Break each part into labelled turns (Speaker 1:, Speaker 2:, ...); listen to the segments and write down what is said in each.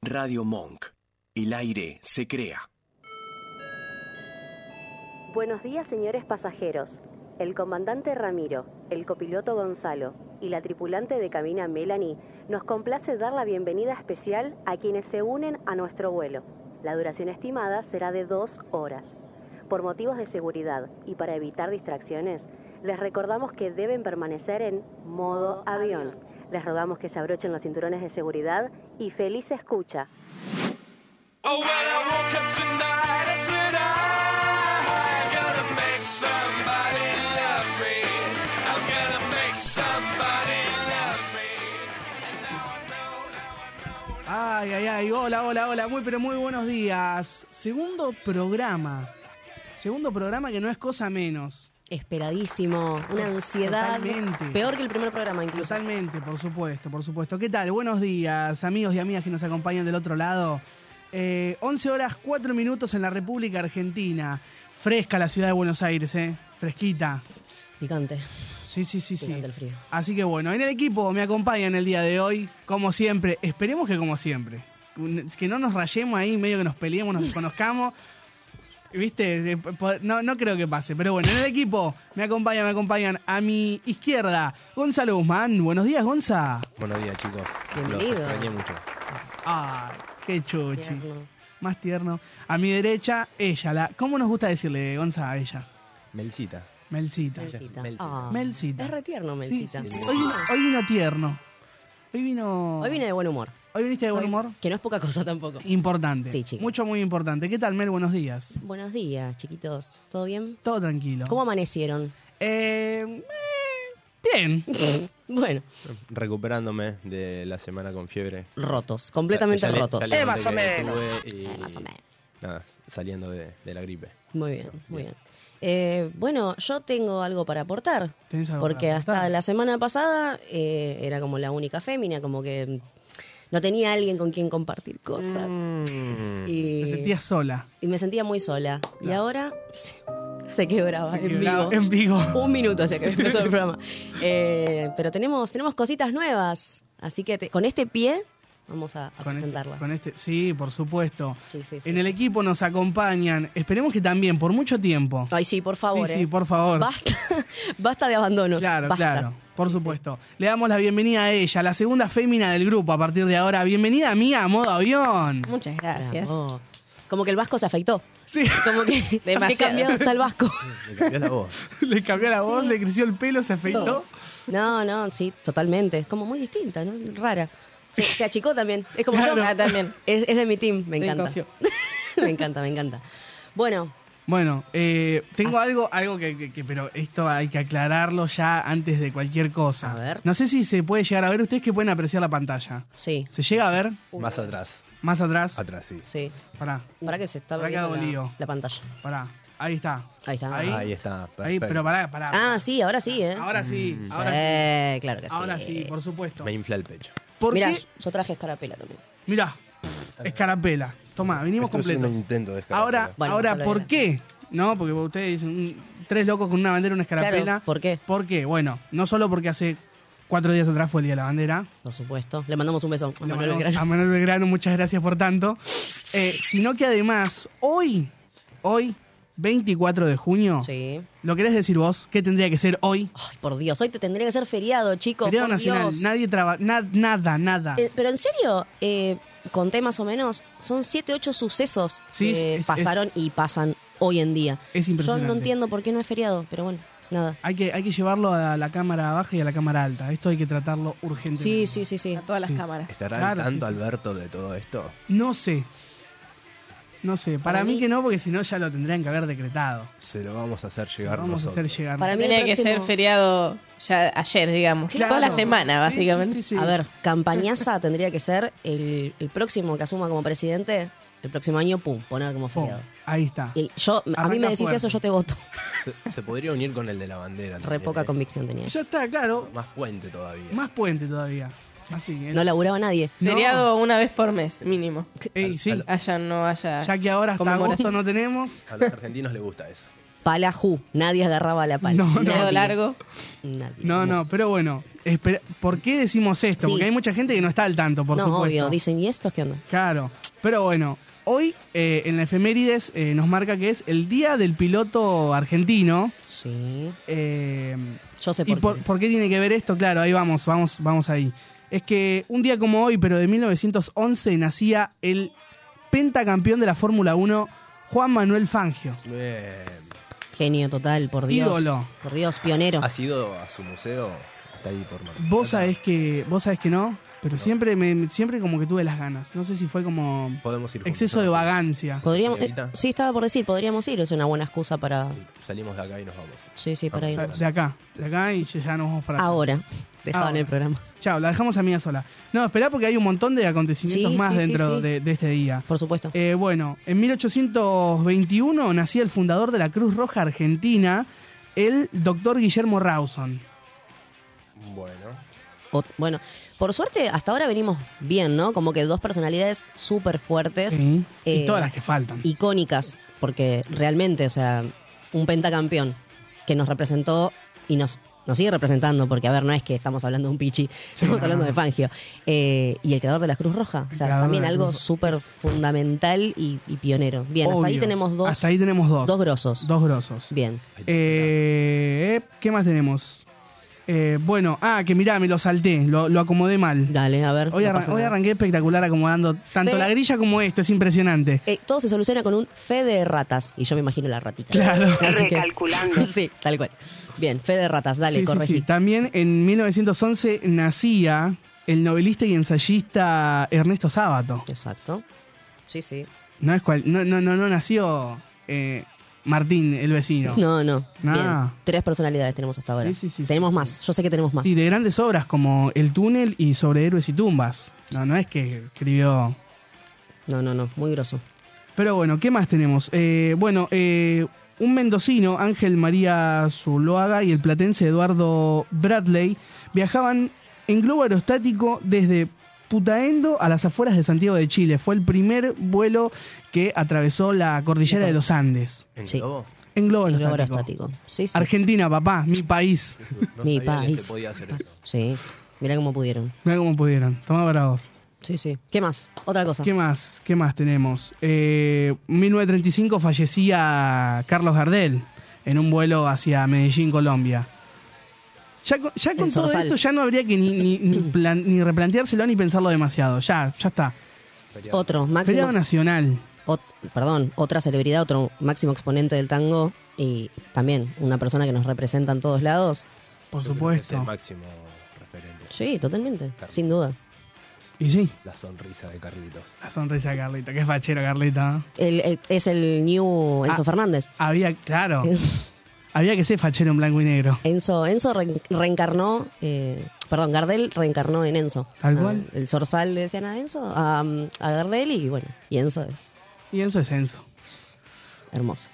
Speaker 1: Radio Monk. El aire se crea.
Speaker 2: Buenos días, señores pasajeros. El comandante Ramiro, el copiloto Gonzalo y la tripulante de cabina Melanie nos complace dar la bienvenida especial a quienes se unen a nuestro vuelo. La duración estimada será de dos horas. Por motivos de seguridad y para evitar distracciones, les recordamos que deben permanecer en modo avión. Les rogamos que se abrochen los cinturones de seguridad y feliz escucha.
Speaker 3: Oh, when I woke up tonight, I said I gotta make somebody love me. I'm gonna make somebody love
Speaker 4: Ay, ay, ay, hola, hola, hola, muy pero muy buenos días. Segundo programa. Segundo programa que no es cosa menos.
Speaker 2: Esperadísimo, una ansiedad
Speaker 4: Totalmente.
Speaker 2: peor que el primer programa incluso.
Speaker 4: Totalmente, por supuesto, por supuesto. ¿Qué tal? Buenos días, amigos y amigas que nos acompañan del otro lado. Eh, 11 horas 4 minutos en la República Argentina. Fresca la ciudad de Buenos Aires, ¿eh? Fresquita.
Speaker 2: Picante,
Speaker 4: Sí, sí, sí, sí.
Speaker 2: picante el frío.
Speaker 4: Así que bueno, en el equipo me acompañan el día de hoy, como siempre. Esperemos que como siempre. Un- Que no nos rayemos ahí, medio que nos peleemos, nos conozcamos. ¿Viste? De- po- No, no creo que pase, pero bueno, en el equipo me acompañan, me acompañan a mi izquierda, Gonzalo Guzmán. Buenos días, Gonza.
Speaker 5: Buenos días, chicos.
Speaker 2: Bienvenido.
Speaker 5: Los extrañé mucho.
Speaker 4: Ay, Ah, qué chuchi.
Speaker 2: Tierno.
Speaker 4: Más tierno. A mi derecha, ella. La, ¿Cómo nos gusta decirle, Gonza, a ella?
Speaker 5: Melcita.
Speaker 4: Melcita.
Speaker 2: Melcita.
Speaker 5: Melcita.
Speaker 2: Ah.
Speaker 4: Melcita.
Speaker 2: Es retierno,
Speaker 4: Sí,
Speaker 2: Melcita.
Speaker 4: sí, sí. Hoy, vino, hoy vino tierno. Hoy vino.
Speaker 2: Hoy viene de buen humor.
Speaker 4: ¿Hoy viniste de buen humor?
Speaker 2: Que no es poca cosa tampoco.
Speaker 4: Importante.
Speaker 2: Sí, chico.
Speaker 4: Mucho, muy importante. ¿Qué tal, Mel? Buenos días.
Speaker 2: Buenos días, chiquitos. ¿Todo bien?
Speaker 4: Todo tranquilo.
Speaker 2: ¿Cómo amanecieron?
Speaker 4: Eh, eh, bien.
Speaker 2: bueno,
Speaker 5: Recuperándome de la semana con fiebre.
Speaker 2: rotos, completamente
Speaker 5: Ya le-
Speaker 2: rotos.
Speaker 5: ya le
Speaker 4: más
Speaker 5: conté
Speaker 4: o
Speaker 5: que
Speaker 4: menos.
Speaker 5: estuve y-
Speaker 2: Eh, más o menos.
Speaker 5: Nada, saliendo de, de la gripe.
Speaker 2: Muy bien, muy bien. Eh, bueno, yo tengo algo para aportar.
Speaker 4: ¿Tenés algo
Speaker 2: porque
Speaker 4: para
Speaker 2: hasta
Speaker 4: aportar?
Speaker 2: la semana pasada eh, era como la única fémina, como que mm, no tenía alguien con quien compartir cosas.
Speaker 5: Mm.
Speaker 4: Mm. Te
Speaker 2: Y,
Speaker 4: sentías sola.
Speaker 2: y me sentía muy sola. Y ahora se, se quebraba en
Speaker 4: Quebrado
Speaker 2: vivo.
Speaker 4: En Vigo.
Speaker 2: Un minuto hacia que empezó el programa. Eh, pero tenemos, tenemos cositas nuevas. Así que te- con este pie vamos a, a
Speaker 4: Con este-
Speaker 2: presentarla.
Speaker 4: con este- sí, por supuesto.
Speaker 2: Sí, sí, sí.
Speaker 4: En el equipo nos acompañan. Esperemos que también, por mucho tiempo.
Speaker 2: Ay, sí, por favor.
Speaker 4: este. Sí, sí,
Speaker 2: eh.
Speaker 4: por favor.
Speaker 2: Basta, basta de abandonos.
Speaker 4: Claro,
Speaker 2: basta.
Speaker 4: claro. Por supuesto. Le damos la bienvenida a ella, la segunda fémina del grupo a partir de ahora. Bienvenida a mí a modo avión.
Speaker 6: Muchas gracias.
Speaker 2: Bravo. Como que el vasco se afectó.
Speaker 4: Sí,
Speaker 2: Como que qué
Speaker 6: Demasiado.
Speaker 2: cambiado está el vasco.
Speaker 5: Me cambió la voz.
Speaker 4: le cambió la voz, le creció el pelo, se afeitó.
Speaker 2: No, no, sí, totalmente. Es como muy distinta, ¿no? Rara. Se, se achicó también. Es como
Speaker 4: Claro.
Speaker 2: yo.
Speaker 4: Ah,
Speaker 6: también.
Speaker 2: Es, es de mi team. Me
Speaker 6: Me
Speaker 2: encanta.
Speaker 6: encogió.
Speaker 2: me encanta, me encanta. Bueno,
Speaker 4: Bueno, eh, tengo algo, algo que, que- que- pero esto hay que aclararlo ya antes de cualquier cosa.
Speaker 2: A ver.
Speaker 4: No sé si se puede llegar a ver, ustedes que pueden apreciar la pantalla.
Speaker 2: sí,
Speaker 4: ¿Se llega a ver?
Speaker 5: Más atrás.
Speaker 4: Más atrás.
Speaker 5: Atrás, sí.
Speaker 2: sí.
Speaker 4: Pará,
Speaker 2: ¿Para que se está
Speaker 4: Pará que
Speaker 2: viendo
Speaker 4: hago lío.
Speaker 2: la, la pantalla?
Speaker 4: pará. Ahí está.
Speaker 2: Ahí está.
Speaker 4: Ahí,
Speaker 5: Ahí está. Perfecto.
Speaker 4: Ahí, pero pará, pará.
Speaker 2: Ah, sí, ahora sí, ¿eh?
Speaker 4: Ahora sí, ahora sí.
Speaker 2: Eh, claro que sí.
Speaker 4: Ahora sí, por supuesto.
Speaker 5: Me infla el pecho.
Speaker 4: ¿Por
Speaker 2: Mirá,
Speaker 4: qué?
Speaker 2: yo traje escarapela también.
Speaker 4: Mirá, escarapela. Toma, vinimos
Speaker 5: Esto es un
Speaker 4: completos.
Speaker 5: intento de escapar.
Speaker 4: Ahora,
Speaker 2: Bueno,
Speaker 4: ahora
Speaker 2: ojalá
Speaker 4: ¿por
Speaker 2: era.
Speaker 4: qué? ¿No? Porque ustedes dicen mm, tres locos con una bandera y una escarapela.
Speaker 2: Claro, ¿por qué?
Speaker 4: ¿Por qué? Bueno, no solo porque hace cuatro días atrás fue el Día de la Bandera.
Speaker 2: Por supuesto. Le mandamos un beso a
Speaker 4: Le
Speaker 2: Manuel
Speaker 4: mandamos
Speaker 2: Belgrano.
Speaker 4: a Manuel Belgrano, muchas gracias por tanto. Eh, sino que además, hoy, hoy, 24 de junio,
Speaker 2: Sí.
Speaker 4: ¿lo querés decir vos? ¿Qué tendría que ser hoy?
Speaker 2: Ay, por Dios, hoy te tendría que ser feriado, chicos.
Speaker 4: Feriado
Speaker 2: Oh, por
Speaker 4: nacional,
Speaker 2: Dios.
Speaker 4: nadie trabaja, nada, nada.
Speaker 2: Eh, pero en serio, eh, conté más o menos, son 7, 8 sucesos
Speaker 4: Sí,
Speaker 2: que
Speaker 4: es-
Speaker 2: pasaron y pasan hoy en día.
Speaker 4: es
Speaker 2: Yo
Speaker 4: impresionante.
Speaker 2: no entiendo por qué no es feriado, pero bueno, nada.
Speaker 4: Hay que, hay que llevarlo a la cámara baja y a la cámara alta. Esto hay que tratarlo urgentemente.
Speaker 2: Sí, sí, sí, sí.
Speaker 6: A todas las
Speaker 4: Sí.
Speaker 6: cámaras.
Speaker 5: ¿Estará
Speaker 4: Claro,
Speaker 5: al tanto
Speaker 4: sí, sí.
Speaker 5: Alberto de todo esto?
Speaker 4: No sé. No sé. Para,
Speaker 2: Para
Speaker 4: mí,
Speaker 2: mí-
Speaker 4: que no, porque si no ya lo tendrían que haber decretado.
Speaker 5: Se lo vamos a hacer llegar
Speaker 4: Vamos
Speaker 5: nosotros.
Speaker 4: a hacer llegar.
Speaker 2: Para mí el
Speaker 6: Tenía que
Speaker 2: próximo-
Speaker 6: ser feriado ya ayer, digamos.
Speaker 4: Claro.
Speaker 6: Toda la semana,
Speaker 4: Sí, sí,
Speaker 6: básicamente.
Speaker 4: sí, sí.
Speaker 2: A ver, campañaza tendría que ser el, el próximo que asuma como presidente, el próximo año, pum, poner como
Speaker 4: Pum,
Speaker 2: feriado.
Speaker 4: ahí está.
Speaker 2: Y yo, a mí
Speaker 4: Arranca
Speaker 2: me decís
Speaker 4: fuerte.
Speaker 2: eso, yo te voto.
Speaker 5: Se, se podría unir con el de la bandera.
Speaker 2: Re
Speaker 5: también,
Speaker 2: poca
Speaker 5: eh.
Speaker 2: convicción tenía.
Speaker 4: Ya está, claro.
Speaker 5: Más puente todavía.
Speaker 4: Más puente todavía. Así que.
Speaker 2: No laburaba nadie.
Speaker 4: No.
Speaker 6: Feriado una vez por mes, mínimo.
Speaker 4: Ey, sí.
Speaker 5: Al-
Speaker 6: Haya o no haya.
Speaker 4: Ya que ahora hasta
Speaker 6: Conmemorativo.
Speaker 4: agosto no tenemos.
Speaker 5: A los argentinos les gusta eso.
Speaker 2: Palajú. Nadie agarraba la pala.
Speaker 4: No,
Speaker 6: Dedo
Speaker 2: Nadie.
Speaker 6: largo.
Speaker 2: Nadie.
Speaker 4: No, no, pero bueno, espera- ¿por qué decimos esto?
Speaker 2: Sí.
Speaker 4: Porque hay mucha gente que no está al tanto, por
Speaker 2: no,
Speaker 4: supuesto.
Speaker 2: obvio. Dicen, ¿y estos qué onda?
Speaker 4: Claro, pero bueno, hoy eh, en la efemérides eh, nos marca que es el día del piloto argentino.
Speaker 2: Sí.
Speaker 4: eh,
Speaker 2: Yo sé
Speaker 4: ¿Y
Speaker 2: por,
Speaker 4: por,
Speaker 2: qué.
Speaker 4: por qué tiene que ver esto? Claro, ahí vamos, vamos, vamos ahí. Es que un día como hoy, pero de 1911, nacía el pentacampeón de la Fórmula 1, Juan Manuel Fangio.
Speaker 5: Bien.
Speaker 2: Genio total, por Dios.
Speaker 4: Ídolo.
Speaker 2: Por Dios, pionero.
Speaker 5: ¿Has ido a su museo? Está ahí por Mar.
Speaker 4: Vos sabés que, vos sabés que no, pero siempre me, siempre como que tuve las ganas. No sé si fue como
Speaker 5: Podemos ir juntos,
Speaker 4: exceso
Speaker 5: ¿no?
Speaker 4: de vagancia.
Speaker 2: Podríamos, eh,
Speaker 5: Señorita.
Speaker 2: sí, estaba por decir, podríamos ir. Es una buena excusa para.
Speaker 5: Salimos de acá y nos vamos.
Speaker 2: Sí, sí, para
Speaker 4: O
Speaker 2: ir. Ah,
Speaker 4: sea, De acá, de acá y ya nos vamos para acá.
Speaker 2: Ahora. Dejaban
Speaker 4: Ahora.
Speaker 2: el programa.
Speaker 4: Chao, la dejamos a mía sola. No, esperá porque hay un montón de acontecimientos
Speaker 2: Sí,
Speaker 4: más
Speaker 2: sí, sí,
Speaker 4: dentro
Speaker 2: sí.
Speaker 4: De, de este día.
Speaker 2: Por supuesto.
Speaker 4: Eh, bueno, en 1821 nacía el fundador de la Cruz Roja Argentina, el doctor Guillermo Rawson.
Speaker 5: Bueno.
Speaker 2: O- bueno, por suerte, hasta ahora venimos bien, ¿no? Como que dos personalidades súper fuertes.
Speaker 4: Sí.
Speaker 2: Eh,
Speaker 4: y todas las que faltan.
Speaker 2: icónicas, porque realmente, o sea, un pentacampeón que nos representó y nos, nos sigue representando, porque a ver, no es que estamos hablando de un pichi, estamos
Speaker 4: no,
Speaker 2: hablando
Speaker 4: no.
Speaker 2: de Fangio, Eh, y el creador de la Cruz Roja, o
Speaker 4: El
Speaker 2: sea,
Speaker 4: creador
Speaker 2: también
Speaker 4: de la
Speaker 2: algo
Speaker 4: Cruz Roja.
Speaker 2: súper fundamental y, y pionero. Bien, hasta ahí
Speaker 4: Obvio.
Speaker 2: tenemos dos,
Speaker 4: Hasta ahí tenemos dos.
Speaker 2: dos grosos.
Speaker 4: Dos grosos.
Speaker 2: Bien,
Speaker 4: Eh, ¿Qué más tenemos? Eh, bueno, ah, que mirá, me lo salté, lo, lo acomodé mal.
Speaker 2: dale, a ver.
Speaker 4: Hoy,
Speaker 2: no
Speaker 4: arran-
Speaker 2: pasa
Speaker 4: hoy
Speaker 2: nada.
Speaker 4: arranqué espectacular acomodando tanto
Speaker 2: Fe-
Speaker 4: la grilla como esto, es impresionante.
Speaker 2: Eh, todo se soluciona con un fe de ratas, y yo me imagino la ratita.
Speaker 4: Claro.
Speaker 2: Así que-
Speaker 7: Recalculando.
Speaker 2: sí, tal cual. Bien, fe de ratas, dale,
Speaker 4: Sí, sí,
Speaker 2: corregí.
Speaker 4: sí. También en 1911 nacía el novelista y ensayista Ernesto Sábato.
Speaker 2: Exacto. Sí, sí.
Speaker 4: No es cual, no, no, no, no nació eh, Martín, el vecino.
Speaker 2: No, no.
Speaker 4: Nah.
Speaker 2: Bien. Tres personalidades tenemos hasta ahora.
Speaker 4: Sí, sí, sí,
Speaker 2: tenemos
Speaker 4: sí,
Speaker 2: más. Yo sé que tenemos más.
Speaker 4: Sí, de grandes obras como El túnel y Sobre héroes y tumbas. No, no es que escribió.
Speaker 2: No, no, no. Muy grosso.
Speaker 4: Pero bueno, ¿qué más tenemos? Eh, bueno, eh, un mendocino, Ángel María Zuloaga, y el platense Eduardo Bradley viajaban en globo aerostático desde Putaendo a las afueras de Santiago de Chile. Fue el primer vuelo que atravesó la cordillera de los Andes.
Speaker 5: ¿En
Speaker 2: Sí.
Speaker 5: globo?
Speaker 4: En globo
Speaker 2: El
Speaker 4: aerostático.
Speaker 2: globo aerostático. Sí, sí.
Speaker 4: Argentina, papá, mi país.
Speaker 5: No
Speaker 2: Mi
Speaker 5: sabía que
Speaker 2: país.
Speaker 5: se podía hacer eso.
Speaker 2: Sí. Mirá cómo pudieron.
Speaker 4: Mira cómo pudieron. Toma para vos.
Speaker 2: Sí, sí. ¿Qué más? Otra cosa.
Speaker 4: ¿Qué más? ¿Qué más tenemos? Eh, 1935 fallecía Carlos Gardel en un vuelo hacia Medellín, Colombia. Ya con, ya con
Speaker 2: El
Speaker 4: todo
Speaker 2: Zorzal.
Speaker 4: esto ya no habría que ni, ni- ni plan- ni replanteárselo ni pensarlo demasiado. Ya, ya está.
Speaker 2: Otro. Máximo.
Speaker 4: Feriado nacional.
Speaker 2: ot- perdón. Otra celebridad, otro máximo exponente del tango. Y también una persona que nos representa en todos lados.
Speaker 4: Por
Speaker 5: Yo creo que este Es el
Speaker 4: supuesto.
Speaker 5: máximo referente.
Speaker 2: Sí, totalmente. Sin duda.
Speaker 4: Y sí,
Speaker 5: La sonrisa de Carlitos.
Speaker 4: la sonrisa de Carlita. Qué fachero, Carlita.
Speaker 2: El- el- es el new Enzo
Speaker 4: Ah.
Speaker 2: Fernández.
Speaker 4: Había, claro. había que ser fachero en blanco y negro.
Speaker 2: Enzo, Enzo re- reencarnó, eh, perdón, Gardel reencarnó en Enzo.
Speaker 4: Tal
Speaker 2: Ah,
Speaker 4: cual.
Speaker 2: el Zorzal le decían a Enzo, a, a Gardel y bueno, y Enzo es
Speaker 4: Y eso es Enzo.
Speaker 2: hermoso.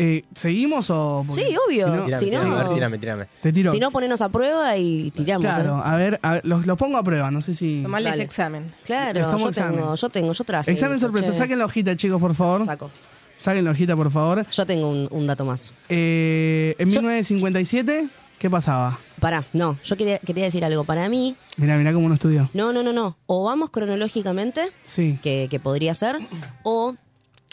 Speaker 4: Eh, ¿Seguimos o...? porque
Speaker 2: Sí, obvio.
Speaker 4: si no-
Speaker 2: Tírame,
Speaker 5: Tírame,
Speaker 2: Si
Speaker 5: tírame,
Speaker 2: no- tírame,
Speaker 5: tírame, tírame.
Speaker 4: Te tiro.
Speaker 2: Si no, ponenos a prueba y tiramos.
Speaker 4: Claro,
Speaker 2: ¿eh?
Speaker 4: a ver, a ver, los, los pongo a prueba, no sé si...
Speaker 6: Tomarles
Speaker 2: Dale.
Speaker 6: examen.
Speaker 2: Claro,
Speaker 4: Estamos
Speaker 2: yo
Speaker 4: examen.
Speaker 2: tengo, yo tengo, yo traje.
Speaker 4: Examen sorpresa,
Speaker 2: Che,
Speaker 4: saquen la hojita, chicos, por favor.
Speaker 2: saco.
Speaker 4: Saquen la hojita, por favor.
Speaker 2: Yo tengo un, un dato más.
Speaker 4: Eh, en
Speaker 2: Yo-
Speaker 4: 1957, ¿qué pasaba?
Speaker 2: Pará, no, yo quería, quería decir algo. Para mí,
Speaker 4: Mirá, mirá cómo uno estudió.
Speaker 2: no, no, no, no. O vamos cronológicamente,
Speaker 4: Sí.
Speaker 2: que, que podría ser, o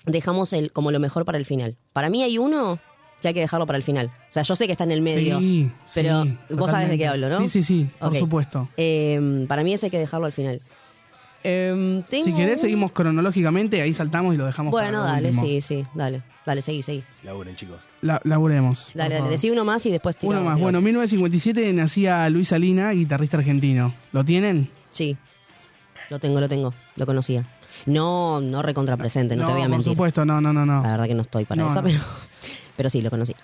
Speaker 2: dejamos el como lo mejor para el final. Para mí hay uno que hay que dejarlo para el final. O sea, yo sé que está en el medio.
Speaker 4: Sí,
Speaker 2: pero
Speaker 4: sí,
Speaker 2: vos sabés de qué
Speaker 4: totalmente.
Speaker 2: hablo,
Speaker 4: Sí,
Speaker 2: ¿no?
Speaker 4: sí, sí, por
Speaker 2: Ok.
Speaker 4: supuesto.
Speaker 2: Eh, para mí ese hay que dejarlo al final. Eh, tengo
Speaker 4: Si querés,
Speaker 2: un-
Speaker 4: seguimos cronológicamente, ahí saltamos y lo dejamos
Speaker 2: Bueno,
Speaker 4: para lo
Speaker 2: dale,
Speaker 4: último.
Speaker 2: sí, sí, dale. Dale, seguí, seguí.
Speaker 5: Laburen, chicos.
Speaker 4: La, laburemos. por
Speaker 2: Dale, dale,
Speaker 4: favor.
Speaker 2: decí uno más y después tiramos.
Speaker 4: Uno más. Bueno, 1957 nacía Luis Alina, guitarrista argentino. ¿Lo tienen?
Speaker 2: Sí. Lo tengo, lo tengo. Lo conocía. No, no recontrapresente, no, te voy a
Speaker 4: por
Speaker 2: mentir.
Speaker 4: supuesto, no, no, no, no.
Speaker 2: La verdad que no estoy para
Speaker 4: No,
Speaker 2: eso,
Speaker 4: no.
Speaker 2: pero... Pero sí, lo conocí.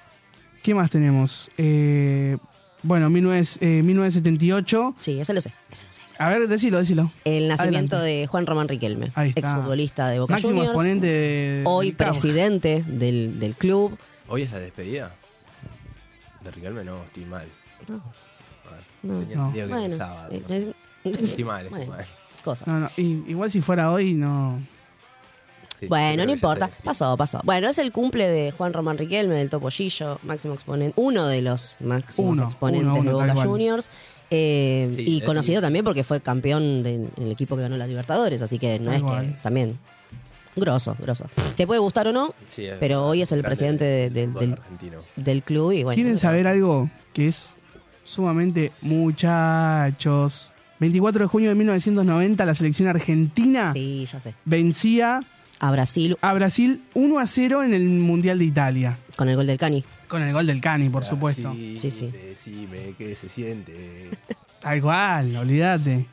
Speaker 4: ¿Qué más tenemos? Eh, bueno, 19, eh, 1978.
Speaker 2: Sí, ese lo sé. ese lo sé, ese.
Speaker 4: A ver, decilo, decilo.
Speaker 2: El nacimiento
Speaker 4: Adelante.
Speaker 2: de Juan Román Riquelme,
Speaker 4: Ahí está.
Speaker 2: exfutbolista de Boca
Speaker 4: Máximo
Speaker 2: Juniors,
Speaker 4: exponente de.
Speaker 2: hoy
Speaker 4: del campo.
Speaker 2: presidente del, del club.
Speaker 5: ¿Hoy es la despedida? De Riquelme no, estoy mal.
Speaker 2: No,
Speaker 5: A ver,
Speaker 2: No.
Speaker 5: tenía
Speaker 4: No.
Speaker 5: entendido que era
Speaker 2: bueno,
Speaker 5: sábado.
Speaker 2: eh,
Speaker 5: no sé.
Speaker 2: es-
Speaker 5: Estoy mal, estoy
Speaker 2: bueno,
Speaker 5: mal.
Speaker 2: cosas.
Speaker 4: No, no, i- igual si fuera hoy, no.
Speaker 5: Sí, yo
Speaker 2: bueno,
Speaker 5: creo
Speaker 2: no
Speaker 5: que ya
Speaker 2: importa.
Speaker 5: sé.
Speaker 2: Pasó, pasó. Bueno, es el cumple de Juan Román Riquelme, del Topollillo, máximo exponente, uno de los máximos
Speaker 4: Uno,
Speaker 2: exponentes
Speaker 4: uno, uno,
Speaker 2: de
Speaker 4: tal
Speaker 2: Boca
Speaker 4: cual.
Speaker 2: Juniors. eh,
Speaker 5: Sí,
Speaker 2: y
Speaker 5: él-
Speaker 2: conocido también porque fue campeón de- en el equipo que ganó la Libertadores, así que no
Speaker 4: Tal
Speaker 2: es
Speaker 4: cual.
Speaker 2: que también. Grosso, grosso. Te puede gustar o no,
Speaker 5: Sí, es
Speaker 2: pero hoy es el
Speaker 5: grande
Speaker 2: presidente de-
Speaker 5: del
Speaker 2: del-
Speaker 5: fútbol
Speaker 2: del-
Speaker 5: argentino.
Speaker 2: del club y bueno.
Speaker 4: ¿Quieren saber algo que es sumamente muchachos? 24 de junio de 1990 la selección argentina
Speaker 2: Sí, ya sé.
Speaker 4: vencía
Speaker 2: A Brasil
Speaker 4: a Brasil 1 a 0 en el Mundial de Italia.
Speaker 2: con el gol del Cani.
Speaker 4: Con el gol del Cani, por supuesto.
Speaker 5: Ah, Sí,
Speaker 2: Sí, sí.
Speaker 5: Decime qué se siente.
Speaker 4: Tal cual, olvídate.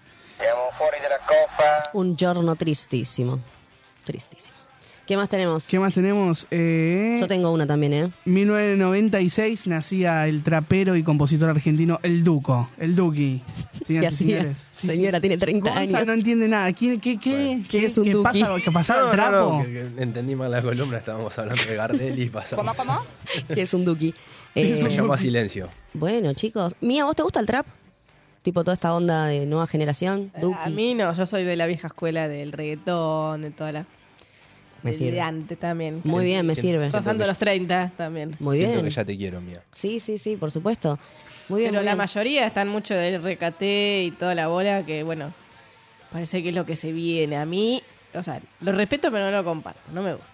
Speaker 2: Un giorno tristísimo. Tristísimo. ¿Qué más tenemos?
Speaker 4: ¿Qué más tenemos? Eh,
Speaker 2: Yo tengo una también, ¿eh?
Speaker 4: 1996 nacía el trapero y compositor argentino El Duco, El Duki.
Speaker 2: ¿Qué
Speaker 4: Señoras y
Speaker 2: hacía?
Speaker 4: señores. Sí, sí.
Speaker 2: Señora, tiene 30
Speaker 4: Gonza
Speaker 2: años.
Speaker 4: no entiende nada. ¿Quién- ¿Qué, qué,
Speaker 2: ¿Qué es un Duki?
Speaker 4: pasa? ¿Qué pasaba el trapo?
Speaker 5: que- que entendí mal la columna, estábamos hablando de Gardel y pasamos.
Speaker 2: que es un duki.
Speaker 4: Es
Speaker 2: Eh,
Speaker 5: Se llama silencio.
Speaker 2: bueno, chicos. Mía, ¿vos te gusta el trap? Tipo toda esta onda de nueva generación. Duki.
Speaker 6: Eh, A mí no, yo soy de la vieja escuela del reggaetón, de toda la.
Speaker 2: Me
Speaker 6: del
Speaker 2: sirve.
Speaker 6: de antes también.
Speaker 2: Muy bien, me
Speaker 5: Siento-
Speaker 2: sirve.
Speaker 5: siento
Speaker 6: Pasando
Speaker 5: que-
Speaker 6: los 30 también.
Speaker 2: Muy
Speaker 5: Siento
Speaker 2: bien.
Speaker 5: que ya te quiero, mía.
Speaker 2: Sí, sí, sí, por supuesto. Muy bien.
Speaker 6: Pero
Speaker 2: muy
Speaker 6: la
Speaker 2: bien.
Speaker 6: mayoría están mucho del recate y toda la bola que, bueno, parece que es lo que se viene. A mí, o sea, lo respeto pero no lo comparto, no me gusta.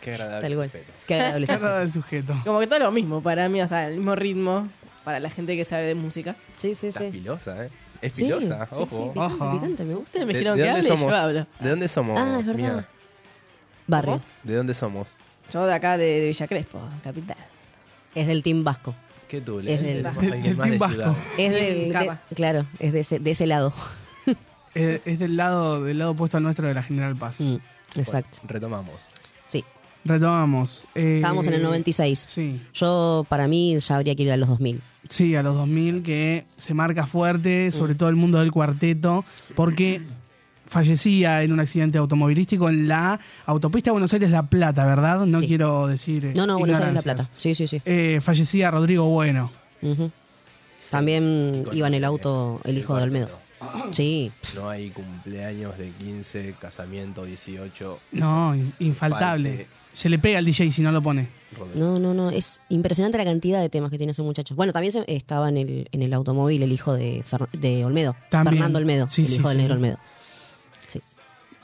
Speaker 5: Qué agradable.
Speaker 2: Tal cual.
Speaker 5: sujeto.
Speaker 2: Qué agradable.
Speaker 4: Cerrado el sujeto.
Speaker 6: Como que todo lo mismo para mí, o sea, el mismo ritmo para la gente que sabe de música.
Speaker 2: Sí, sí,
Speaker 5: Estás
Speaker 2: sí.
Speaker 5: filosa, ¿eh? Es
Speaker 2: Sí,
Speaker 5: filosa,
Speaker 2: sí, sí,
Speaker 5: ojo.
Speaker 2: picante,
Speaker 4: Ojo.
Speaker 2: picante, me gusta.
Speaker 6: Ustedes me
Speaker 5: ¿De-
Speaker 6: dijeron
Speaker 5: de
Speaker 6: que
Speaker 5: dónde
Speaker 6: hable,
Speaker 5: somos?
Speaker 6: yo hablo.
Speaker 5: ¿De dónde somos?
Speaker 2: Ah, es verdad.
Speaker 5: mía?
Speaker 2: Barrio.
Speaker 5: ¿De dónde somos?
Speaker 6: Yo de acá, de, de Villa Crespo, capital.
Speaker 2: Es del Team Vasco.
Speaker 5: ¿Qué tú? ¿eh?
Speaker 2: Es del-
Speaker 5: alguien
Speaker 4: del
Speaker 5: más de
Speaker 4: Team
Speaker 5: ciudad.
Speaker 4: Vasco.
Speaker 2: Es
Speaker 6: Y
Speaker 2: del.
Speaker 6: Cava.
Speaker 2: de- claro, es de ese, de ese lado.
Speaker 4: Eh, es del lado, del lado opuesto al nuestro de la General Paz.
Speaker 2: Mm, Exacto.
Speaker 5: Bueno, retomamos.
Speaker 2: Sí.
Speaker 4: Retomamos. eh,
Speaker 2: Estábamos en el 96.
Speaker 4: Sí,
Speaker 2: Yo, para mí, ya habría que ir a los 2000.
Speaker 4: sí, a los 2000 que se marca fuerte, sobre todo el mundo del cuarteto, porque fallecía en un accidente automovilístico en la autopista Buenos Aires-La Plata, ¿verdad? No
Speaker 2: Sí.
Speaker 4: quiero decir. eh,
Speaker 2: No, no, Buenos Aires La
Speaker 4: ignorancias.
Speaker 2: Plata. Sí, sí, sí.
Speaker 4: Eh, fallecía Rodrigo Bueno.
Speaker 2: Ujú. También
Speaker 5: Con
Speaker 2: iba en el auto el hijo de Olmedo.
Speaker 5: cuarteto.
Speaker 2: Sí,
Speaker 5: Eh, No hay cumpleaños de 15, casamiento 18.
Speaker 4: No, in- infaltable.
Speaker 5: Parte.
Speaker 4: Se le pega al DJ si no lo pone.
Speaker 5: Rodrigo.
Speaker 2: no, no, no. Es impresionante la cantidad de temas que tiene ese muchacho. Bueno, también se- estaba en el, en el automóvil el hijo de, Fer- de Olmedo.
Speaker 4: También.
Speaker 2: Fernando Olmedo,
Speaker 4: Sí,
Speaker 2: el
Speaker 4: sí,
Speaker 2: hijo del
Speaker 4: sí.
Speaker 2: negro Olmedo.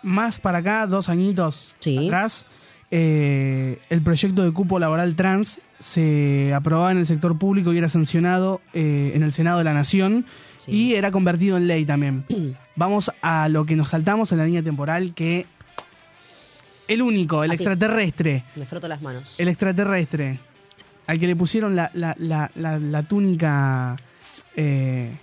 Speaker 4: Más para acá, dos añitos
Speaker 2: Sí.
Speaker 4: atrás, eh, el proyecto de cupo laboral trans se aprobaba en el sector público y era sancionado eh, en el Senado de la Nación
Speaker 2: Sí.
Speaker 4: y era convertido en ley también. Vamos a lo que nos saltamos en la línea temporal, que el único, el
Speaker 2: Así.
Speaker 4: extraterrestre,
Speaker 2: Me froto las manos.
Speaker 4: el extraterrestre, al que le pusieron la, la- la- la- la túnica eh,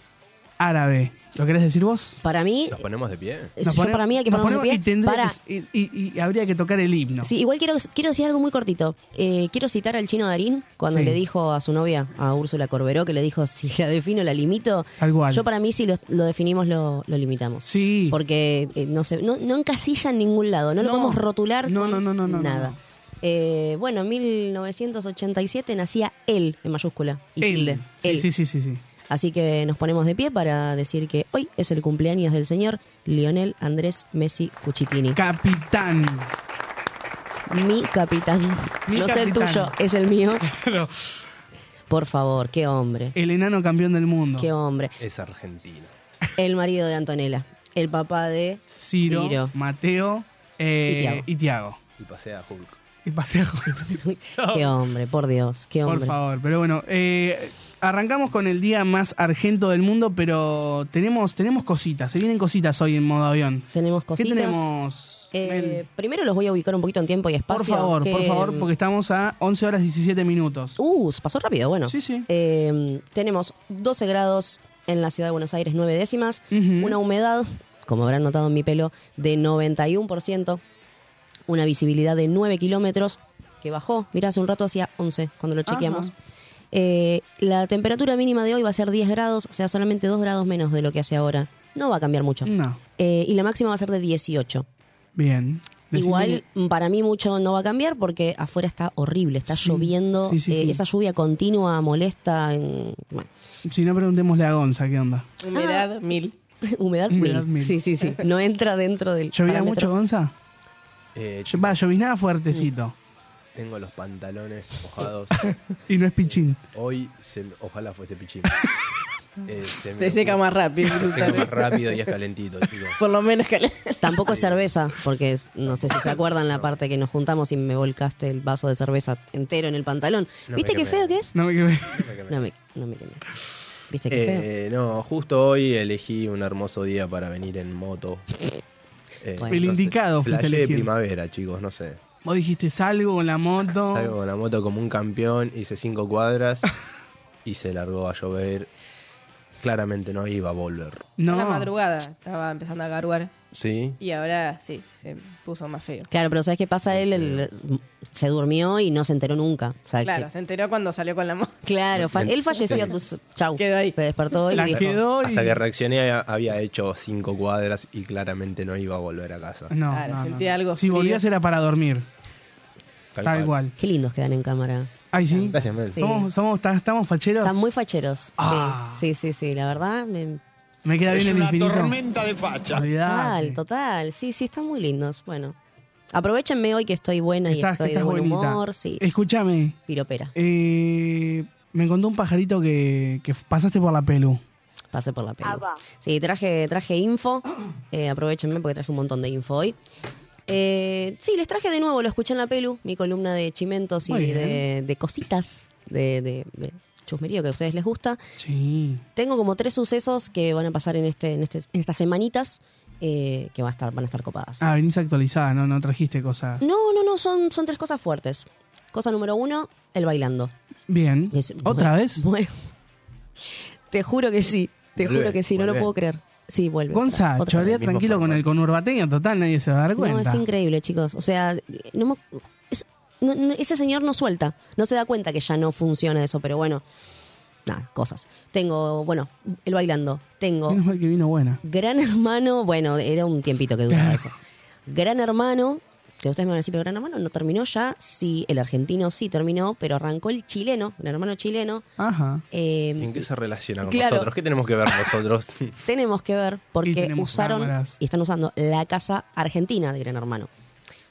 Speaker 4: árabe. ¿Lo querés decir vos?
Speaker 2: Para mí,
Speaker 5: ¿Nos ponemos de pie?
Speaker 2: yo
Speaker 4: Nos pone-
Speaker 2: para mí hay que
Speaker 4: nos
Speaker 2: ponernos de
Speaker 4: ponemos
Speaker 2: pie.
Speaker 4: y, tendría
Speaker 2: Para-
Speaker 4: que- y- y- y habría que tocar el himno.
Speaker 2: Sí, igual quiero, quiero decir algo muy cortito. Eh, quiero citar al chino Darín cuando
Speaker 4: Sí.
Speaker 2: le dijo a su novia, a Úrsula Corberó, que le dijo, si la defino, la limito.
Speaker 4: Tal cual.
Speaker 2: Yo para mí, si lo, lo definimos, lo, lo limitamos.
Speaker 4: Sí.
Speaker 2: Porque eh, no, se, no, no encasilla en ningún lado, no, lo
Speaker 4: No.
Speaker 2: podemos rotular
Speaker 4: No,
Speaker 2: con
Speaker 4: no, no, no, no,
Speaker 2: nada.
Speaker 4: no.
Speaker 2: Eh, bueno, en 1987 nacía él, en mayúscula, y
Speaker 4: Él.
Speaker 2: tilde,
Speaker 4: Sí,
Speaker 2: él.
Speaker 4: sí, sí, sí, sí.
Speaker 2: Así que nos ponemos de pie para decir que hoy es el cumpleaños del señor Lionel Andrés Messi Cuchitini.
Speaker 4: Capitán.
Speaker 2: mi capitán.
Speaker 4: Mi
Speaker 2: no sé el
Speaker 4: capitán.
Speaker 2: tuyo, es el mío.
Speaker 4: Claro.
Speaker 2: Por favor, qué hombre.
Speaker 4: El enano campeón del mundo.
Speaker 2: Qué hombre.
Speaker 5: Es argentino.
Speaker 2: El marido de Antonella. El papá de
Speaker 4: Ciro,
Speaker 2: Ciro.
Speaker 4: Mateo eh,
Speaker 2: Y Tiago.
Speaker 4: y Tiago.
Speaker 5: Y pasea a Hulk.
Speaker 4: Y Pasejo.
Speaker 2: Qué hombre, por Dios, qué hombre.
Speaker 4: Oh. Por favor. Pero bueno, eh, arrancamos con el día más argento del mundo, pero tenemos, tenemos cositas. Se vienen cositas hoy en modo avión.
Speaker 2: Tenemos cositas.
Speaker 4: ¿Qué tenemos?
Speaker 2: Eh,
Speaker 4: Mel?
Speaker 2: primero los voy a ubicar un poquito en tiempo y
Speaker 4: por
Speaker 2: espacio.
Speaker 4: favor,
Speaker 2: que-
Speaker 4: por favor, porque estamos a 11 horas 17 minutos.
Speaker 2: Uh, pasó rápido, bueno.
Speaker 4: Sí, sí.
Speaker 2: Eh, tenemos 12 grados en la ciudad de Buenos Aires, 9 décimas.
Speaker 4: Ujú.
Speaker 2: Una humedad, como habrán notado en mi pelo, de 91%. Una visibilidad de 9 kilómetros, que bajó, mirá, hace un rato hacía 11 cuando lo chequeamos.
Speaker 4: Ajá.
Speaker 2: Eh, la temperatura mínima de hoy va a ser 10 grados, o sea, solamente 2 grados menos de lo que hace ahora. No va a cambiar mucho.
Speaker 4: No.
Speaker 2: Eh, y la máxima va a ser de 18.
Speaker 4: Bien. Decime
Speaker 2: Igual mm, para mí mucho no va a cambiar porque afuera está horrible, está
Speaker 4: Sí,
Speaker 2: lloviendo,
Speaker 4: sí, sí,
Speaker 2: eh,
Speaker 4: sí.
Speaker 2: esa lluvia continua molesta, en, bueno,
Speaker 4: que- Si no, preguntémosle a Gonza qué onda.
Speaker 6: Humedad, mil.
Speaker 2: humedad,
Speaker 4: Humedad
Speaker 2: Ah. mil.
Speaker 4: mil.
Speaker 2: Sí, sí, sí, no entra dentro del
Speaker 4: ¿Llovía
Speaker 2: parámetro.
Speaker 4: mucho, Gonza?
Speaker 5: Eh,
Speaker 4: Yo- Va, lloviznaba fuertecito.
Speaker 5: tengo los pantalones mojados.
Speaker 4: Y no es pichín.
Speaker 5: Hoy, se me- ojalá fuese pichín. Eh, se me
Speaker 6: Se seca
Speaker 5: ocurre-
Speaker 6: más rápido.
Speaker 5: Se seca más rápido y es calentito, chicos.
Speaker 6: Por lo menos que le-
Speaker 2: Tampoco es cerveza, porque es- no sé si se acuerdan la parte que nos juntamos y me volcaste el vaso de cerveza entero en el pantalón.
Speaker 5: No
Speaker 2: ¿Viste
Speaker 5: me
Speaker 2: qué
Speaker 5: quemé.
Speaker 2: feo que es?
Speaker 4: No me quemé.
Speaker 2: No me, no me quemé. ¿Viste qué feo?
Speaker 5: Eh, no, justo hoy elegí un hermoso día para venir en moto. Eh,
Speaker 2: Bueno.
Speaker 4: El indicado fuiste a
Speaker 5: Flashé
Speaker 4: elegir.
Speaker 5: primavera, chicos, no sé.
Speaker 4: Vos dijiste salgo con la moto.
Speaker 5: Salgo con la moto como un campeón, hice cinco cuadras y se largó a llover. Claramente no iba a volver.
Speaker 4: No.
Speaker 6: A la madrugada estaba empezando a garuar.
Speaker 5: Sí.
Speaker 6: Y ahora sí, se puso más feo.
Speaker 2: Claro, pero ¿sabes qué pasa? Él el- se durmió y no se enteró nunca. O sea, que-
Speaker 6: Claro, se enteró cuando salió con la moto.
Speaker 2: claro, fa- él falleció. entonces, Chau.
Speaker 6: Quedó ahí.
Speaker 2: Se despertó y
Speaker 4: La
Speaker 2: dijo,
Speaker 4: quedó y.
Speaker 5: Hasta que reaccioné a- había hecho cinco cuadras y claramente no iba a volver a casa.
Speaker 4: No,
Speaker 6: Claro,
Speaker 4: no, no.
Speaker 6: sentí algo
Speaker 4: Si
Speaker 6: frío.
Speaker 4: volvías era para dormir.
Speaker 5: Tal cual.
Speaker 4: Tal, cual.
Speaker 2: Qué lindos quedan en cámara.
Speaker 4: Ay, sí.
Speaker 5: Gracias, Mel.
Speaker 4: Somos, somos, ta- estamos facheros.
Speaker 2: Están muy facheros. Sí,
Speaker 4: Ah.
Speaker 2: Sí, sí, sí. La verdad, me-
Speaker 4: Me queda bien el infinito.
Speaker 8: de facha.
Speaker 4: Olvidate.
Speaker 2: total, total. Sí, sí, están muy lindos. Bueno, aprovechenme hoy que estoy buena y
Speaker 4: Estás,
Speaker 2: estoy
Speaker 4: estás
Speaker 2: de buen
Speaker 4: bonita.
Speaker 2: humor. Sí,
Speaker 4: Escúchame.
Speaker 2: piropera.
Speaker 4: eh, me contó un pajarito que, que pasaste por la pelu.
Speaker 2: Pasé por la peli.
Speaker 7: Ah, va.
Speaker 2: Sí, traje, traje info. Eh, aprovechenme porque traje un montón de info hoy. Eh, sí, les traje de nuevo, lo escuché en la pelu, mi columna de chimentos
Speaker 4: Muy
Speaker 2: y
Speaker 4: bien.
Speaker 2: de, de cositas, de, de- de chusmerío que a ustedes les gusta.
Speaker 4: Sí.
Speaker 2: Tengo como tres sucesos que van a pasar en, este, en, este- en estas semanitas eh, que van a estar, van a estar copadas.
Speaker 4: Ah, venís actualizada, no, no trajiste cosas.
Speaker 2: No, no, no, son, son tres cosas fuertes. Cosa número uno, el bailando.
Speaker 4: Bien.
Speaker 2: Es-
Speaker 4: ¿Otra
Speaker 2: bueno,
Speaker 4: vez?
Speaker 2: bueno. te juro que sí, te
Speaker 5: Vuelve,
Speaker 2: juro que sí, no lo
Speaker 5: vuelve.
Speaker 2: puedo creer. Sí, vuelve. otra-
Speaker 4: Gonza,
Speaker 2: otra
Speaker 4: chorea
Speaker 2: vez.
Speaker 5: mismo
Speaker 4: tranquilo con
Speaker 5: formato.
Speaker 4: el conurbateño, total, nadie se va a dar
Speaker 2: No,
Speaker 4: cuenta.
Speaker 2: es increíble, chicos. O sea, no me- es- no- no- ese señor no suelta. No se da cuenta que ya no funciona eso, pero bueno, nada, cosas. Tengo, bueno, el bailando. Tengo
Speaker 4: Menos mal que vino buena.
Speaker 2: Gran Hermano, bueno, era un tiempito que duraba
Speaker 4: Claro.
Speaker 2: eso. Gran Hermano, que ustedes me van a decir, pero Gran Hermano no terminó ya. Sí, el argentino sí terminó, pero arrancó el chileno, Gran Hermano chileno.
Speaker 4: Ajá.
Speaker 2: Eh,
Speaker 5: ¿En qué se relaciona con
Speaker 2: Claro.
Speaker 5: nosotros? ¿Qué tenemos que ver nosotros?
Speaker 2: tenemos que ver
Speaker 4: Y
Speaker 2: porque
Speaker 4: tenemos
Speaker 2: usaron
Speaker 4: cámaras.
Speaker 2: y están usando la casa argentina de Gran Hermano.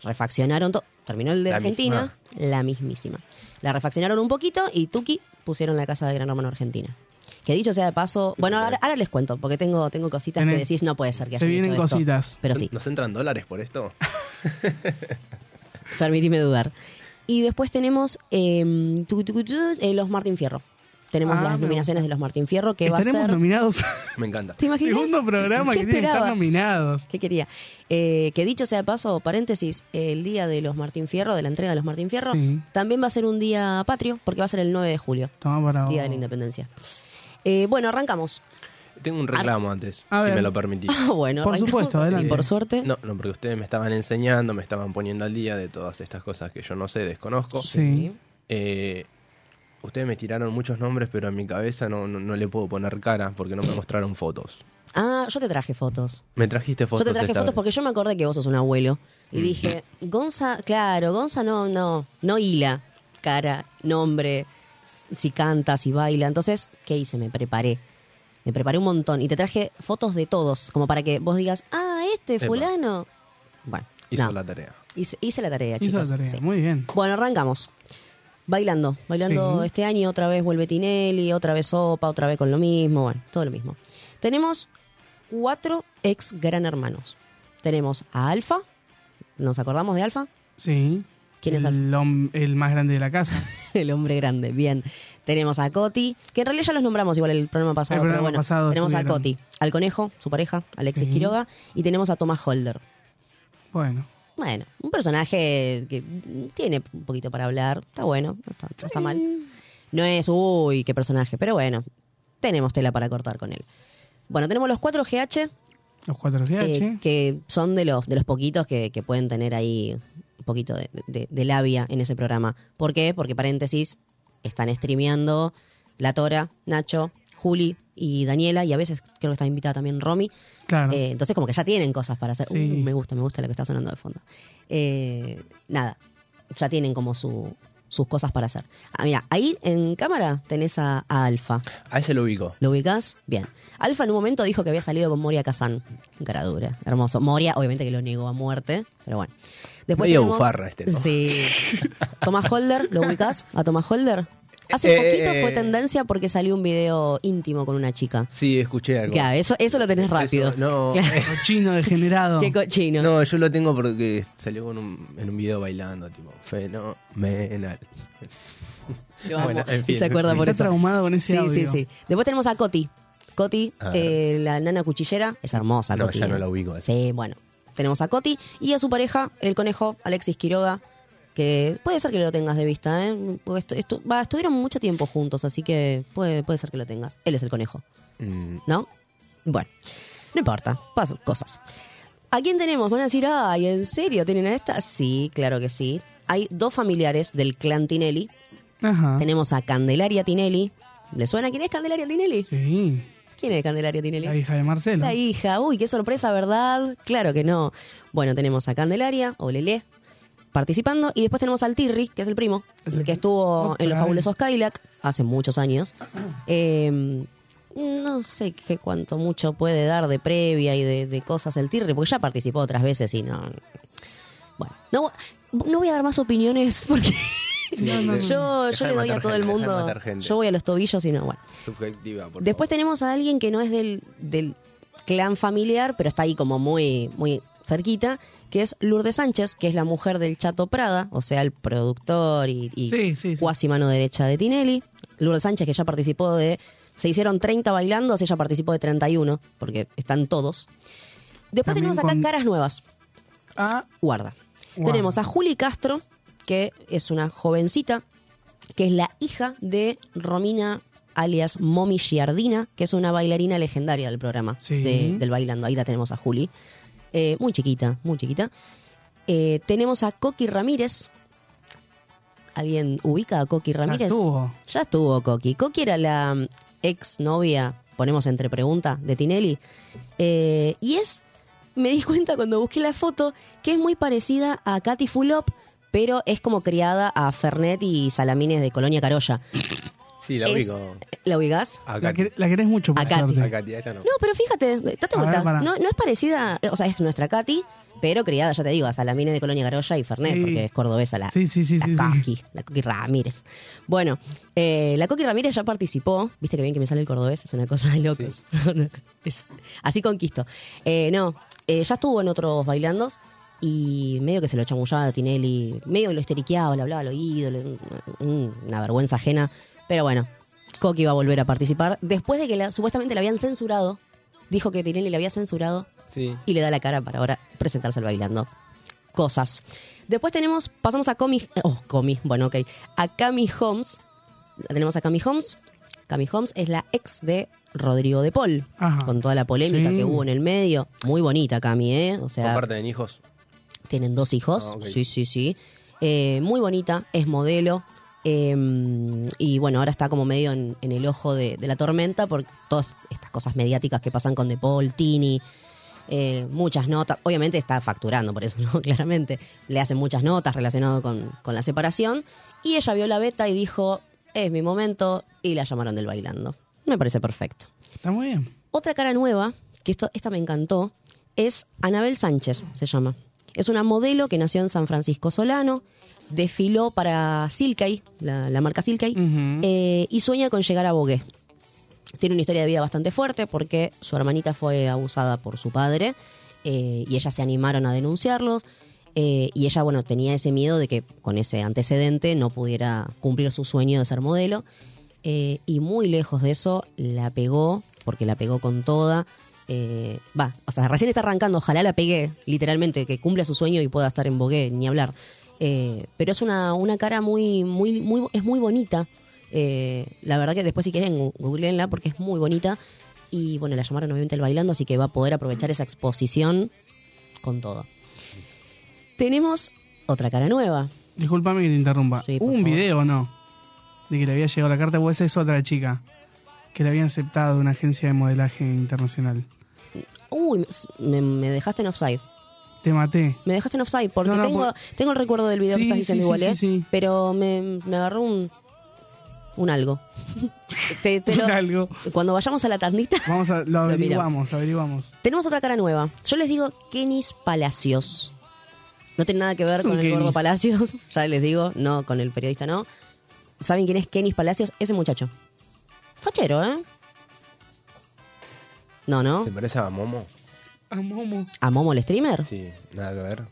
Speaker 2: Refaccionaron todo. Terminó el de
Speaker 5: La
Speaker 2: Argentina, la mismísima. La refaccionaron un poquito y Tuki pusieron la casa de Gran Hermano Argentina. Que dicho sea de paso, bueno, ahora, ahora les cuento, porque tengo, tengo cositas que
Speaker 4: Tenés-
Speaker 2: decís, no puede ser que
Speaker 4: se
Speaker 2: hayan hecho
Speaker 4: vienen
Speaker 2: esto.
Speaker 4: cositas.
Speaker 2: Pero sí.
Speaker 5: ¿Nos entran dólares por esto?
Speaker 2: Permitime dudar. Y después tenemos em, tu, tu, tu, tu, eh, los Martín Fierro. Tenemos
Speaker 4: Ah,
Speaker 2: las
Speaker 4: me
Speaker 2: nominaciones de los Martín Fierro que va a
Speaker 4: Estaremos
Speaker 2: ser.
Speaker 4: nominados.
Speaker 5: Me encanta.
Speaker 2: ¿Te imaginas?
Speaker 4: Segundo programa
Speaker 2: ¿Qué
Speaker 4: que tienen que estar
Speaker 2: esperaba?
Speaker 4: nominados.
Speaker 2: ¿Qué quería? Eh, que dicho sea de paso, paréntesis, el día de los Martín Fierro, de la entrega de los Martín Fierro,
Speaker 4: Sí.
Speaker 2: también va a ser un día patrio, porque va a ser el 9 de julio,
Speaker 4: Toma para vos.
Speaker 2: Día de la Independencia. Eh, bueno, arrancamos.
Speaker 5: Tengo un reclamo antes,
Speaker 4: A
Speaker 5: si
Speaker 4: ver.
Speaker 5: me lo permitís.
Speaker 2: bueno,
Speaker 4: Por
Speaker 2: arrancamos
Speaker 4: supuesto,
Speaker 2: así,
Speaker 4: adelante.
Speaker 2: por suerte.
Speaker 5: No, no, porque ustedes me estaban enseñando, me estaban poniendo al día de todas estas cosas que yo no sé, desconozco.
Speaker 4: Sí.
Speaker 5: Eh, ustedes me tiraron muchos nombres, pero en mi cabeza no, no, no le puedo poner cara porque no me mostraron fotos.
Speaker 2: Ah, yo te traje fotos.
Speaker 5: Me trajiste fotos.
Speaker 2: Yo te traje
Speaker 5: esta
Speaker 2: fotos
Speaker 5: vez. Mm.
Speaker 2: porque yo me acordé que vos sos un abuelo. Y dije, Gonza, claro, Gonza no, no, no hila, cara, nombre, si canta, si baila. Entonces, ¿qué hice? Me preparé. Me preparé un montón y te traje fotos de todos, como para que vos digas, ah, este,
Speaker 5: Epa.
Speaker 2: fulano. Bueno,
Speaker 5: Hizo
Speaker 2: no,
Speaker 5: la tarea.
Speaker 2: hice, hice la tarea,
Speaker 4: Hizo la
Speaker 2: chicos.
Speaker 4: tarea.
Speaker 2: sí.
Speaker 4: Muy bien.
Speaker 2: Bueno, arrancamos. Bailando, bailando
Speaker 4: Sí.
Speaker 2: este año, otra vez vuelve Tinelli, otra vez Sopa, otra vez con lo mismo, bueno, todo lo mismo. Tenemos cuatro ex gran hermanos. Tenemos a Alfa, ¿nos acordamos de Alfa?
Speaker 4: Sí.
Speaker 2: ¿Quién es
Speaker 4: el, hom- el más grande de la casa.
Speaker 2: El hombre grande, bien. Tenemos a Coti, que en realidad ya los nombramos igual el programa pasado,
Speaker 4: El
Speaker 2: pero
Speaker 4: programa
Speaker 2: bueno,
Speaker 4: pasado
Speaker 2: tenemos a
Speaker 4: estuvieron.
Speaker 2: Coti, al conejo, su pareja, Alexis
Speaker 4: Sí.
Speaker 2: Quiroga, y tenemos a Thomas Holder.
Speaker 4: Bueno.
Speaker 2: Bueno, un personaje que tiene un poquito para hablar. Está bueno, no está, no está mal. No es, uy, qué personaje, pero bueno, tenemos tela para cortar con él. Bueno, tenemos los cuatro GH,
Speaker 4: Los cuatro CH.
Speaker 2: eh, que son de los, de los poquitos que, que pueden tener ahí un poquito de, de- de labia en ese programa. ¿Por qué? Porque, paréntesis, están streameando La Tora, Nacho, Juli y Daniela, y a veces creo que está invitada también Romy.
Speaker 4: claro.
Speaker 2: Eh, entonces como que ya tienen cosas para hacer.
Speaker 4: Sí.
Speaker 2: Uh, me gusta, me gusta lo que está sonando de fondo. Eh, nada, ya tienen como su, sus cosas para hacer. Ah, mira, ahí en cámara tenés a, a Alfa.
Speaker 5: A ese lo ubico.
Speaker 2: ¿Lo ubicás? Bien. Alfa en un momento dijo que había salido con Moria Kazan. Cara dura, hermoso. Moria, obviamente que lo negó a muerte, pero bueno. Después
Speaker 5: Medio
Speaker 2: tenemos-
Speaker 5: bufarra este, ¿no?
Speaker 2: Sí. Thomas Holder, ¿lo ubicás? ¿A Thomas Holder? Hace
Speaker 5: Eh,
Speaker 2: poquito
Speaker 5: eh,
Speaker 2: fue
Speaker 5: eh.
Speaker 2: tendencia porque salió un video íntimo con una chica.
Speaker 5: Sí, escuché algo.
Speaker 2: Claro, eso, eso lo tenés rápido.
Speaker 5: Eso, no.
Speaker 2: Claro.
Speaker 4: Cochino degenerado.
Speaker 2: Qué cochino.
Speaker 5: No, yo lo tengo porque salió con un- en un video bailando, tipo, fenomenal.
Speaker 2: Lo amo.
Speaker 5: Bueno, en fin.
Speaker 2: Se acuerda por
Speaker 4: Está
Speaker 2: eso.
Speaker 4: traumado con ese
Speaker 2: Sí,
Speaker 4: audio.
Speaker 2: sí, sí. Después tenemos a Coti. Coti,
Speaker 5: Ah.
Speaker 2: eh, la nana cuchillera, es hermosa.
Speaker 5: No,
Speaker 2: Coti,
Speaker 5: ya
Speaker 2: eh.
Speaker 5: no la ubico.
Speaker 2: Sí, bueno. Tenemos a Coti y a su pareja, el conejo Alexis Quiroga, que puede ser que lo tengas de vista, ¿eh? Porque estu- estu- va, estuvieron mucho tiempo juntos, así que puede, puede ser que lo tengas. Él es el conejo,
Speaker 5: Mm,
Speaker 2: ¿no? Bueno, no importa, pasan cosas. ¿A quién tenemos? Van a decir, ay, ¿en serio tienen a esta? Sí, claro que sí. Hay dos familiares del clan Tinelli.
Speaker 4: Ajá.
Speaker 2: Tenemos a Candelaria Tinelli. ¿Le suena quién es Candelaria Tinelli?
Speaker 4: Sí.
Speaker 2: ¿Quién es Candelaria Tinelli?
Speaker 4: La hija de Marcelo.
Speaker 2: La hija, uy, qué sorpresa, ¿verdad? Claro que no. Bueno, tenemos a Candelaria, o Lelé, participando, y después tenemos al Tirri, que es el primo, el que estuvo
Speaker 4: Opa,
Speaker 2: en los
Speaker 4: eh.
Speaker 2: fabulosos Cadillac hace muchos años. Eh, no sé qué cuánto mucho puede dar de previa y de, de cosas el Tirri, porque ya participó otras veces y no... Bueno, no, no voy a dar más opiniones porque...
Speaker 5: Sí, No, no, no.
Speaker 2: yo,
Speaker 5: Dejá
Speaker 2: yo
Speaker 5: de
Speaker 2: le doy
Speaker 5: matar
Speaker 2: a todo
Speaker 5: gente,
Speaker 2: el
Speaker 5: dejá de
Speaker 2: mundo.
Speaker 5: matar gente.
Speaker 2: Yo voy a los tobillos y no, bueno.
Speaker 5: subjetiva, por
Speaker 2: Después tenemos a alguien que no es del, del clan familiar, pero está ahí como muy, muy cerquita, que es Lourdes Sánchez, que es la mujer del Chato Prada, o sea, el productor y, y
Speaker 4: Sí, sí, sí.
Speaker 2: cuasi mano derecha de Tinelli. Lourdes Sánchez, que ya participó de... Se hicieron 30 bailando, ella participó de 31, porque están todos.
Speaker 4: También
Speaker 2: Después tenemos acá
Speaker 4: con-
Speaker 2: caras nuevas.
Speaker 4: Ah,
Speaker 2: Guarda.
Speaker 4: Guarda.
Speaker 2: Tenemos a Juli Castro, que es una jovencita, que es la hija de Romina alias Momi Giardina, que es una bailarina legendaria del programa
Speaker 4: Sí.
Speaker 2: de- del Bailando. Ahí la tenemos a Juli. Eh, muy chiquita, muy chiquita. Eh, tenemos a Coqui Ramírez. ¿Alguien ubica a Coqui
Speaker 4: la
Speaker 2: Ramírez?
Speaker 4: tuvo.
Speaker 2: Ya estuvo Coqui. Coqui era la mm, ex novia, ponemos entre pregunta, de Tinelli. Eh, y es, me di cuenta cuando busqué la foto, que es muy parecida a Katy Fulop, pero es como criada a Fernet y Salamines de Colonia Carolla.
Speaker 5: Sí, la
Speaker 2: Es-
Speaker 5: ubico.
Speaker 2: ¿La ubicás?
Speaker 4: La,
Speaker 5: Acá.
Speaker 4: quer- la querés mucho, por
Speaker 2: A Katy.
Speaker 4: suerte.
Speaker 5: Acá, tía, ya no.
Speaker 2: No, pero fíjate, date
Speaker 4: A ver,
Speaker 2: vuelta.
Speaker 4: pará.
Speaker 2: No, no es parecida, eh, o sea, es nuestra Katy, pero criada, ya te digo, a Salamines de Colonia Carolla y Fernet,
Speaker 4: Sí.
Speaker 2: porque es cordobesa la,
Speaker 4: Sí, sí, sí,
Speaker 2: la
Speaker 4: sí, sí.
Speaker 2: Coqui, la Coqui Ramírez. Bueno, eh, la Coqui Ramírez ya participó. Viste que bien que me sale el cordobés, es una cosa de locos. Es- así conquisto. Eh, no, eh, ya estuvo en otros bailandos y medio que se lo chamullaba a Tinelli, medio que lo esteriqueaba, le hablaba al oído, le- un- una vergüenza ajena. Pero bueno, Coqui va a volver a participar. Después de que la- supuestamente la habían censurado, dijo que Tinelli la había censurado
Speaker 5: Sí.
Speaker 2: y le da la cara para ahora presentarse al bailando. Cosas. Después tenemos, pasamos a Comi, oh, Comi, bueno, ok, a Cami Holmes. La Tenemos a Cami Holmes. Cami Holmes es la ex de Rodrigo de Paul,
Speaker 4: Ajá.
Speaker 2: con toda la polémica
Speaker 4: Sí.
Speaker 2: que hubo en el medio. Muy bonita Cami, ¿eh? O sea,
Speaker 5: Comparten hijos.
Speaker 2: tienen dos hijos.
Speaker 5: Ah, ok.
Speaker 2: Sí, sí, sí. Eh, muy bonita, es modelo. eh, y bueno, ahora está como medio en, en el ojo de, de la tormenta por todas estas cosas mediáticas que pasan con De Paul, Tini. eh, muchas notas, obviamente está facturando por eso, ¿no? claramente. Le hacen muchas notas relacionadas con, con la separación. Y ella vio la beta y dijo, es mi momento, y la llamaron del bailando. Me parece perfecto.
Speaker 4: Está muy bien.
Speaker 2: Otra cara nueva, que esto, esta me encantó, es Anabel Sánchez, se llama. Es una modelo que nació en San Francisco Solano, desfiló para Silkei, la, la marca Silkei,
Speaker 4: Ujú.
Speaker 2: eh, y sueña con llegar a Bogué. Tiene una historia de vida bastante fuerte porque su hermanita fue abusada por su padre eh, y ellas se animaron a denunciarlos. eh, y ella, bueno, tenía ese miedo de que con ese antecedente no pudiera cumplir su sueño de ser modelo. eh, y muy lejos de eso, la pegó, porque la pegó con toda. eh, Va, o sea, recién está arrancando, ojalá la pegue, literalmente, que cumpla su sueño y pueda estar en Bogué, ni hablar. Eh, pero es una, una cara muy, muy, muy, es muy bonita. Eh, la verdad que después si quieren gu- googleenla porque es muy bonita. Y bueno, la llamaron obviamente el bailando, así que va a poder aprovechar esa exposición con todo. Tenemos otra cara nueva.
Speaker 4: Disculpame que te interrumpa.
Speaker 2: Sí, por
Speaker 4: ¿Hubo un
Speaker 2: favor.
Speaker 4: video o no? De que le había llegado la carta, o esa es otra chica. Que la habían aceptado de una agencia de modelaje internacional.
Speaker 2: Uy, me, me dejaste en offside.
Speaker 4: Te maté.
Speaker 2: Me dejaste en offside porque
Speaker 4: No, no,
Speaker 2: tengo,
Speaker 4: por-
Speaker 2: tengo el recuerdo del video
Speaker 4: Sí,
Speaker 2: que estás diciendo
Speaker 4: sí,
Speaker 2: igual,
Speaker 4: sí,
Speaker 2: ¿eh?
Speaker 4: sí, sí.
Speaker 2: Pero me, me agarró un. un algo. Te- te lo-
Speaker 4: Un algo.
Speaker 2: Cuando vayamos a la tandita.
Speaker 4: Vamos a, lo
Speaker 2: Lo
Speaker 4: averiguamos, lo averiguamos.
Speaker 2: Tenemos otra cara nueva. Yo les digo Kenis Palacios. No tiene nada que ver
Speaker 4: Es un
Speaker 2: con el gordo
Speaker 4: Kenis.
Speaker 2: Palacios, ya les digo, no con el periodista, no. ¿Saben quién es Kenis Palacios? Ese muchacho. Fachero, ¿eh? No, ¿no?
Speaker 5: ¿Se parece a Momo?
Speaker 4: A Momo.
Speaker 2: ¿A Momo el streamer?
Speaker 5: Sí, nada que ver.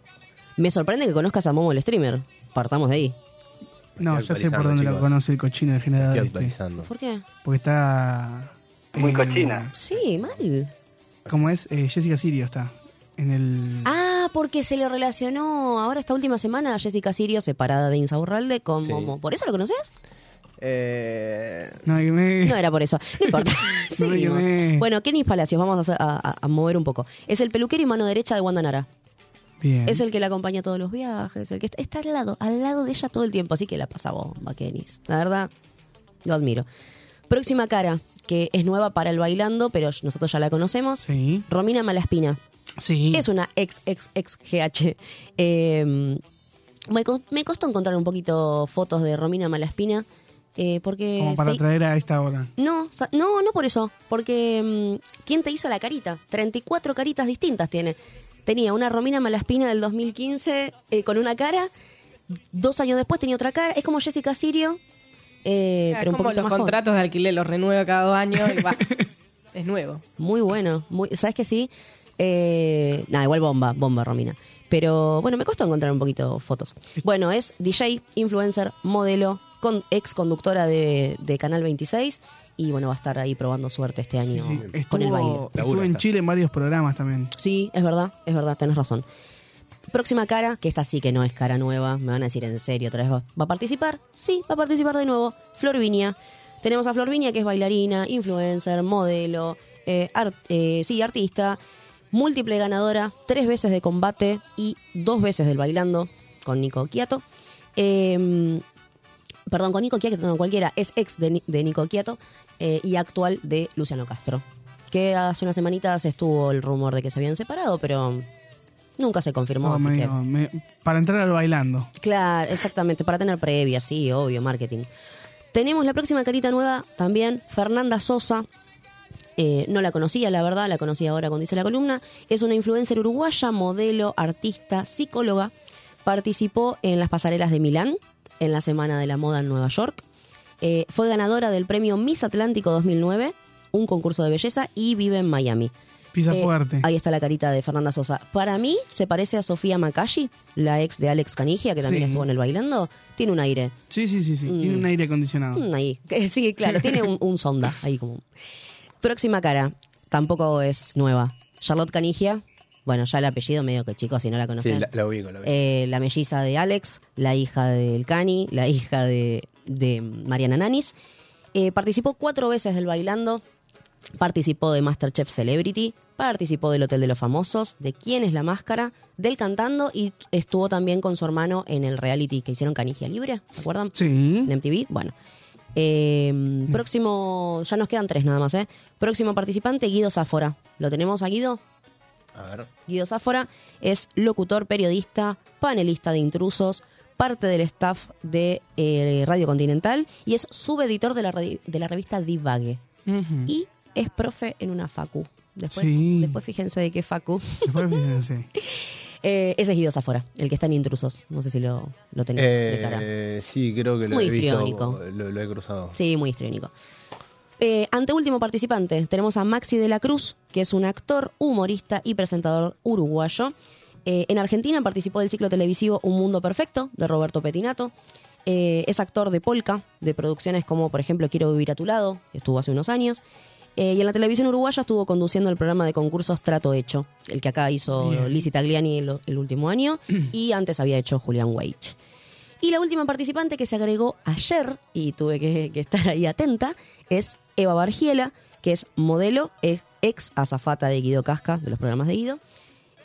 Speaker 2: Me sorprende que conozcas a Momo el streamer. Partamos de ahí.
Speaker 4: No,
Speaker 5: Estoy
Speaker 4: ya sé por
Speaker 5: actualizando,
Speaker 4: dónde lo
Speaker 5: chicos.
Speaker 4: conoce el cochino de generador.
Speaker 5: Estoy
Speaker 4: este.
Speaker 5: actualizando.
Speaker 2: ¿Por qué?
Speaker 4: Porque está.
Speaker 8: Muy
Speaker 4: eh,
Speaker 8: cochina.
Speaker 2: Sí, mal.
Speaker 4: ¿Cómo es? Eh, Jessica Sirio está. En el.
Speaker 2: Ah, porque se le relacionó ahora esta última semana a Jessica Sirio, separada de Insaurralde, con
Speaker 5: Sí.
Speaker 2: Momo. ¿Por eso lo conoces?
Speaker 5: Eh,
Speaker 4: No, que me.
Speaker 2: No era por eso. No importa.
Speaker 4: No me
Speaker 2: Seguimos.
Speaker 4: quemé.
Speaker 2: Bueno, Kenny Palacios, vamos a, hacer- a- a- a mover un poco. Es el peluquero y mano derecha de Wanda Nara.
Speaker 4: Bien.
Speaker 2: Es el que la acompaña a todos los viajes, el que está, está al lado, al lado de ella todo el tiempo. Así que la pasa bomba, Kenny. La verdad, lo admiro. Próxima cara, que es nueva para el bailando, pero nosotros ya la conocemos.
Speaker 4: Sí.
Speaker 2: Romina Malaspina.
Speaker 4: Sí.
Speaker 2: Es una ex, ex, ex GH. Eh, me, co- me costó encontrar un poquito fotos de Romina Malaspina, eh, porque...
Speaker 4: Como para
Speaker 2: se-
Speaker 4: traer a esta hora.
Speaker 2: no, sa- no, no por eso. Porque mm, ¿quién te hizo la carita? 34 caritas distintas tiene. Tenía una Romina Malaspina del 2015 eh, con una cara. Dos años después tenía otra cara. Es como Jessica Sirio, eh,
Speaker 6: Ah,
Speaker 2: pero
Speaker 6: es
Speaker 2: un
Speaker 6: como
Speaker 2: poquito
Speaker 6: los
Speaker 2: más joven.
Speaker 6: contratos de alquiler, los renuevo cada dos años y va. es nuevo.
Speaker 2: Muy bueno. Muy, ¿Sabes que sí? Eh, Nada, igual bomba, bomba Romina. Pero bueno, me costó encontrar un poquito fotos. Bueno, es DJ, influencer, modelo, con, ex conductora de, de Canal 26. Y bueno, va a estar ahí probando suerte este año
Speaker 4: Sí,
Speaker 2: con el baile.
Speaker 4: Estuvo, estuvo
Speaker 5: Labura
Speaker 4: en
Speaker 5: está.
Speaker 4: Chile en varios programas también.
Speaker 2: Sí, es verdad, es verdad, tenés razón. Próxima cara, que esta sí que no es cara nueva, me van a decir en serio otra vez, ¿va, va a participar? Sí, va a participar de nuevo, Florvinia. Tenemos a Florvinia que es bailarina, influencer, modelo, eh, art- eh, sí, artista, múltiple ganadora, tres veces de combate y dos veces del bailando con Nico Quiato. Eh, perdón, con Nico Quiato, no, cualquiera, es ex de, Ni- de Nico Quiato eh, y actual de Luciano Castro. Que hace unas semanitas estuvo el rumor de que se habían separado, pero nunca se confirmó.
Speaker 4: No,
Speaker 2: así
Speaker 4: medio-
Speaker 2: que-
Speaker 4: me- para entrar al bailando.
Speaker 2: Claro, exactamente, para tener previa, sí, obvio, marketing. Tenemos la próxima carita nueva también, Fernanda Sosa. Eh, no la conocía, la verdad, la conocí ahora cuando hice la columna. Es una influencer uruguaya, modelo, artista, psicóloga. Participó en las pasarelas de Milán, en la Semana de la Moda en Nueva York. Eh, fue ganadora del premio Miss Atlántico 2009, un concurso de belleza, y vive en Miami.
Speaker 4: Pisa
Speaker 2: Eh,
Speaker 4: fuerte.
Speaker 2: Ahí está la carita de Fernanda Sosa. Para mí, se parece a Sofía Makashi, la ex de Alex Canigia, que también
Speaker 4: Sí.
Speaker 2: estuvo en el bailando. Tiene un aire.
Speaker 4: Sí, sí, sí, sí. Tiene un aire acondicionado.
Speaker 2: Mm, Ahí. Sí, claro, tiene un, un sonda ahí como. Próxima cara. Tampoco es nueva. Charlotte Canigia. Bueno, ya el apellido medio que chicos, si no la
Speaker 5: sí,
Speaker 2: conocen.
Speaker 5: la, la ubico, la ubico.
Speaker 2: Eh, la melliza de Alex, la hija del Cani, la hija de, de Mariana Nanis. Eh, participó cuatro veces del Bailando, participó de Masterchef Celebrity, participó del Hotel de los Famosos, de Quién es la Máscara, del Cantando y estuvo también con su hermano en el reality que hicieron Canigia Libre, ¿se acuerdan?
Speaker 4: Sí.
Speaker 2: en MTV. Bueno. Eh, próximo, ya nos quedan tres nada más, ¿eh? Próximo participante, Guido Sáfora. ¿Lo tenemos a Guido?
Speaker 5: A ver.
Speaker 2: Guido Sáfora es locutor, periodista, panelista de intrusos, parte del staff de eh, Radio Continental y es subeditor de la, radi- de la revista Divague.
Speaker 4: Ujú.
Speaker 2: Y es profe en una facu. Después,
Speaker 4: Sí.
Speaker 2: después fíjense de qué facu.
Speaker 4: Después fíjense.
Speaker 2: Eh, ese es Guido Sáfora, el que está en intrusos. No sé si lo, lo tenés de cara.
Speaker 5: Eh, sí, creo que lo
Speaker 2: Muy
Speaker 5: he visto.
Speaker 2: histriónico.
Speaker 5: Lo, lo he cruzado.
Speaker 2: Sí, muy histriónico. Eh, anteúltimo participante, tenemos a Maxi de la Cruz, que es un actor, humorista y presentador uruguayo. Eh, en Argentina participó del ciclo televisivo Un Mundo Perfecto, de Roberto Petinato. Eh, es actor de polka, de producciones como, por ejemplo, Quiero Vivir a tu lado, que estuvo hace unos años. Eh, y en la televisión uruguaya estuvo conduciendo el programa de concursos Trato Hecho, el que acá hizo
Speaker 4: Bien.
Speaker 2: Lizzie Tagliani el, el último año, y antes había hecho Julián Weich. Y la última participante que se agregó ayer, y tuve que, que estar ahí atenta, es Eva Bargiela, que es modelo, ex, ex azafata de Guido Casca, de los programas de Guido,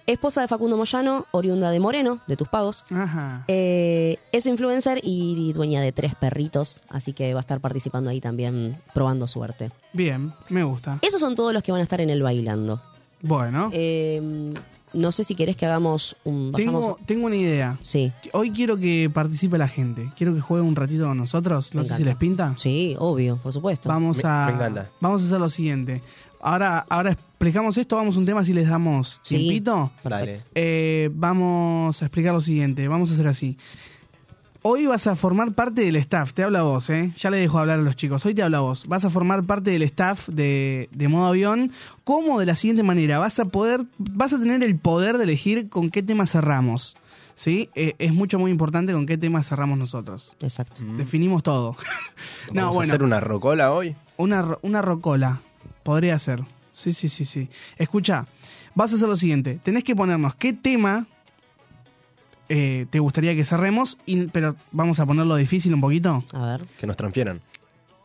Speaker 2: esposa de Facundo Moyano, oriunda de Moreno, de Tus Pagos.
Speaker 4: Ajá.
Speaker 2: Eh, es influencer y dueña de tres perritos, así que va a estar participando ahí también, probando suerte.
Speaker 4: Bien, me gusta.
Speaker 2: Eh, Esos son todos los que van a estar en el bailando.
Speaker 4: Bueno,
Speaker 2: Eh, No sé si querés que hagamos un... bajamos-
Speaker 4: Tengo, tengo una idea.
Speaker 2: Sí,
Speaker 4: Hoy quiero que participe la gente. Quiero que juegue un ratito con nosotros. No
Speaker 2: Me
Speaker 4: sé si
Speaker 2: encanta.
Speaker 4: les pinta.
Speaker 2: sí, obvio, por supuesto.
Speaker 4: Vamos
Speaker 5: Me-
Speaker 4: a
Speaker 5: me encanta.
Speaker 4: vamos a hacer lo siguiente. Ahora ahora explicamos esto, vamos a un tema si les damos
Speaker 2: Sí.
Speaker 4: tiempito.
Speaker 5: Dale.
Speaker 4: Eh, vamos a explicar lo siguiente, vamos a hacer así. Hoy vas a formar parte del staff, te habla vos, ¿eh? Ya le dejo hablar a los chicos, hoy te habla vos. Vas a formar parte del staff de, de modo avión. ¿Cómo? De la siguiente manera, vas a poder, vas a tener el poder de elegir con qué tema cerramos. ¿Sí? Eh, es mucho, muy importante con qué tema cerramos nosotros.
Speaker 2: Exacto.
Speaker 4: Definimos todo. no,
Speaker 5: Mm. ¿Vamos
Speaker 4: bueno.
Speaker 5: a hacer una rocola hoy?
Speaker 4: Una, ro- una rocola. Podría ser. Sí, sí, sí, sí. Escucha, vas a hacer lo siguiente. Tenés que ponernos qué tema eh, te gustaría que cerremos, y- pero vamos a ponerlo difícil un poquito.
Speaker 2: A ver.
Speaker 5: Que nos transfieran.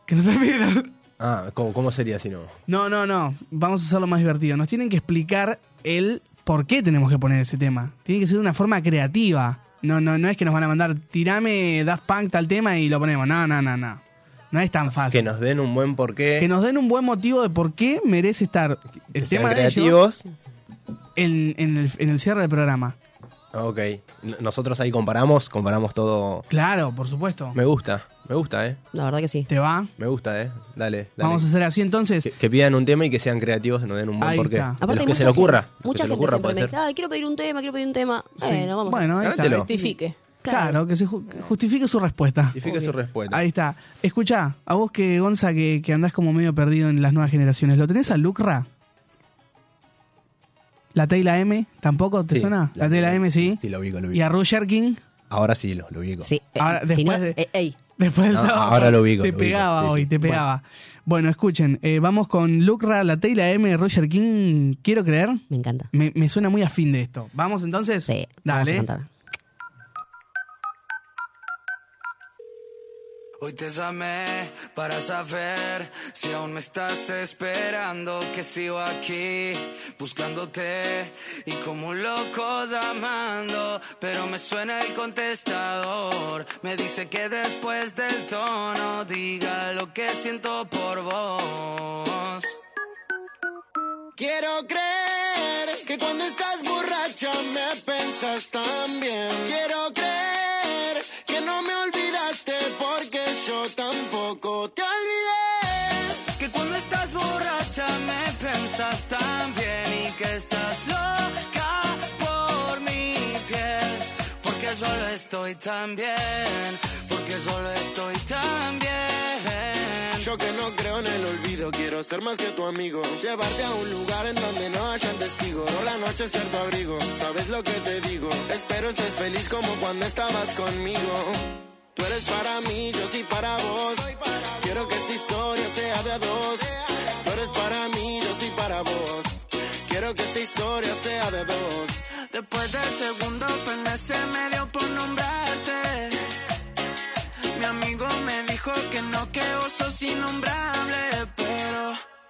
Speaker 4: Que no se pierdan.
Speaker 5: Ah, ¿cómo, cómo sería si no?
Speaker 4: No, no, no. Vamos a hacerlo más divertido. Nos tienen que explicar el por qué tenemos que poner ese tema. Tiene que ser de una forma creativa. No, no, no es que nos van a mandar, tirame Daft Punk tal tema y lo ponemos. No, no, no, no. No es tan fácil.
Speaker 5: Que nos den un buen porqué.
Speaker 4: que nos den un buen motivo de por qué merece estar el
Speaker 5: que sean
Speaker 4: tema de
Speaker 5: creativos.
Speaker 4: ellos en, en el, en el cierre del programa.
Speaker 5: Ah, Ok. N- Nosotros ahí comparamos, comparamos todo.
Speaker 4: Claro, por supuesto.
Speaker 5: Me gusta, me gusta, eh.
Speaker 2: La verdad que sí.
Speaker 4: ¿Te va?
Speaker 5: Me gusta, eh. Dale, dale.
Speaker 4: Vamos a hacer así entonces.
Speaker 5: que, que pidan un tema y que sean creativos, nos den un buen
Speaker 4: Ahí
Speaker 5: porqué.
Speaker 4: está.
Speaker 5: De los
Speaker 2: Aparte hay
Speaker 5: que
Speaker 2: mucha
Speaker 5: se le ocurra.
Speaker 2: gente-
Speaker 5: los que
Speaker 2: Mucha
Speaker 5: se le
Speaker 2: gente
Speaker 5: ocurra,
Speaker 2: siempre
Speaker 5: puede
Speaker 2: me dice,
Speaker 5: ser.
Speaker 2: ay, quiero pedir un tema, quiero pedir un tema.
Speaker 4: Sí.
Speaker 2: Bueno, vamos.
Speaker 4: Bueno, ahí está.
Speaker 5: Ganántelo.
Speaker 9: Justifique.
Speaker 4: Claro, que se ju- justifique su respuesta.
Speaker 5: Justifique su respuesta.
Speaker 4: Ahí está. Escucha, a vos que Gonza, que, que andás como medio perdido en las nuevas generaciones, ¿lo tenés a Lucra? ¿La T y la M? ¿Tampoco te
Speaker 5: Sí,
Speaker 4: suena? La T y la M, sí.
Speaker 5: Sí, lo ubico, lo ubico.
Speaker 4: ¿Y a Roger King?
Speaker 5: Ahora sí, lo, lo ubico.
Speaker 2: Sí. eh,
Speaker 4: Ahora,
Speaker 2: si no,
Speaker 4: después de-
Speaker 2: eh, ey,
Speaker 4: Después del
Speaker 5: No,
Speaker 4: sábado.
Speaker 5: ahora lo ubico,
Speaker 4: Te
Speaker 5: lo ubico,
Speaker 4: pegaba
Speaker 5: sí,
Speaker 4: hoy,
Speaker 5: sí.
Speaker 4: te
Speaker 5: Bueno.
Speaker 4: pegaba. Bueno, escuchen, eh, vamos con Lucra, la T y la M, Roger King, quiero creer.
Speaker 2: me encanta.
Speaker 4: Me, me suena muy afín de esto. ¿Vamos entonces?
Speaker 2: Sí, vamos a
Speaker 4: Dale.
Speaker 2: cantar.
Speaker 10: Hoy te llamé para saber si aún me estás esperando, que sigo aquí buscándote y como un loco llamando, pero me suena el contestador, me dice que después del tono diga lo que siento por vos. Quiero creer que cuando estás borracha me pensas también. Quiero creer que no me olvidaste porque yo tampoco te olvidé. Que cuando estás borracha me pensas también y que estás loca por mi piel. Porque solo estoy tan bien, porque solo estoy tan bien.
Speaker 11: Yo que no creo en el olvido, quiero ser más que tu amigo. Llevarte a un lugar en donde no hayan testigos. No la noche ser tu abrigo, sabes lo que te digo. Espero estés feliz como cuando estabas conmigo. Tú eres para mí, yo sí para vos. Quiero que esta historia sea de a dos. Tú eres para mí, yo sí para vos. Quiero que esta historia sea de dos.
Speaker 10: Después del segundo frenesí me dio por nombrarte. Mi amigo me dijo que no, que vos sos innombrable, pero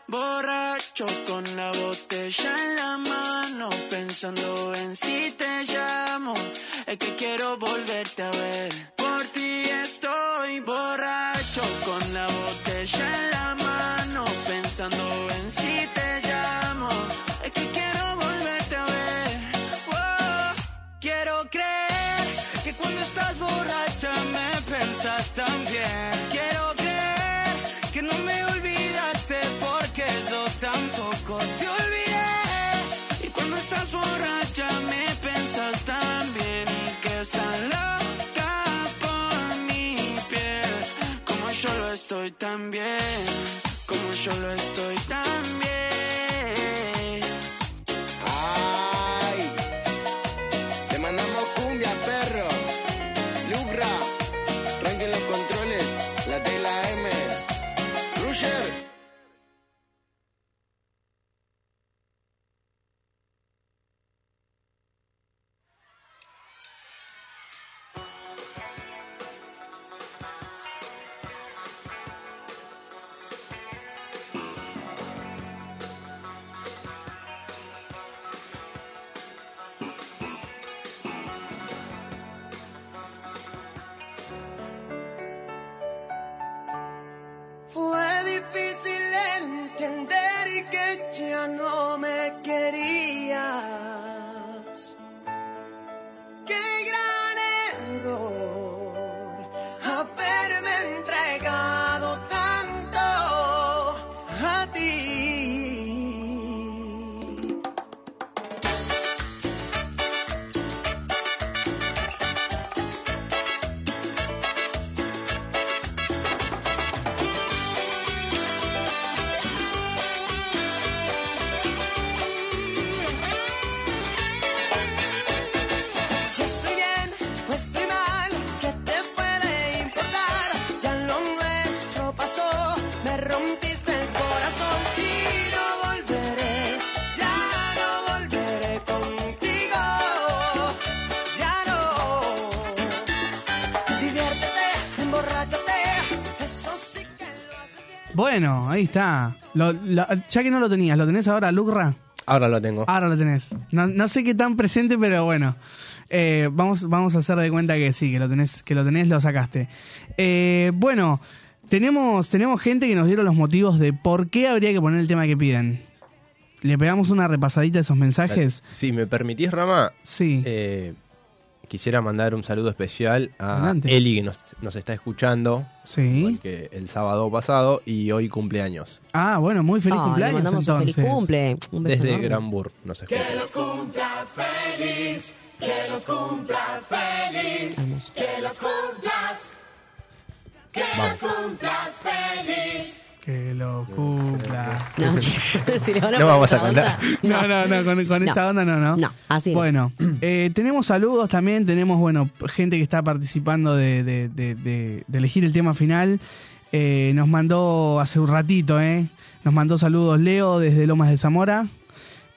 Speaker 10: borracho con la botella en la mano, pensando en si te llamo, es que quiero volverte a ver. Por ti estoy borracho con la botella en la mano, pensando en si te llamo, es que quiero volverte a ver. Oh, quiero creer que cuando estás borracha me pensas también. Quiero creer que no me olvidaste porque yo tampoco te olvidé. Y cuando estás borracha me pensas también y que estás loca por mi piel. Como yo lo estoy también, como yo lo estoy también.
Speaker 11: Ay, te mandamos cumbia, perro. Lucra, ranking los controles, la T y la M. Rusher.
Speaker 10: Fue difícil entender y que ya no me quería. pues
Speaker 4: Bueno, ahí está. Lo- lo- ya que no lo tenías, ¿lo tenés ahora, Lucra?
Speaker 5: Ahora lo tengo.
Speaker 4: Ahora lo tenés. No, no sé qué tan presente, pero bueno. Eh, vamos, vamos a hacer de cuenta que sí, que lo tenés, que lo tenés, lo sacaste. Eh, bueno, tenemos, tenemos gente que nos dieron los motivos de por qué habría que poner el tema que piden. ¿Le pegamos una repasadita a esos mensajes?
Speaker 5: Si me permitís, Rama,
Speaker 4: Sí.
Speaker 5: eh, quisiera mandar un saludo especial a
Speaker 4: Adelante.
Speaker 5: Eli que nos, nos está escuchando.
Speaker 4: sí.
Speaker 5: Porque el sábado pasado y hoy cumpleaños.
Speaker 4: Ah, bueno, muy feliz
Speaker 2: Ah, le
Speaker 4: cumpleaños.
Speaker 2: mandamos
Speaker 4: entonces.
Speaker 2: un feliz cumple. Un beso
Speaker 5: Desde
Speaker 2: enorme.
Speaker 5: Granbur nos escucha.
Speaker 2: Hermoso.
Speaker 4: Que lo cumpla.
Speaker 2: No, chicos, si le van a
Speaker 5: No
Speaker 2: poner
Speaker 5: vamos a
Speaker 2: esa onda,
Speaker 5: cantar.
Speaker 4: No, no, no, con, con
Speaker 2: No.
Speaker 4: esa onda no, no.
Speaker 2: No, así no.
Speaker 4: Bueno, eh, tenemos saludos también, tenemos, bueno, gente que está participando de, de- de- de- de elegir el tema final. Eh, nos mandó hace un ratito, ¿eh? Nos mandó saludos Leo desde Lomas de Zamora.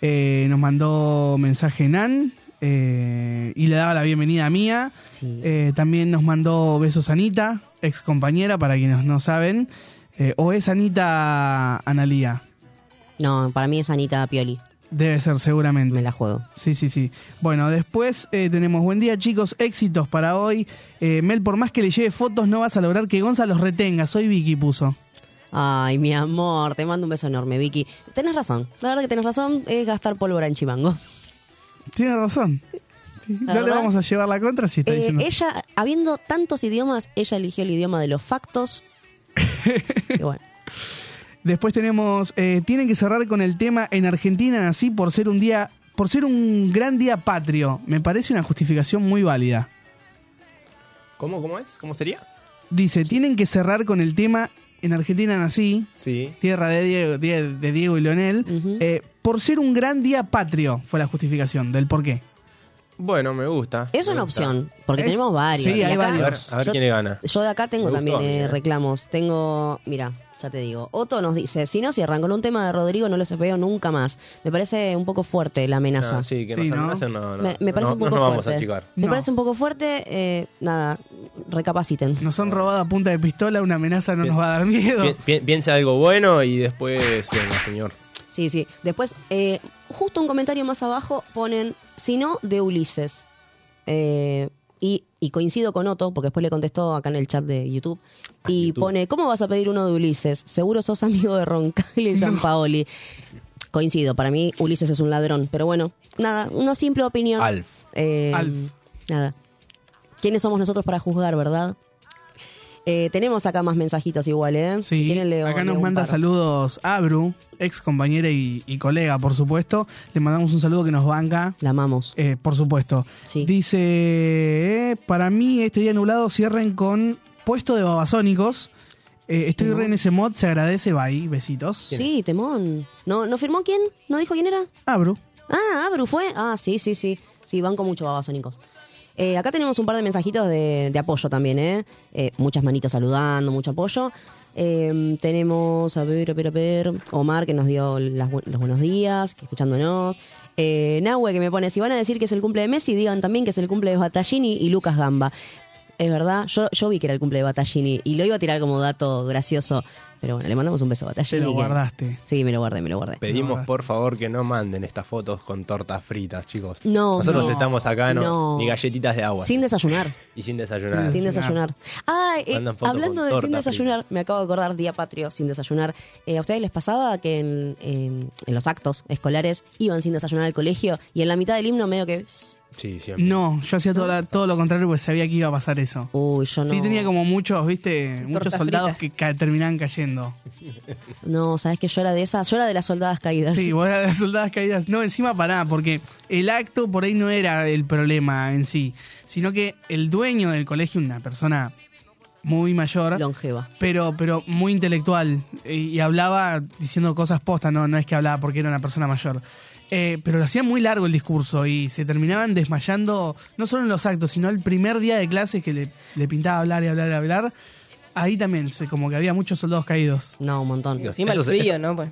Speaker 4: Eh, nos mandó mensaje Nan. eh, y le daba la bienvenida a Mía.
Speaker 2: Sí.
Speaker 4: Eh, también nos mandó besos Anita, ex compañera, para quienes no saben. Eh, o es Anita Analía.
Speaker 2: No, para mí es Anita Pioli.
Speaker 4: Debe ser seguramente.
Speaker 2: Me la juego.
Speaker 4: Sí, sí, sí. Bueno, después eh, tenemos buen día, chicos. Éxitos para hoy. Eh, Mel, por más que le lleve fotos, no vas a lograr que Gonza los retenga. Soy Vicky, puso.
Speaker 2: Ay, mi amor, te mando un beso enorme, Vicky. Tenés razón, la verdad que tenés razón, es gastar pólvora en chimango.
Speaker 4: Tiene razón. No le
Speaker 2: verdad?
Speaker 4: vamos a llevar la contra si está
Speaker 2: Eh,
Speaker 4: diciendo.
Speaker 2: ella, habiendo tantos idiomas, ella eligió el idioma de los factos. Y bueno,
Speaker 4: Después tenemos. eh, tienen que cerrar con el tema en Argentina, así por ser un día. Por ser un gran día patrio. Me parece una justificación muy válida.
Speaker 5: ¿Cómo, ¿Cómo es? ¿Cómo sería?
Speaker 4: Dice: tienen que cerrar con el tema en Argentina, así.
Speaker 5: Sí.
Speaker 4: Tierra de Diego, die- de Diego y Leonel.
Speaker 2: Ujú.
Speaker 4: Eh, por ser un gran día patrio, fue la justificación del por qué.
Speaker 5: Bueno, me gusta.
Speaker 2: es
Speaker 5: me
Speaker 2: una
Speaker 5: gusta.
Speaker 2: opción, porque
Speaker 4: Es-
Speaker 2: tenemos varios.
Speaker 4: sí,
Speaker 2: Y
Speaker 4: hay
Speaker 2: acá-
Speaker 5: A ver, a ver
Speaker 2: yo-
Speaker 5: quién le gana.
Speaker 2: Yo de acá tengo
Speaker 5: Me gustó
Speaker 2: también
Speaker 5: a mí,
Speaker 2: eh,
Speaker 5: eh.
Speaker 2: reclamos. Tengo, mira, ya te digo. Otto nos dice, si no cierran con un tema de Rodrigo, no los veo nunca más. Me parece un poco fuerte la amenaza.
Speaker 5: No, Ah, sí, que
Speaker 4: Sí,
Speaker 5: nos
Speaker 4: ¿no?
Speaker 5: amenacen, no, no.
Speaker 2: Me, me parece
Speaker 5: No-
Speaker 2: un poco
Speaker 5: no nos vamos
Speaker 2: fuerte.
Speaker 5: a achicar.
Speaker 2: Me
Speaker 4: No.
Speaker 2: parece un poco fuerte. eh, nada, recapaciten.
Speaker 4: Nos han robado a punta de pistola, una amenaza no nos va a dar miedo.
Speaker 5: Pi- pi- piensa algo bueno y después, venga, señor.
Speaker 2: Sí, sí. Después, eh, justo un comentario más abajo ponen, si no, de Ulises. Eh, y, y coincido con Otto, porque después le contestó acá en el chat de YouTube. Y
Speaker 5: Ah, YouTube.
Speaker 2: pone, ¿cómo vas a pedir uno de Ulises? Seguro sos amigo de Roncaglia y San Paoli. Coincido, para mí Ulises es un ladrón. Pero bueno, nada, una simple opinión.
Speaker 5: Alf.
Speaker 2: Eh,
Speaker 4: Alf.
Speaker 2: Nada. ¿Quiénes somos nosotros para juzgar, verdad? Eh, tenemos acá más mensajitos igual, ¿eh? Si
Speaker 4: Sí,
Speaker 2: quieren leo-
Speaker 4: acá
Speaker 2: leo
Speaker 4: nos
Speaker 2: un
Speaker 4: manda
Speaker 2: par.
Speaker 4: saludos Abru, ex compañera y, y colega, por supuesto. Le mandamos un saludo que nos banca,
Speaker 2: La amamos.
Speaker 4: eh, por supuesto.
Speaker 2: Sí.
Speaker 4: Dice, eh, para mí este día nublado cierren con puesto de babasónicos. Eh, estoy re en ese mod, se agradece, bye, besitos.
Speaker 2: Sí, temón. ¿No, ¿No firmó quién? ¿No dijo quién era?
Speaker 4: Abru.
Speaker 2: Ah, Abru fue. Ah, sí, sí, sí. Sí, van con mucho babasónicos. Eh, acá tenemos un par de mensajitos de, de apoyo también, ¿eh? Eh, Muchas manitos saludando, mucho apoyo. Eh, tenemos, a ver, a ver, a ver, Omar que nos dio las bu- los buenos días, que escuchándonos. Eh, Nahue que me pone, si van a decir que es el cumple de Messi, digan también que es el cumple de Battaglini y Lucas Gamba. Es verdad, yo, yo vi que era el cumple de Battaglini y lo iba a tirar como dato gracioso, pero bueno, le mandamos un beso a
Speaker 4: Te
Speaker 2: Battaglini.
Speaker 4: lo
Speaker 2: que-
Speaker 4: guardaste.
Speaker 2: Sí, me lo guardé, me lo guardé.
Speaker 5: Pedimos por favor que no manden estas fotos con tortas fritas, chicos.
Speaker 2: No,
Speaker 5: Nosotros
Speaker 2: no,
Speaker 5: estamos acá, no,
Speaker 2: no.
Speaker 5: ni galletitas de agua.
Speaker 2: Sin desayunar.
Speaker 5: y sin desayunar.
Speaker 2: Sin desayunar. Ah, eh,
Speaker 5: Mandan fotos
Speaker 2: hablando
Speaker 5: con
Speaker 2: de sin
Speaker 5: torta,
Speaker 2: desayunar, me acabo de acordar, Día Patrio, sin desayunar. Eh, ¿A ustedes les pasaba que en, en- en los actos escolares iban sin desayunar al colegio y en la mitad del himno medio que... "Shh,
Speaker 5: Sí, siempre.
Speaker 4: No, yo hacía todo, la- todo lo contrario porque sabía que iba a pasar eso.
Speaker 2: Uy, yo no...
Speaker 4: Sí, tenía como muchos, viste, muchos
Speaker 6: Tortas
Speaker 4: soldados
Speaker 6: fritas.
Speaker 4: que ca- terminaban cayendo.
Speaker 2: No, ¿sabes que yo era de esas? Yo era de las soldadas caídas.
Speaker 4: Sí, vos eras de las soldadas caídas. No, encima pará, porque el acto por ahí no era el problema en sí, sino que el dueño del colegio, una persona muy mayor,
Speaker 2: Longeva.
Speaker 4: pero, pero muy intelectual, eh, y hablaba diciendo cosas postas, no, no es que hablaba porque era una persona mayor. Eh, pero lo hacía muy largo el discurso y se terminaban desmayando, no solo en los actos, sino el primer día de clases que le, le pintaba hablar y hablar y hablar. Ahí también, se, como que había muchos soldados caídos.
Speaker 2: No, un montón.
Speaker 5: Dios.
Speaker 6: Encima
Speaker 5: Eso-
Speaker 6: el frío, ¿no? Pues,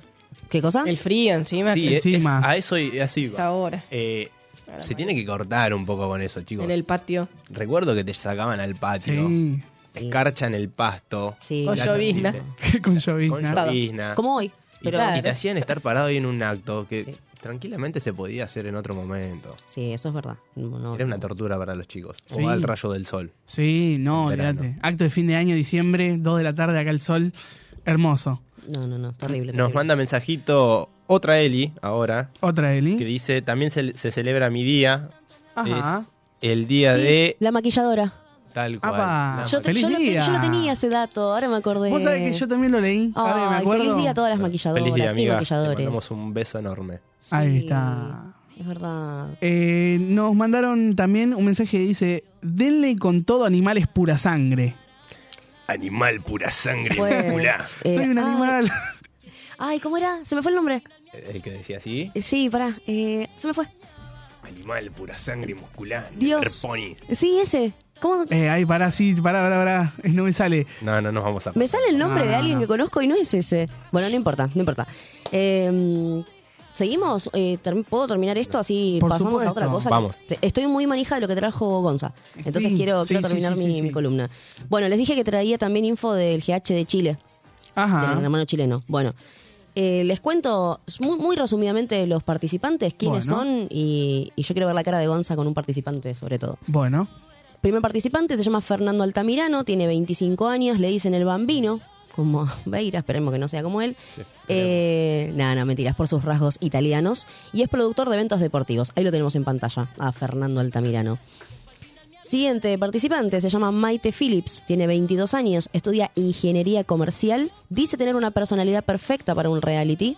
Speaker 2: ¿Qué cosa?
Speaker 6: el frío encima.
Speaker 5: Sí,
Speaker 6: que
Speaker 5: es- es-
Speaker 4: encima.
Speaker 5: a eso y así
Speaker 6: es ahora.
Speaker 5: Eh, se tiene que cortar un poco con eso, chicos.
Speaker 6: En el patio.
Speaker 5: Recuerdo que te sacaban al patio.
Speaker 4: Sí.
Speaker 5: escarcha en el pasto.
Speaker 2: Sí.
Speaker 6: Con
Speaker 5: La-
Speaker 6: llovizna.
Speaker 4: ¿Qué con llovizna?
Speaker 5: Con llovizna.
Speaker 2: Como hoy.
Speaker 5: Y,
Speaker 2: Pero
Speaker 5: y te hacían estar parado ahí en un acto que
Speaker 2: Sí.
Speaker 5: tranquilamente se podía hacer en otro momento.
Speaker 2: sí, eso es verdad. No, no.
Speaker 5: Era una tortura para los chicos.
Speaker 4: Sí.
Speaker 5: O al rayo del sol.
Speaker 4: Sí, no,
Speaker 5: En verano.
Speaker 4: olvídate. Acto de fin de año, diciembre, 2 de la tarde, acá el sol. Hermoso.
Speaker 2: No, no, no, terrible.
Speaker 5: Nos
Speaker 2: terrible.
Speaker 5: manda mensajito otra Eli ahora
Speaker 4: Otra
Speaker 5: que
Speaker 4: Eli.
Speaker 5: dice también se, se celebra mi día.
Speaker 4: Ajá.
Speaker 5: Es el día
Speaker 2: Sí,
Speaker 5: de Ah,
Speaker 2: La maquilladora.
Speaker 5: tal cual.
Speaker 4: Apa.
Speaker 5: Nada
Speaker 2: Yo,
Speaker 5: más.
Speaker 2: te-
Speaker 4: ¡Feliz
Speaker 2: yo lo, te- yo lo
Speaker 4: día!
Speaker 2: tenía ese dato, ahora me acordé.
Speaker 4: Vos sabés que yo también lo leí. Ahora que me
Speaker 2: Ay,
Speaker 4: acuerdo.
Speaker 2: feliz día a todas las maquilladoras
Speaker 5: Feliz día,
Speaker 2: y
Speaker 5: amiga. Te
Speaker 2: maquilladores.
Speaker 5: mandamos un beso enorme.
Speaker 2: Sí,
Speaker 4: Ahí está.
Speaker 2: Es verdad.
Speaker 4: Eh, nos mandaron también un mensaje que dice: Denle con todo animales pura sangre.
Speaker 10: Animal pura sangre.
Speaker 2: Fue-
Speaker 10: pura.
Speaker 2: eh,
Speaker 4: Soy un
Speaker 2: ay,
Speaker 4: animal.
Speaker 2: Ay, ¿cómo era? Se me fue el nombre.
Speaker 5: El que decía así.
Speaker 2: Eh, Sí, pará. eh, se me fue.
Speaker 10: Animal pura sangre muscular.
Speaker 2: Dios.
Speaker 10: Pony.
Speaker 2: Sí, ese. ¿Cómo?
Speaker 4: Eh, ay, pará, sí, pará, pará, pará. Eh, No me sale.
Speaker 5: No, no nos vamos a.
Speaker 2: Me sale el nombre
Speaker 4: No,
Speaker 2: de
Speaker 4: no,
Speaker 2: alguien
Speaker 4: no.
Speaker 2: que conozco y no es ese. Bueno, no importa, no importa. Eh, ¿Seguimos? Eh, term- ¿Puedo terminar esto? Así
Speaker 4: Por
Speaker 2: pasamos
Speaker 4: supuesto.
Speaker 2: a otra cosa.
Speaker 5: Vamos.
Speaker 2: Te- Estoy muy manija de lo que trajo Gonza. Entonces
Speaker 4: Sí,
Speaker 2: quiero,
Speaker 4: sí,
Speaker 2: quiero
Speaker 4: sí,
Speaker 2: terminar
Speaker 4: sí, sí,
Speaker 2: mi,
Speaker 4: sí.
Speaker 2: mi columna. Bueno, les dije que traía también info del GH de Chile,
Speaker 4: Ajá.
Speaker 2: del hermano chileno. Bueno, eh, les cuento muy, muy resumidamente los participantes, quiénes
Speaker 4: Bueno.
Speaker 2: son y, y yo quiero ver la cara de Gonza con un participante sobre todo.
Speaker 4: Bueno,
Speaker 2: Primer participante se llama Fernando Altamirano, tiene 25 años, le dicen el bambino, como Beira, esperemos que no sea como él. Eh, nada, no, mentiras, por sus rasgos italianos. Y es productor de eventos deportivos. Ahí lo tenemos en pantalla, a Fernando Altamirano. Siguiente participante se llama Maite Phillips, tiene 22 años, estudia ingeniería comercial, dice tener una personalidad perfecta para un reality,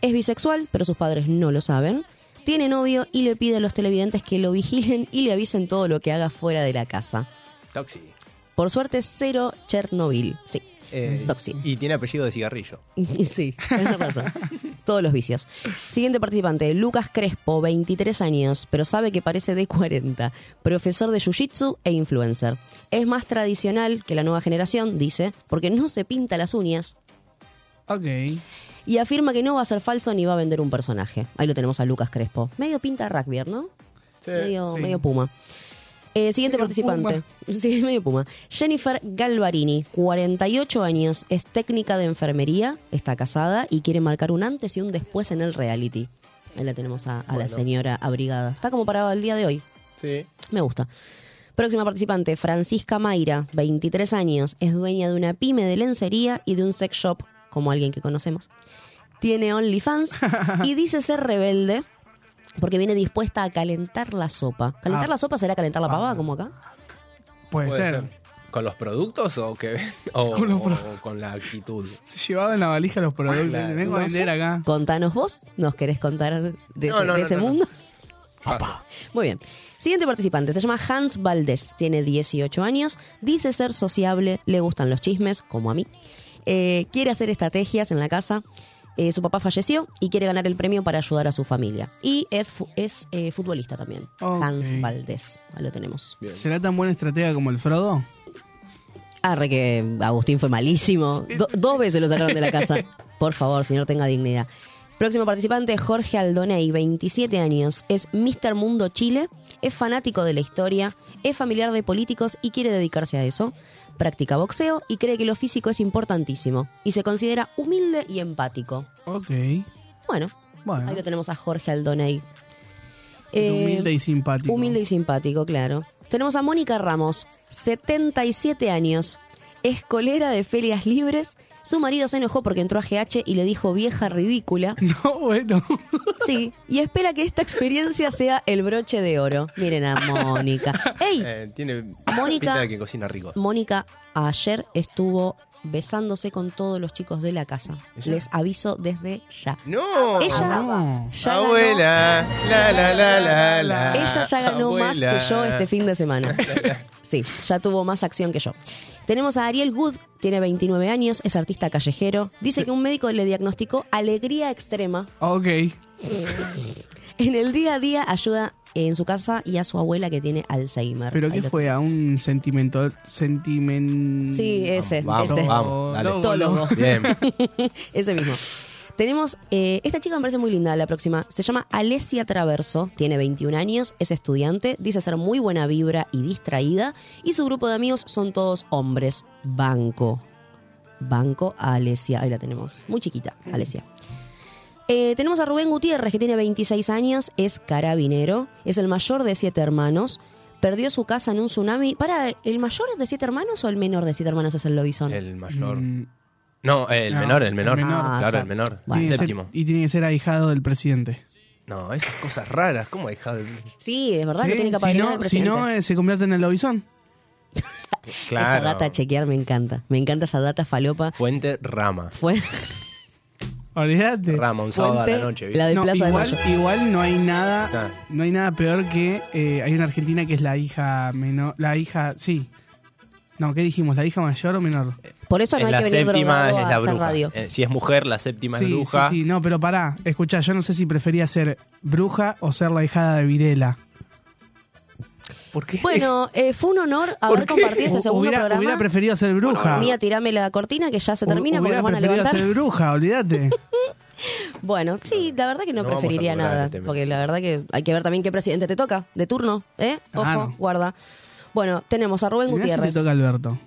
Speaker 2: es bisexual, pero sus padres no lo saben, tiene novio y le pide a los televidentes que lo vigilen y le avisen todo lo que haga fuera de la casa.
Speaker 5: Toxi.
Speaker 2: Por suerte, cero Chernobyl. Sí,
Speaker 5: Eh.
Speaker 2: Toxi.
Speaker 5: Y tiene apellido de cigarrillo.
Speaker 2: Y Sí, tenés razón. Todos los vicios. Siguiente participante, Lucas Crespo, 23 años, pero sabe que parece de 40. Profesor de Jiu-Jitsu e influencer. Es más tradicional que la nueva generación, dice, porque no se pinta las uñas
Speaker 4: ok.
Speaker 2: y afirma que no va a ser falso ni va a vender un personaje. Ahí lo tenemos a Lucas Crespo. Medio pinta rugby, ¿no? medio,
Speaker 4: sí.
Speaker 2: medio puma. Eh, siguiente
Speaker 4: Medio
Speaker 2: participante. Sí, medio puma. Jennifer Galvarini, 48 años, es técnica de enfermería, está casada y quiere marcar un antes y un después en el reality. Ahí la tenemos a, a la señora abrigada. Está como parada el día de hoy.
Speaker 5: Sí.
Speaker 2: Me gusta. Próxima participante, Francisca Mayra, 23 años, es dueña de una pyme de lencería y de un sex shop, como alguien que conocemos. Tiene OnlyFans y dice ser rebelde porque viene dispuesta a calentar la sopa. ¿Calentar
Speaker 4: Ah.
Speaker 2: la sopa será calentar la pava, como acá?
Speaker 4: Puede, ser.
Speaker 5: ¿Con los productos o qué? O o
Speaker 4: Con
Speaker 5: con,
Speaker 4: los pro-
Speaker 5: la actitud.
Speaker 4: Se llevaba en la valija los productos.
Speaker 5: Claro.
Speaker 4: Vengo a
Speaker 2: No
Speaker 4: vender
Speaker 2: sé.
Speaker 4: acá.
Speaker 2: Contanos vos, ¿nos querés contar de
Speaker 5: No,
Speaker 2: ese,
Speaker 5: no,
Speaker 2: de
Speaker 5: no,
Speaker 2: ese
Speaker 5: no, no.
Speaker 2: mundo?
Speaker 5: Paso.
Speaker 2: Muy bien. Siguiente participante se llama Hans Valdés, tiene 18 años, dice ser sociable, le gustan los chismes, como a mí, eh, quiere hacer estrategias en la casa, eh, su papá falleció y quiere ganar el premio para ayudar a su familia. Y es, fu- es, eh, futbolista también,
Speaker 4: Ok.
Speaker 2: Hans Valdés, ahí lo tenemos.
Speaker 5: Bien.
Speaker 4: ¿Será tan buena estratega como el Frodo?
Speaker 2: Arre que Agustín fue malísimo, Do- dos veces lo sacaron de la casa. Por favor, señor, tenga dignidad. Próximo participante, Jorge Aldoney, 27 años. Es Mr. Mundo Chile, es fanático de la historia, es familiar de políticos y quiere dedicarse a eso. Practica boxeo y cree que lo físico es importantísimo. Y se considera humilde y empático.
Speaker 4: Ok.
Speaker 2: Bueno,
Speaker 4: Bueno.
Speaker 2: ahí lo tenemos a Jorge Aldoney. Eh,
Speaker 4: Humilde y simpático.
Speaker 2: Humilde y simpático, claro. Tenemos a Mónica Ramos, 77 años, es colera de ferias libres. Su marido se enojó porque entró a GH y le dijo vieja ridícula.
Speaker 4: No, bueno.
Speaker 2: Sí, y espera que esta experiencia sea el broche de oro. Miren a Mónica. ¡Ey!
Speaker 5: Eh, tiene
Speaker 2: Mónica-
Speaker 5: pinta de que cocina rico.
Speaker 2: Mónica ayer estuvo besándose con todos los chicos de la casa. Les aviso desde ya.
Speaker 5: ¡No!
Speaker 2: Ella
Speaker 4: No.
Speaker 2: ya ganó-
Speaker 5: Abuela, la la la la la.
Speaker 2: Ella ya ganó
Speaker 5: Ah, Abuela.
Speaker 2: más que yo este fin de semana. Sí, ya tuvo más acción que yo. Tenemos a Ariel Good, tiene 29 años, es artista callejero. Dice que un médico le diagnosticó alegría extrema.
Speaker 4: Ok.
Speaker 2: En el día a día ayuda en su casa y a su abuela que tiene Alzheimer.
Speaker 4: ¿Pero
Speaker 2: Ahí
Speaker 4: qué
Speaker 2: lo-
Speaker 4: fue? ¿A un sentimento? Sentimen...
Speaker 2: Sí, eh. ese,
Speaker 5: Vamos,
Speaker 2: ese,
Speaker 5: vamos, dale.
Speaker 4: Todo.
Speaker 2: Tólogo.
Speaker 5: Bien.
Speaker 2: ese mismo. Tenemos, eh, esta chica me parece muy linda, la próxima. Se llama Alessia Traverso, tiene 21 años, es estudiante, dice ser muy buena vibra y distraída, y su grupo de amigos son todos hombres. Banco. Banco a Alessia, ahí la tenemos. Muy chiquita, Alessia. Eh, tenemos a Rubén Gutiérrez, que tiene 26 años, es carabinero, es el mayor de siete hermanos, perdió su casa en un tsunami. Para, ¿el mayor de siete hermanos o el menor de siete hermanos es el lobizón?
Speaker 5: El mayor.
Speaker 4: Mm.
Speaker 5: No, el menor, el menor.
Speaker 2: Ah,
Speaker 5: claro,
Speaker 2: ya.
Speaker 5: el menor. El
Speaker 2: Bueno.
Speaker 4: Tiene que ser-
Speaker 5: séptimo.
Speaker 4: y tiene que ser ahijado del presidente.
Speaker 5: No, esas cosas raras. ¿Cómo dejado?
Speaker 2: Sí, es verdad
Speaker 4: Sí,
Speaker 2: que tiene que
Speaker 4: si
Speaker 2: apadrinar al
Speaker 4: no, si
Speaker 2: presidente.
Speaker 4: no eh, se convierte en el lobizón.
Speaker 5: Claro.
Speaker 2: Esa data a chequear me encanta. Me encanta esa data falopa.
Speaker 5: Fuente Rama.
Speaker 2: Fue
Speaker 4: Olvídate.
Speaker 5: Rama, un sábado a la
Speaker 2: Fuente,
Speaker 5: noche. ¿viste?
Speaker 2: la de
Speaker 4: No,
Speaker 2: Plaza
Speaker 4: igual,
Speaker 2: de Mayo.
Speaker 4: igual no hay nada,
Speaker 5: Ah.
Speaker 4: no hay nada peor que eh, hay una argentina que es la hija menor, la hija, sí. No, ¿qué dijimos? ¿La hija mayor o menor?
Speaker 2: Por eso
Speaker 5: Es
Speaker 2: no hay
Speaker 5: la
Speaker 2: que venir
Speaker 5: séptima,
Speaker 2: drogado
Speaker 5: es
Speaker 2: a
Speaker 5: la
Speaker 2: hacer
Speaker 5: bruja.
Speaker 2: radio.
Speaker 5: Eh, Si es mujer, la séptima
Speaker 4: sí,
Speaker 5: es bruja.
Speaker 4: sí, sí, no, pero pará, escuchá, yo no sé si prefería ser bruja o ser la hijada de Virela.
Speaker 5: ¿Por qué?
Speaker 2: Bueno, eh, fue un honor haber
Speaker 5: qué?
Speaker 2: compartido este
Speaker 4: Hu-
Speaker 2: segundo
Speaker 4: hubiera,
Speaker 2: programa.
Speaker 4: hubiera preferido ser bruja.
Speaker 2: Mía, tirame la cortina que ya se termina
Speaker 4: Hu-
Speaker 2: porque
Speaker 4: hubiera
Speaker 2: nos van a
Speaker 4: preferido
Speaker 2: levantar.
Speaker 4: ser bruja, olvídate.
Speaker 2: Bueno, sí, la verdad que no,
Speaker 5: No vamos a
Speaker 2: preferiría
Speaker 5: lograr
Speaker 2: nada.
Speaker 5: el tema.
Speaker 2: Porque la verdad que hay que ver también qué presidente te toca de turno, ¿eh? Ojo,
Speaker 4: Claro.
Speaker 2: guarda. Bueno, tenemos a Rubén
Speaker 4: Mirá si te
Speaker 2: Gutiérrez.
Speaker 4: toca Alberto.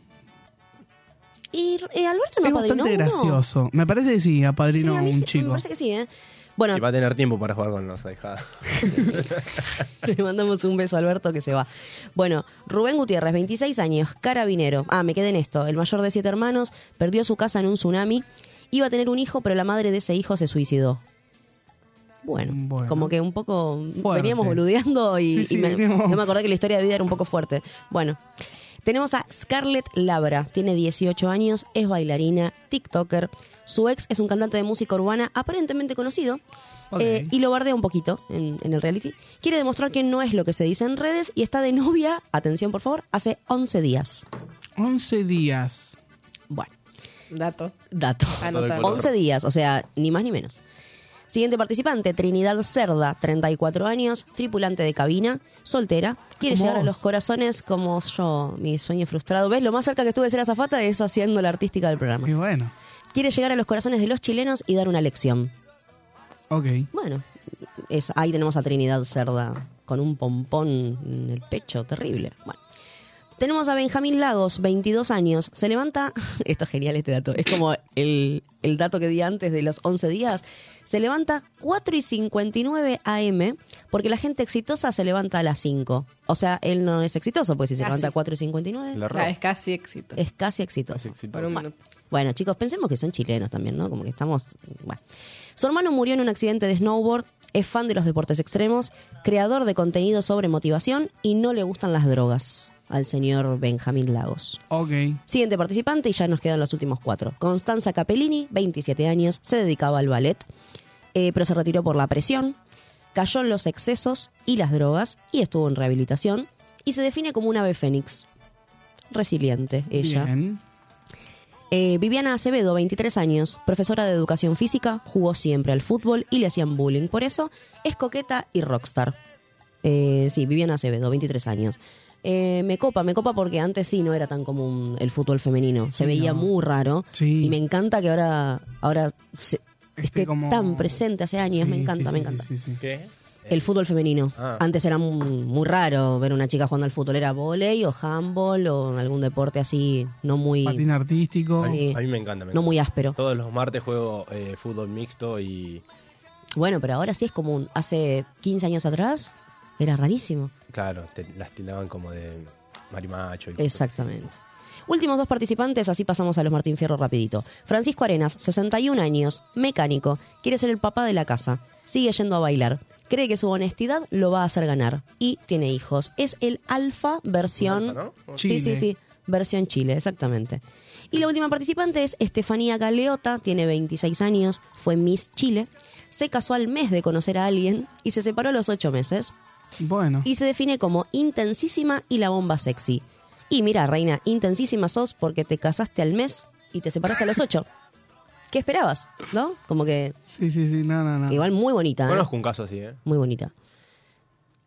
Speaker 2: Y eh, Alberto no
Speaker 4: es
Speaker 2: apadrinó
Speaker 4: bastante
Speaker 2: uno.
Speaker 4: gracioso. Me parece que sí,
Speaker 2: Sí,
Speaker 4: apadrino
Speaker 2: a mí
Speaker 4: un
Speaker 2: sí, Me
Speaker 4: chico.
Speaker 2: parece que sí, ¿eh? Bueno,
Speaker 5: Y va a tener tiempo para jugar con los ahijados.
Speaker 2: Le mandamos un beso a Alberto que se va. Bueno, Rubén Gutiérrez, 26 años, carabinero. Ah, me quedé en esto. El mayor de siete hermanos perdió su casa en un tsunami. Iba a tener un hijo, pero la madre de ese hijo se suicidó. Bueno,
Speaker 4: Bueno.
Speaker 2: como que un poco
Speaker 4: Fuerte.
Speaker 2: veníamos boludeando y,
Speaker 4: Sí, sí,
Speaker 2: y me-
Speaker 4: veníamos-
Speaker 2: no me acordé que la historia de vida era un poco fuerte. Bueno, tenemos a Scarlett Labra, tiene 18 años, es bailarina, TikToker. Su ex es un cantante de música urbana aparentemente conocido.
Speaker 4: Ok.
Speaker 2: Eh, y lo bardea un poquito en, en el reality. Quiere demostrar que no es lo que se dice en redes y está de novia, atención por favor, hace 11 días.
Speaker 4: 11 días.
Speaker 2: Bueno,
Speaker 6: Dato.
Speaker 2: dato.
Speaker 6: Anotado.
Speaker 5: color.
Speaker 2: 11 días, o sea, ni más ni menos. Siguiente participante, Trinidad Cerda, 34 años, tripulante de cabina, soltera, quiere
Speaker 4: Como
Speaker 2: llegar a
Speaker 4: vos.
Speaker 2: los corazones como yo, mi sueño frustrado. ¿Ves? Lo más cerca que estuve de ser azafata es haciendo la artística del programa.
Speaker 4: Y bueno,
Speaker 2: Quiere llegar a los corazones de los chilenos y dar una lección.
Speaker 4: ok.
Speaker 2: Bueno, es, ahí tenemos a Trinidad Cerda con un pompón en el pecho terrible. Bueno. Tenemos a Benjamín Lagos, 22 años. Se levanta. Esto es genial este dato. Es como el, el dato que di antes de los 11 días. Se levanta 4 y 59 AM porque la gente exitosa se levanta a las 5. O sea, él no es exitoso, porque si se
Speaker 6: Casi.
Speaker 2: levanta a 4 y 59
Speaker 5: La
Speaker 6: Ah, es
Speaker 5: ropa.
Speaker 6: casi éxito.
Speaker 2: es casi exitoso.
Speaker 6: Por un minuto.
Speaker 2: Bueno, chicos, pensemos que son chilenos también, ¿no? Como que estamos. Bueno. Su hermano murió en un accidente de snowboard, es fan de los deportes extremos, creador de contenido sobre motivación y no le gustan las drogas al señor Benjamín Lagos.
Speaker 4: Ok.
Speaker 2: Siguiente participante, y ya nos quedan los últimos cuatro. Constanza Capellini, 27 años, se dedicaba al ballet, eh, pero se retiró por la presión, cayó en los excesos y las drogas y estuvo en rehabilitación y se define como una ave fénix. Resiliente, ella.
Speaker 4: Bien.
Speaker 2: Eh, Viviana Acevedo, 23 años, profesora de educación física, jugó siempre al fútbol y le hacían bullying. Por eso es coqueta y rockstar. Eh, sí, Viviana Acevedo, 23 años. Eh, me copa, me copa porque antes sí no era tan común el fútbol femenino. Se
Speaker 4: Sí,
Speaker 2: veía
Speaker 4: no.
Speaker 2: muy raro.
Speaker 4: Sí.
Speaker 2: Y me encanta que ahora, ahora se-
Speaker 4: Esté
Speaker 2: esté
Speaker 4: Este, como-
Speaker 2: este, tan presente hace años. me
Speaker 4: Sí,
Speaker 2: encanta,
Speaker 4: sí,
Speaker 2: me
Speaker 4: sí,
Speaker 2: encanta.
Speaker 4: sí, sí, sí.
Speaker 5: ¿Qué?
Speaker 2: El fútbol femenino.
Speaker 5: Ah.
Speaker 2: Antes era muy, muy raro ver una chica jugando al fútbol. Era volei o handball o algún deporte así, no muy,
Speaker 4: Patín artístico.
Speaker 2: Sí.
Speaker 5: A mí me encanta. me
Speaker 2: no
Speaker 5: encanta.
Speaker 2: muy áspero.
Speaker 5: Todos los martes juego eh, fútbol mixto y.
Speaker 2: Bueno, pero ahora sí es común. Hace 15 años atrás era rarísimo.
Speaker 5: Claro, te, las tildaban como de marimacho. Y
Speaker 2: Exactamente. Últimos dos participantes, así pasamos a los Martín Fierro rapidito. Francisco Arenas, 61 años, mecánico, quiere ser el papá de la casa, sigue yendo a bailar, cree que su honestidad lo va a hacer ganar y tiene hijos. Es el alfa versión...
Speaker 5: alfa, ¿no?
Speaker 2: Sí, sí,
Speaker 4: Chile.
Speaker 2: sí, versión Chile, exactamente. Y la última participante es Estefanía Galeota, tiene 26 años, fue Miss Chile, se casó al mes de conocer a alguien y se separó a los 8 meses
Speaker 4: Bueno.
Speaker 2: y se define como intensísima y la bomba sexy. Y mira, reina, intensísima sos porque te casaste al mes y te separaste a los ocho. ¿Qué esperabas? ¿No? Como que
Speaker 4: Sí, sí, sí, no, no, no.
Speaker 2: igual muy bonita. ¿eh?
Speaker 5: Conozco un caso así, ¿eh?
Speaker 2: Muy bonita.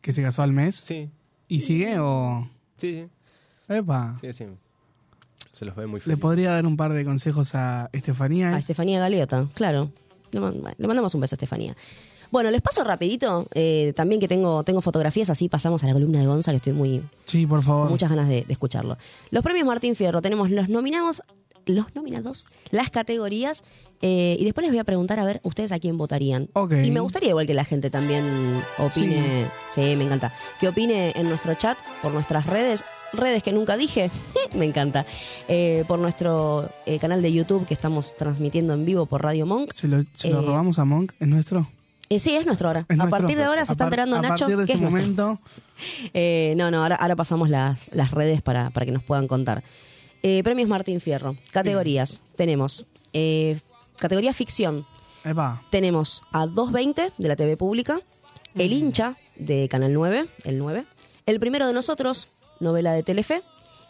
Speaker 4: Que se casó al mes.
Speaker 5: Sí,
Speaker 4: ¿Y sigue o...?
Speaker 5: sí,
Speaker 4: Epa.
Speaker 5: sí, sí. sí. Se los ve muy
Speaker 4: Le
Speaker 5: feliz.
Speaker 4: podría dar un par de consejos a Estefanía. ¿eh?
Speaker 2: A Estefanía Galeota, claro. Le, man- bueno, le mandamos un beso a Estefanía. Bueno, les paso rapidito, eh, también que tengo, tengo fotografías, así pasamos a la columna de Gonza, que estoy muy,
Speaker 4: Sí, por favor.
Speaker 2: muchas ganas de, de escucharlo. Los premios Martín Fierro, tenemos los nominados, los nominados, las categorías, eh, y después les voy a preguntar a ver ustedes a quién votarían.
Speaker 4: Ok.
Speaker 2: Y me gustaría igual que la gente también opine, sí. me encanta, que opine en nuestro chat, por nuestras redes, redes que nunca dije, me encanta, eh, por nuestro eh, canal de YouTube que estamos transmitiendo en vivo por Radio Monk.
Speaker 4: ¿Se lo, se lo
Speaker 2: Eh,
Speaker 4: robamos a Monk? ¿Es nuestro?
Speaker 2: Eh, sí, es nuestro ahora.
Speaker 4: Es
Speaker 2: a
Speaker 4: nuestro.
Speaker 2: partir de ahora
Speaker 4: A
Speaker 2: se está
Speaker 4: par-
Speaker 2: enterando
Speaker 4: a
Speaker 2: Nacho
Speaker 4: partir de
Speaker 2: que
Speaker 4: este
Speaker 2: es nuestro.
Speaker 4: momento,
Speaker 2: Eh, no, no, ahora, ahora pasamos las, las redes para, para que nos puedan contar. Eh, premios Martín Fierro. Categorías. Tenemos. eh, categoría ficción.
Speaker 4: epa,
Speaker 2: Tenemos a 220 de la TV pública. El hincha de Canal 9, el 9. El primero de nosotros, novela de Telefe.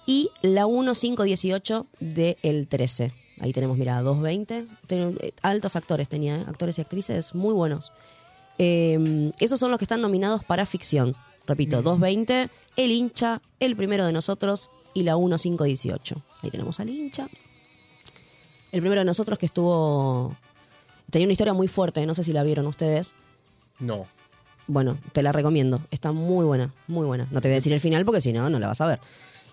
Speaker 2: Y la 1518 de El 13. Ahí tenemos, mira, a 220. Ten- eh, altos actores tenía, eh, actores y actrices muy buenos. Eh, esos son los que están nominados para ficción. Repito, 220, El hincha, El primero de nosotros y la 1518. Ahí tenemos al hincha. El primero de nosotros que estuvo... Tenía una historia muy fuerte, no sé si la vieron ustedes.
Speaker 5: No.
Speaker 2: Bueno, te la recomiendo. Está muy buena, muy buena. No te voy a decir el final porque si no, no la vas a ver.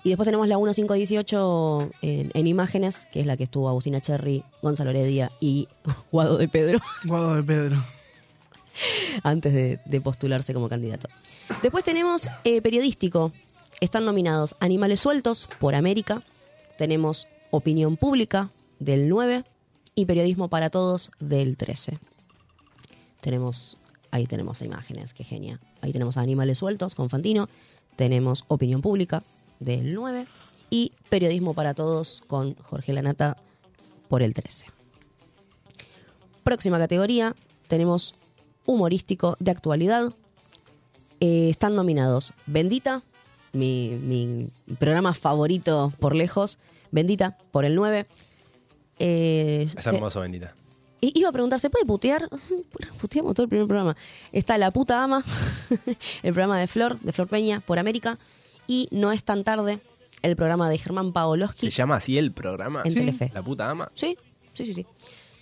Speaker 2: Y después tenemos la 1518 eh, en, en imágenes, que es la que estuvo Agustina Cherry, Gonzalo Heredia y Guado de Pedro
Speaker 4: Guado de Pedro.
Speaker 2: antes de, de postularse como candidato. Después tenemos eh, periodístico. Están nominados Animales Sueltos por América. Tenemos Opinión Pública del 9 y Periodismo para Todos del 13. Tenemos, ahí tenemos imágenes, qué genia. Ahí tenemos a Animales Sueltos con Fantino. Tenemos Opinión Pública del 9 y Periodismo para Todos con Jorge Lanata por el 13. Próxima categoría tenemos humorístico de actualidad. Eh, están nominados Bendita, mi, mi programa favorito por lejos, Bendita por el 9. Eh,
Speaker 5: Es hermoso, bendita.
Speaker 2: I- Iba a preguntar, ¿se puede putear? Puteamos todo el primer programa. Está La Puta Ama, el programa de Flor, de Flor Peña, por América. Y No es tan tarde, el programa de Germán Paoloski.
Speaker 5: ¿Se llama así el programa?
Speaker 2: En Sí. Telefe.
Speaker 5: La puta ama.
Speaker 2: Sí, sí, sí, sí.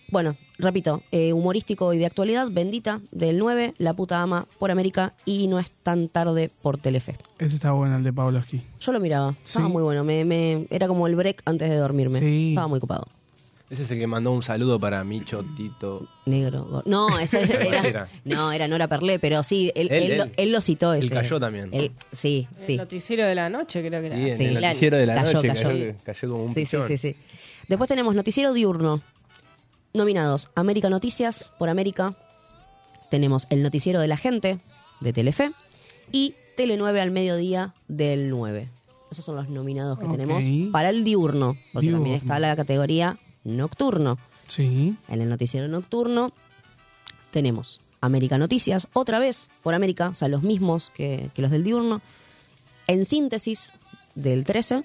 Speaker 2: Bueno, repito, eh, humorístico y de actualidad, Bendita, del 9, La Puta Ama, por América. Y No es tan tarde, por Telefe.
Speaker 4: Ese está bueno, el de Pablo aquí.
Speaker 2: Yo lo miraba, estaba
Speaker 4: Sí.
Speaker 2: muy bueno. Me, me- era como el break antes de dormirme.
Speaker 4: Sí.
Speaker 2: Estaba muy ocupado.
Speaker 5: Ese es el que mandó un saludo para Micho, Tito.
Speaker 2: Negro. gor- No, ese era,
Speaker 5: Era.
Speaker 2: no, era Nora Perlé, pero sí, él,
Speaker 5: Él,
Speaker 2: él lo-
Speaker 5: él.
Speaker 2: él lo citó
Speaker 5: Él
Speaker 2: ese.
Speaker 5: cayó también.
Speaker 2: Él- sí,
Speaker 6: El
Speaker 2: sí.
Speaker 6: noticiero de la noche, creo que era.
Speaker 5: Sí, en
Speaker 2: sí,
Speaker 5: el
Speaker 2: la-
Speaker 5: noticiero de la
Speaker 2: cayó,
Speaker 5: noche.
Speaker 2: cayó.
Speaker 5: Cayó, cayó como un
Speaker 2: Sí, sí,
Speaker 5: pichón.
Speaker 2: sí, sí. Después tenemos Noticiero Diurno. Nominados América Noticias por América. Tenemos El Noticiero de la Gente de Telefe. Y Tele 9 al mediodía del 9. Esos son los nominados que
Speaker 4: Ok.
Speaker 2: tenemos para el diurno. Porque también
Speaker 4: Diurno.
Speaker 2: está la categoría nocturno.
Speaker 4: Sí.
Speaker 2: En el noticiero nocturno tenemos América Noticias, otra vez por América, o sea, los mismos que, que los del diurno. En síntesis, del 13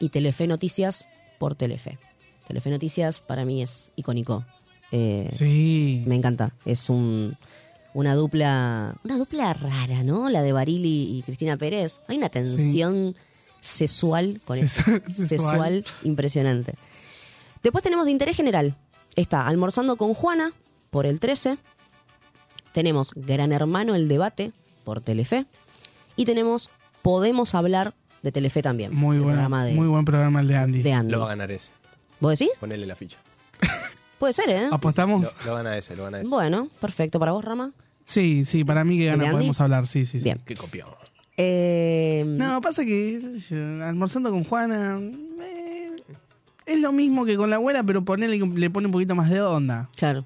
Speaker 2: y Telefe Noticias por Telefe. Telefe Noticias para mí es icónico. Eh,
Speaker 4: Sí.
Speaker 2: Me encanta. Es un, una dupla una dupla rara, ¿no? La de Barili y Cristina Pérez. Hay una tensión sexual con eso
Speaker 4: Sexual.
Speaker 2: sexual impresionante. Después tenemos de interés general. Está Almorzando con Juana por el 13. Tenemos Gran Hermano El Debate por Telefe. Y tenemos Podemos Hablar de Telefe también.
Speaker 4: Muy
Speaker 2: el
Speaker 4: buen,
Speaker 2: programa de,
Speaker 4: muy buen programa el de Andy.
Speaker 2: de Andy.
Speaker 5: Lo va a ganar Ah, ese.
Speaker 2: ¿Vos decís?
Speaker 5: Ponele la ficha.
Speaker 2: Puede ser, ¿eh?
Speaker 4: ¿Apostamos?
Speaker 5: Lo, lo gana ese, lo gana ese.
Speaker 2: Bueno, perfecto. ¿Para vos, Rama?
Speaker 4: Sí, sí, para mí que
Speaker 2: de
Speaker 4: gana,
Speaker 2: Andy?
Speaker 4: podemos hablar, sí, sí. sí.
Speaker 2: Bien.
Speaker 5: Qué copión.
Speaker 2: Eh,
Speaker 4: No, pasa que qué sé yo, almorzando con Juana eh, es lo mismo que con la abuela, pero ponele, que le pone un poquito más de onda.
Speaker 2: Claro.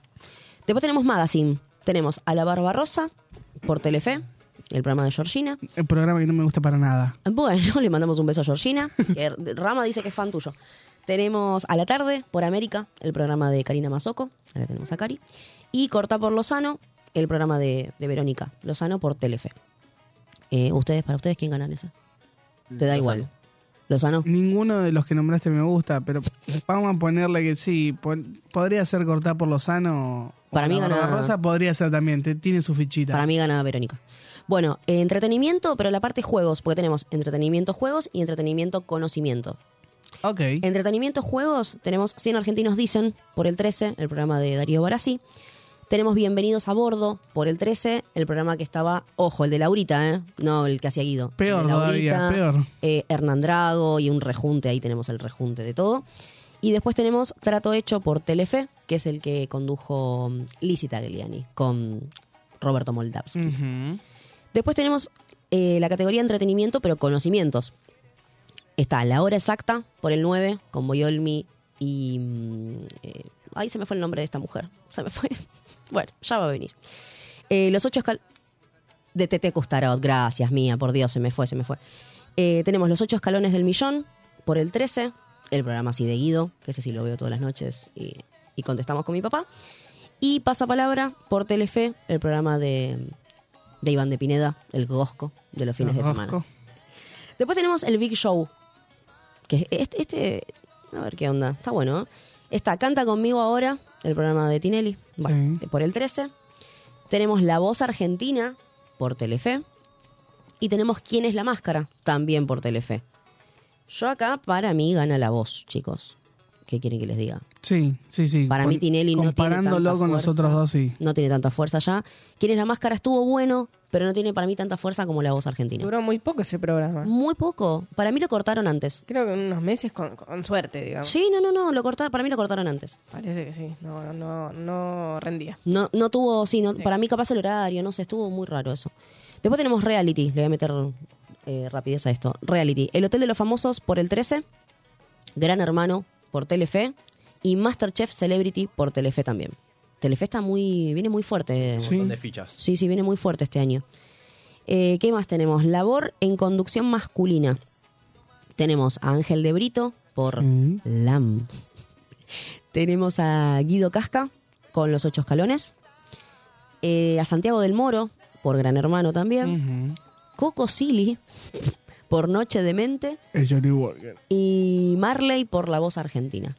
Speaker 2: Después tenemos Magazine. Tenemos a La Barbarosa por Telefe, el programa de Georgina.
Speaker 4: El programa que no me gusta para nada.
Speaker 2: Bueno, le mandamos un beso a Georgina. que Rama dice que es fan tuyo. Tenemos A la Tarde por América, el programa de Karina Mazoco. Acá tenemos a Cari. Y Corta por Lozano, el programa de, de Verónica Lozano por Telefe. Eh, ustedes, para ustedes, ¿quién ganan esa? Te da igual. Lozano.
Speaker 4: Ninguno de los que nombraste me gusta, pero vamos a ponerle que sí. pon- podría ser cortar por Lozano. o
Speaker 2: Para mí
Speaker 4: la
Speaker 2: gana-
Speaker 4: Rosa podría ser también, te- tiene su fichita.
Speaker 2: Para mí gana Verónica. Bueno, eh, entretenimiento, pero la parte juegos, porque tenemos entretenimiento juegos y entretenimiento conocimiento.
Speaker 4: Ok.
Speaker 2: Entretenimiento, juegos, tenemos 100 argentinos dicen por el 13, el programa de Darío Barassi. Tenemos Bienvenidos a Bordo por el 13, el programa que estaba, ojo, el de Laurita, ¿eh? No, el que hacía Guido.
Speaker 4: Peor
Speaker 2: El de Laurita,
Speaker 4: todavía, peor.
Speaker 2: eh, Hernán Drago y un rejunte, ahí tenemos el rejunte de todo. Y después tenemos Trato Hecho por Telefe, que es el que condujo mm, Lizzie Tagliani con Roberto Moldavsky.
Speaker 4: Ujú.
Speaker 2: Después tenemos eh, la categoría entretenimiento, pero conocimientos. Está La Hora Exacta por el 9, con Boyolmi y... mm, eh, ay, se me fue el nombre de esta mujer. Se me fue. bueno, ya va a venir. Eh, los ocho escal- De Tete Custarot, gracias mía, por Dios, se me fue, se me fue. Eh, tenemos Los ocho escalones del millón por el 13, el programa así de Guido, que ese sí lo veo todas las noches y, y contestamos con mi papá. Y Pasapalabra por Telefe, el programa de, de Iván de Pineda, el Gosco de los fines de semana.
Speaker 4: Rosco.
Speaker 2: Después tenemos el Big Show, que este, este- a ver qué onda, está bueno. ¿eh? Está Canta conmigo ahora, el programa de Tinelli, bueno,
Speaker 4: Sí.
Speaker 2: por el 13. Tenemos La Voz Argentina por Telefe. Y tenemos ¿Quién es la máscara? También por Telefe. Yo acá, para mí, gana La Voz, chicos. ¿Qué quieren que les diga?
Speaker 4: Sí, sí, sí.
Speaker 2: Para mí Tinelli no tiene
Speaker 4: Comparándolo
Speaker 2: tanta
Speaker 4: con los
Speaker 2: fuerza.
Speaker 4: otros dos, sí.
Speaker 2: No tiene tanta fuerza ya. ¿Quién es la máscara? Estuvo bueno, pero no tiene para mí tanta fuerza como La Voz Argentina.
Speaker 6: Duró muy poco ese programa.
Speaker 2: Muy poco. Para mí lo cortaron antes.
Speaker 6: Creo que unos meses con, con suerte, digamos.
Speaker 2: Sí, no, no, no, lo cortaron, para mí lo cortaron antes.
Speaker 6: Parece que sí. No, no, no rendía.
Speaker 2: No, no tuvo, sí, no- para mí capaz el horario, no sé, estuvo muy raro eso. Después tenemos reality, le voy a meter eh, rapidez a esto. Reality, El Hotel de los Famosos por el 13, Gran Hermano por Telefe y Masterchef Celebrity por Telefe también. Telefe está muy, viene muy fuerte.
Speaker 5: Un montón de fichas.
Speaker 2: Sí, sí, viene muy fuerte este año. Eh, ¿Qué más tenemos? Labor en conducción masculina. Tenemos a Ángel de Brito por
Speaker 4: Sí.
Speaker 2: LAM. Tenemos a Guido Casca con los ocho escalones. Eh, a Santiago del Moro por Gran Hermano también.
Speaker 4: Ujú.
Speaker 2: Coco Silly por Noche de Mente.
Speaker 4: Es Johnny Walker.
Speaker 2: Y Marley por La Voz Argentina.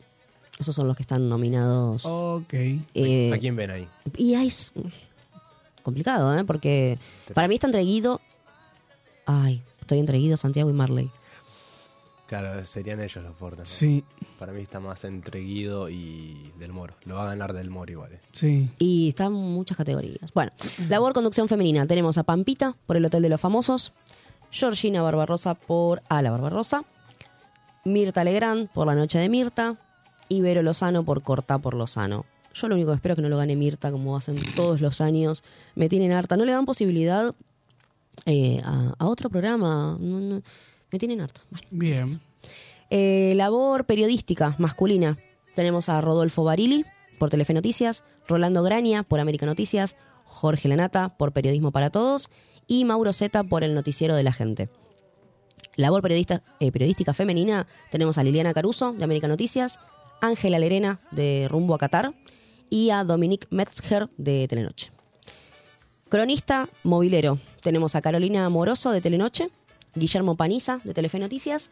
Speaker 2: Esos son los que están nominados.
Speaker 4: Ok.
Speaker 2: eh,
Speaker 5: ¿A quién ven ahí?
Speaker 2: y ahí es complicado, ¿eh? Porque para mí está entre Guido... Ay, estoy entre Guido, Santiago y Marley.
Speaker 5: Claro, serían ellos los portas. ¿no?
Speaker 4: Sí,
Speaker 5: Para mí está más entre Guido y Del Moro. Lo va a ganar Del Moro igual. eh.
Speaker 4: sí.
Speaker 2: Y están muchas categorías. Bueno, labor conducción femenina. Tenemos a Pampita por el Hotel de los Famosos, Georgina Barbarosa por A la Barbarosa, Mirta Legrand por La Noche de Mirta, Ibero Lozano por Cortá por Lozano. Yo lo único que espero es que no lo gane Mirta como hacen todos los años. Me tienen harta. No le dan posibilidad eh, a, a otro programa. No, no. Me tienen harta. Bueno.
Speaker 4: Bien.
Speaker 2: Eh, labor periodística masculina. Tenemos a Rodolfo Barili por Telefe Noticias, Rolando Graña por América Noticias, Jorge Lanata por Periodismo para Todos y Mauro Zeta por El Noticiero de la Gente. Labor periodista, eh, periodística femenina. Tenemos a Liliana Caruso de América Noticias, Ángela Lerena de Rumbo a Qatar y a Dominique Metzger de Telenoche. Cronista movilero. Tenemos a Carolina Moroso de Telenoche, Guillermo Paniza de Telefe Noticias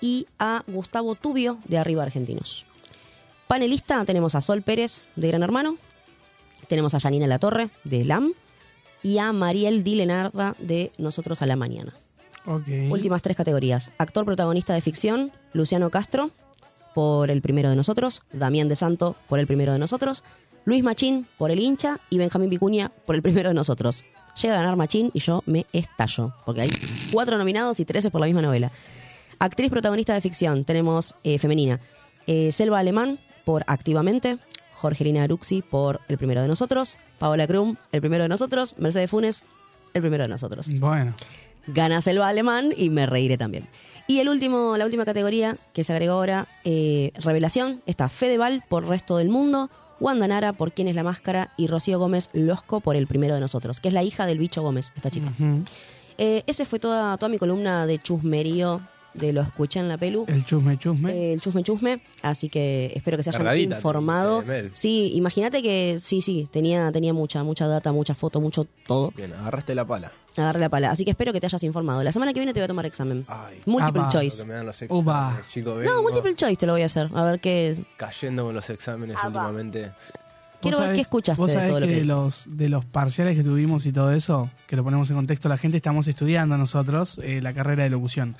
Speaker 2: y a Gustavo Tubio de Arriba Argentinos. Panelista tenemos a Sol Pérez de Gran Hermano, tenemos a Janina Latorre de LAM y a Mariel Di Lenarda de Nosotros a la Mañana.
Speaker 4: Ok.
Speaker 2: Últimas tres categorías. Actor protagonista de ficción, Luciano Castro, por el primero de nosotros, Damián de Santo, por el primero de nosotros, Luis Machín, por el hincha, y Benjamín Vicuña, por el primero de nosotros. Llega a ganar Machín y yo me estallo, porque hay cuatro nominados y trece por la misma novela. Actriz protagonista de ficción, tenemos eh, femenina, eh, Selva Alemán, por Activamente, Jorgelina Aruxi, por el primero de nosotros, Paola Krum, el primero de nosotros, Mercedes Funes, el primero de nosotros
Speaker 4: Bueno.
Speaker 2: ganas el alemán y me reiré también. Y el último, la última categoría que se agregó ahora, eh, revelación, está Fedeval por Resto del Mundo, Wanda Nara por Quién es la Máscara y Rocío Gómez Losco por El Primero de Nosotros, que es la hija del bicho Gómez, esta chica.
Speaker 4: Ujú.
Speaker 2: Eh, ese fue toda, toda mi columna de chusmerío de lo escuché en la pelu.
Speaker 4: El chusme, chusme.
Speaker 2: eh, El chusme chusme, así que espero que se hayan
Speaker 5: Cargadita,
Speaker 2: informado.
Speaker 5: tenés, Mel.
Speaker 2: Sí, imagínate que sí, sí, tenía, tenía mucha, mucha data, mucha foto, mucho todo.
Speaker 5: Bien, agarraste la pala.
Speaker 2: Agarré la pala. Así que espero que te hayas informado. La semana que viene te voy a tomar examen.
Speaker 5: Ay,
Speaker 2: Multiple
Speaker 4: Apa.
Speaker 5: lo
Speaker 2: choice.
Speaker 5: que me dan los
Speaker 4: Upa.
Speaker 5: exámenes. Chico, vengo
Speaker 2: No, multiple choice te lo voy a hacer. A ver qué.
Speaker 5: cayendo con los exámenes últimamente.
Speaker 2: quiero
Speaker 4: ¿Vos
Speaker 2: ver qué escuchaste
Speaker 4: vos
Speaker 2: de
Speaker 4: sabés
Speaker 2: todo lo que dije.
Speaker 4: los, de los parciales que tuvimos y todo eso, que lo ponemos en contexto a la gente, estamos estudiando nosotros eh, la carrera de locución.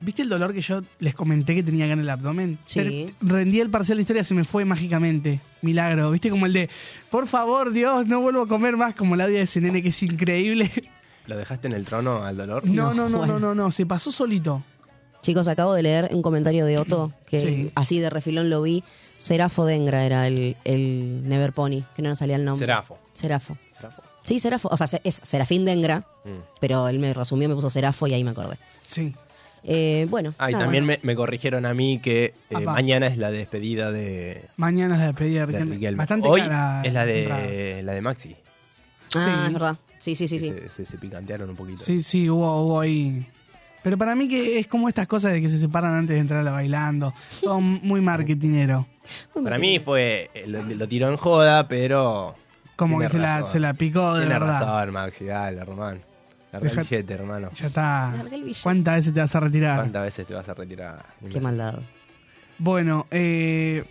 Speaker 4: ¿Viste el dolor que yo les comenté que tenía acá en el abdomen?
Speaker 2: Sí.
Speaker 4: Ter- rendí el parcial de historia, se me fue mágicamente. Milagro. ¿Viste como el de, por favor, Dios, no vuelvo a comer más? Como la vida de ese nene que es increíble.
Speaker 5: ¿Lo dejaste en el trono al dolor?
Speaker 4: No, no, no,
Speaker 2: bueno.
Speaker 4: no, no, no. Se pasó solito.
Speaker 2: Chicos, acabo de leer un comentario de Otto, que
Speaker 4: Sí.
Speaker 2: así de refilón lo vi. Serafo Dengra era el, el Never Pony, que no nos salía el nombre.
Speaker 5: Serafo.
Speaker 2: Serafo.
Speaker 5: Serafo.
Speaker 2: Sí, Serafo. O sea, se- es Serafín Dengra,
Speaker 5: Mm.
Speaker 2: pero él me resumió, me puso Serafo y ahí me acordé.
Speaker 4: Sí.
Speaker 2: Eh, bueno.
Speaker 5: Ah, y
Speaker 2: nada
Speaker 5: también
Speaker 2: más.
Speaker 5: me, me corrigieron a mí que eh,
Speaker 4: Apa.
Speaker 5: mañana es la despedida de,
Speaker 4: Mañana es la despedida de
Speaker 5: de
Speaker 4: Riquelme.
Speaker 5: Riquelme.
Speaker 4: Bastante
Speaker 5: Hoy
Speaker 4: cara
Speaker 5: es la
Speaker 4: entradas.
Speaker 5: de, la de Maxi.
Speaker 2: Ah,
Speaker 4: sí.
Speaker 2: es verdad. Sí, sí, sí,
Speaker 5: que
Speaker 2: sí.
Speaker 5: Se, se- se picantearon un poquito.
Speaker 4: Sí, sí, hubo, hubo ahí. Pero para mí que es como estas cosas de que se separan antes de entrar a la bailando. Todo muy marketinero.
Speaker 5: Para mí fue. eh, Lo, lo tiró en joda, pero.
Speaker 4: Como
Speaker 5: tiene
Speaker 4: que se la,
Speaker 5: razón.
Speaker 4: se la picó Oh, de
Speaker 5: Tiene
Speaker 4: verdad.
Speaker 5: razón, Maxi. Dale, Román. La
Speaker 4: Deja-
Speaker 5: billete, hermano.
Speaker 4: Ya está.
Speaker 2: Larga el billete.
Speaker 4: ¿Cuántas veces te vas a retirar?
Speaker 5: ¿Cuántas veces te vas a retirar?
Speaker 2: Qué maldad.
Speaker 4: Bueno, eh,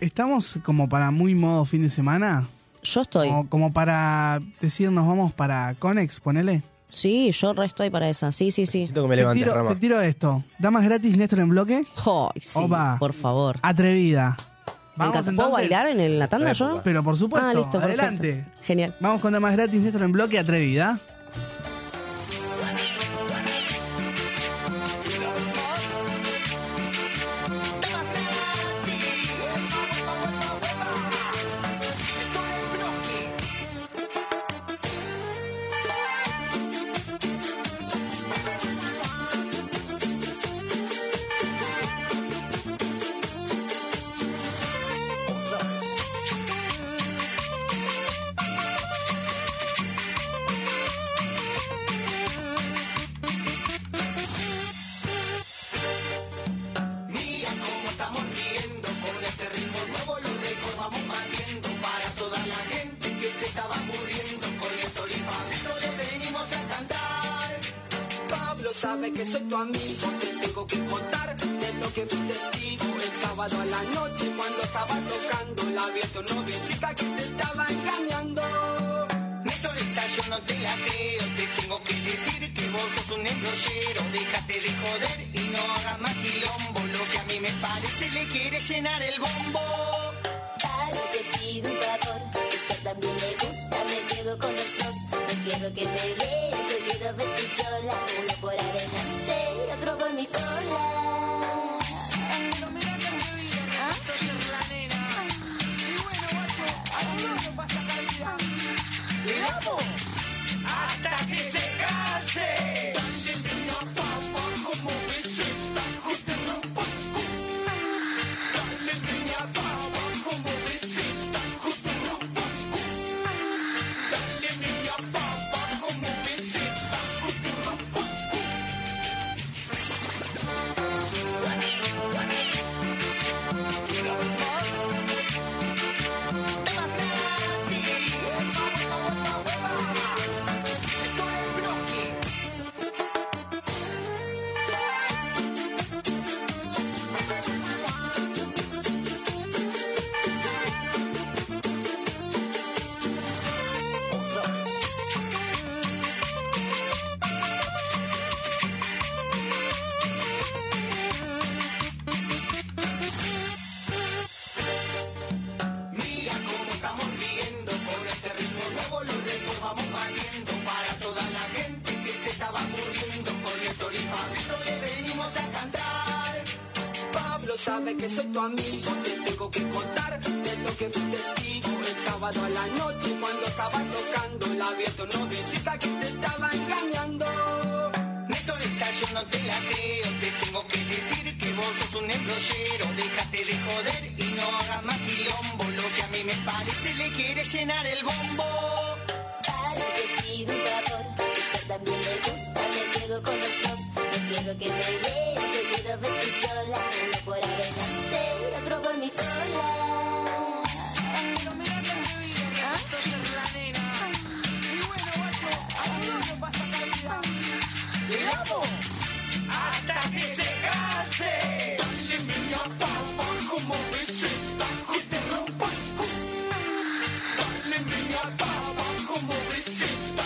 Speaker 4: estamos como para muy modo fin de semana.
Speaker 2: Yo estoy.
Speaker 4: Como, como para decirnos vamos para Conex, ponele.
Speaker 2: Sí, yo re estoy para esa. Sí, sí, sí.
Speaker 5: Necesito que me
Speaker 4: Te
Speaker 5: levantes,
Speaker 4: tiro, te
Speaker 5: Román.
Speaker 4: tiro esto. Damas gratis, Néstor en bloque.
Speaker 2: Jo, sí,
Speaker 4: Opa.
Speaker 2: por favor.
Speaker 4: Atrevida.
Speaker 2: Me
Speaker 4: Vamos,
Speaker 2: encanta. ¿Puedo
Speaker 4: entonces?
Speaker 2: bailar en el- la tanda yo?
Speaker 4: Pero por supuesto,
Speaker 2: Ah, listo, perfecto.
Speaker 4: adelante.
Speaker 2: Genial.
Speaker 4: Vamos con Damas Gratis, Néstor en bloque, atrevida.
Speaker 8: Pablo sabe que soy tu amigo, te tengo que contar de lo que fui testigo el sábado a la noche cuando estaba tocando la vi a tu noviecita que te estaba engañando. Néstorita, yo no te la creo, te tengo que decir que vos sos un embrollero, déjate de joder y no hagas más quilombo, lo que a mí me parece le quiere llenar el bombo.
Speaker 12: Dale, te pido un favor. Esta también me gusta, me quedo con los dos. No quiero que me leas, yo quiero vestichola. Uno por adelante, otro por mi cola. ¿Ah?
Speaker 8: Pablo sabe que soy tu amigo, te tengo que contar de lo que fui testigo el sábado a la noche cuando estaba tocando la vi a tu noviecita que te estaba engañando. Néstorita, yo no te la creo, te tengo que decir que vos sos un embrollero, déjate de joder y no hagas más quilombo, lo que a mí me parece le quiere llenar el bombo.
Speaker 12: Dale, te pido un favor. Esta también me gusta, me quedo con los dos. No quiero que me leas, yo quiero vestichola. Uno por adelante, otro por mi cola. ¿Ah?
Speaker 8: Dale, niña, papá, como besita.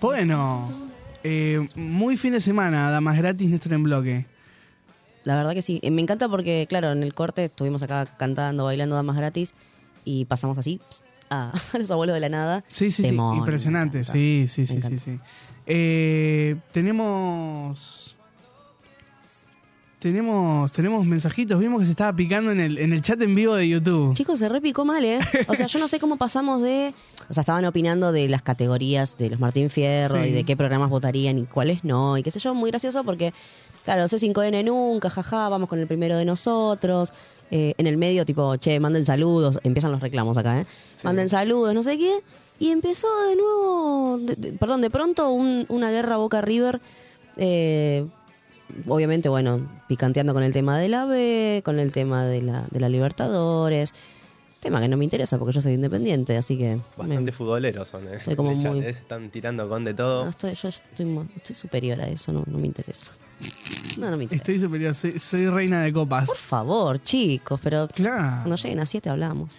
Speaker 4: Bueno, eh, muy fin de semana, damas gratis, Néstor en bloque.
Speaker 2: La verdad que sí. Eh, Me encanta porque, claro, en el corte estuvimos acá cantando, bailando damas gratis y pasamos así pss, a, a los abuelos de la nada.
Speaker 4: Sí, sí,
Speaker 2: Temón.
Speaker 4: sí. Impresionante, sí, sí, sí, sí, sí. Eh, tenemos. Tenemos, tenemos mensajitos, vimos que se estaba picando en el, en el chat en vivo de YouTube.
Speaker 2: Chicos, se repicó mal, ¿eh? O sea, yo no sé cómo pasamos de... O sea, estaban opinando de las categorías de los Martín Fierro
Speaker 4: Sí.
Speaker 2: y de qué programas votarían y cuáles no, y qué sé yo, muy gracioso porque, claro, C5N nunca, jaja, vamos con el primero de nosotros. Eh, en el medio, tipo, che, manden saludos, empiezan los reclamos acá, ¿eh? Manden saludos, no sé qué. Y empezó de nuevo, de- de- perdón, de pronto un- una guerra Boca-River. eh, obviamente, bueno, picanteando con el tema de la B, con el tema de la, de la Libertadores. Tema que no me interesa porque yo soy independiente, así que...
Speaker 5: Bastante futboleros son, ¿eh?
Speaker 2: Soy como
Speaker 5: En el chat,
Speaker 2: muy-
Speaker 5: ¿eh? Se están tirando con de todo.
Speaker 2: No, estoy, yo estoy, mo- estoy superior a eso, no, no me interesa. No, no me interesa.
Speaker 4: Estoy superior, soy, soy reina de copas.
Speaker 2: Por favor, chicos, pero cuando lleguen a 7 hablamos.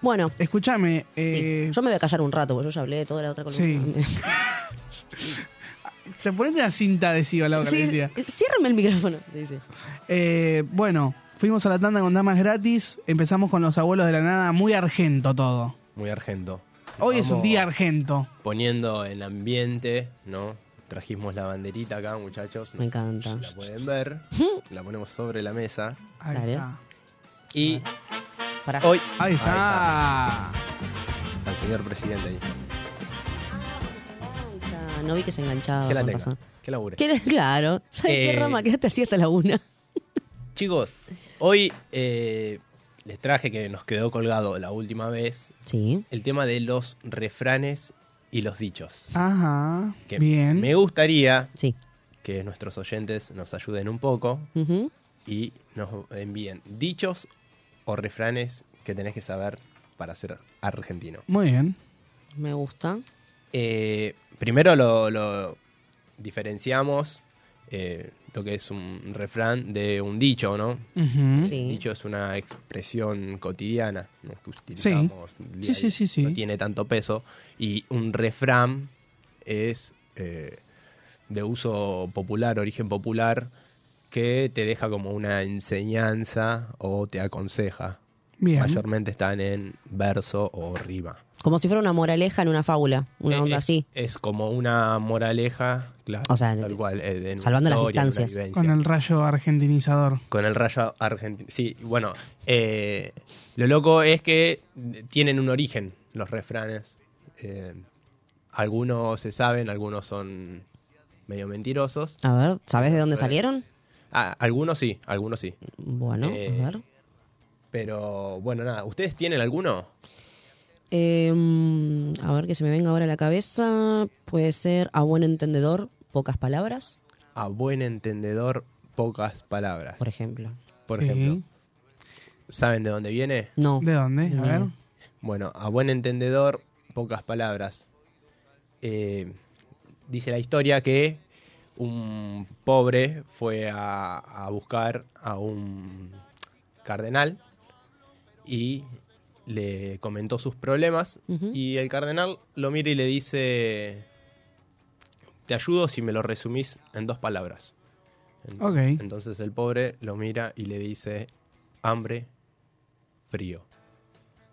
Speaker 2: Bueno.
Speaker 4: Escúchame. eh,
Speaker 2: Yo me voy a callar un rato, porque yo ya hablé de toda la otra columna.
Speaker 4: Sí. Te pones una cinta adhesiva al lado
Speaker 2: Sí,
Speaker 4: Carlitia.
Speaker 2: ciérrame el micrófono. dice.
Speaker 4: Eh, bueno, fuimos a la tanda con damas gratis. Empezamos con los abuelos de la nada. Muy argento todo.
Speaker 5: Muy argento.
Speaker 4: Hoy es un
Speaker 5: Vamos
Speaker 4: día argento.
Speaker 5: Poniendo el ambiente, ¿no? Trajimos la banderita acá, muchachos.
Speaker 2: Me encanta.
Speaker 5: La pueden ver. La ponemos sobre la mesa.
Speaker 4: Ahí Dale. está.
Speaker 5: Y.
Speaker 2: Para.
Speaker 5: Hoy.
Speaker 4: Ahí está.
Speaker 5: Al señor presidente ahí.
Speaker 2: Ya, no vi que se enganchaba.
Speaker 5: Que la
Speaker 2: con
Speaker 5: tenga,
Speaker 2: razón.
Speaker 5: que labure.
Speaker 2: Que la- claro. ¿Sabes
Speaker 5: Eh.
Speaker 2: qué rama? Quedaste así hasta la una.
Speaker 5: Chicos, hoy eh, les traje que nos quedó colgado la última vez.
Speaker 2: Sí.
Speaker 5: El tema de los refranes y los dichos.
Speaker 4: Ajá.
Speaker 5: Que
Speaker 4: Bien.
Speaker 5: Me gustaría
Speaker 2: sí.
Speaker 5: que nuestros oyentes nos ayuden un poco
Speaker 2: Ujú.
Speaker 5: y nos envíen dichos o refranes que tenés que saber para ser argentino.
Speaker 4: Muy bien.
Speaker 2: Me gusta.
Speaker 5: Eh, primero lo, lo diferenciamos eh, lo que es un refrán de un dicho, ¿no?
Speaker 4: Ujú.
Speaker 5: El dicho es una expresión cotidiana ¿no? que
Speaker 4: Sí.
Speaker 5: utilizamos. día a
Speaker 4: Sí, sí,
Speaker 5: día,
Speaker 4: sí, sí.
Speaker 5: No tiene tanto peso. Y un refrán es eh, de uso popular, origen popular, que te deja como una enseñanza o te aconseja.
Speaker 2: Bien.
Speaker 5: Mayormente están en verso o rima. Eh,
Speaker 2: Como si fuera una moraleja en una fábula. Una onda así.
Speaker 5: Es como una moraleja, claro,
Speaker 2: O sea,
Speaker 5: tal cual, eh, de una
Speaker 2: salvando las
Speaker 5: historia, de una
Speaker 2: distancias.
Speaker 5: vivencia.
Speaker 4: Con el rayo argentinizador.
Speaker 5: Con el rayo argentino. Sí, bueno, eh, lo loco es que tienen un origen los refranes. Eh, algunos se saben, algunos son medio mentirosos.
Speaker 2: A ver, ¿sabes de dónde
Speaker 5: Eh.
Speaker 2: salieron?
Speaker 5: Ah, algunos sí, algunos sí.
Speaker 2: Bueno,
Speaker 5: Eh,
Speaker 2: a ver.
Speaker 5: Pero bueno, nada, ¿ustedes tienen alguno?
Speaker 2: Eh, mm, a ver que se me venga ahora a la cabeza. Puede ser a buen entendedor, pocas palabras.
Speaker 5: A buen entendedor, pocas palabras. Por
Speaker 2: ejemplo.
Speaker 5: Por
Speaker 4: Sí.
Speaker 5: ejemplo. ¿Saben de dónde viene?
Speaker 2: No.
Speaker 4: ¿De dónde? A
Speaker 5: No.
Speaker 4: ver.
Speaker 5: Bueno, a buen entendedor, pocas palabras. Eh, dice la historia que un pobre fue a, a buscar a un cardenal y le comentó sus problemas y el cardenal lo mira y le dice, te ayudo si me lo resumís en dos palabras. En-
Speaker 4: Ok.
Speaker 5: Entonces el pobre lo mira y le dice, hambre, frío.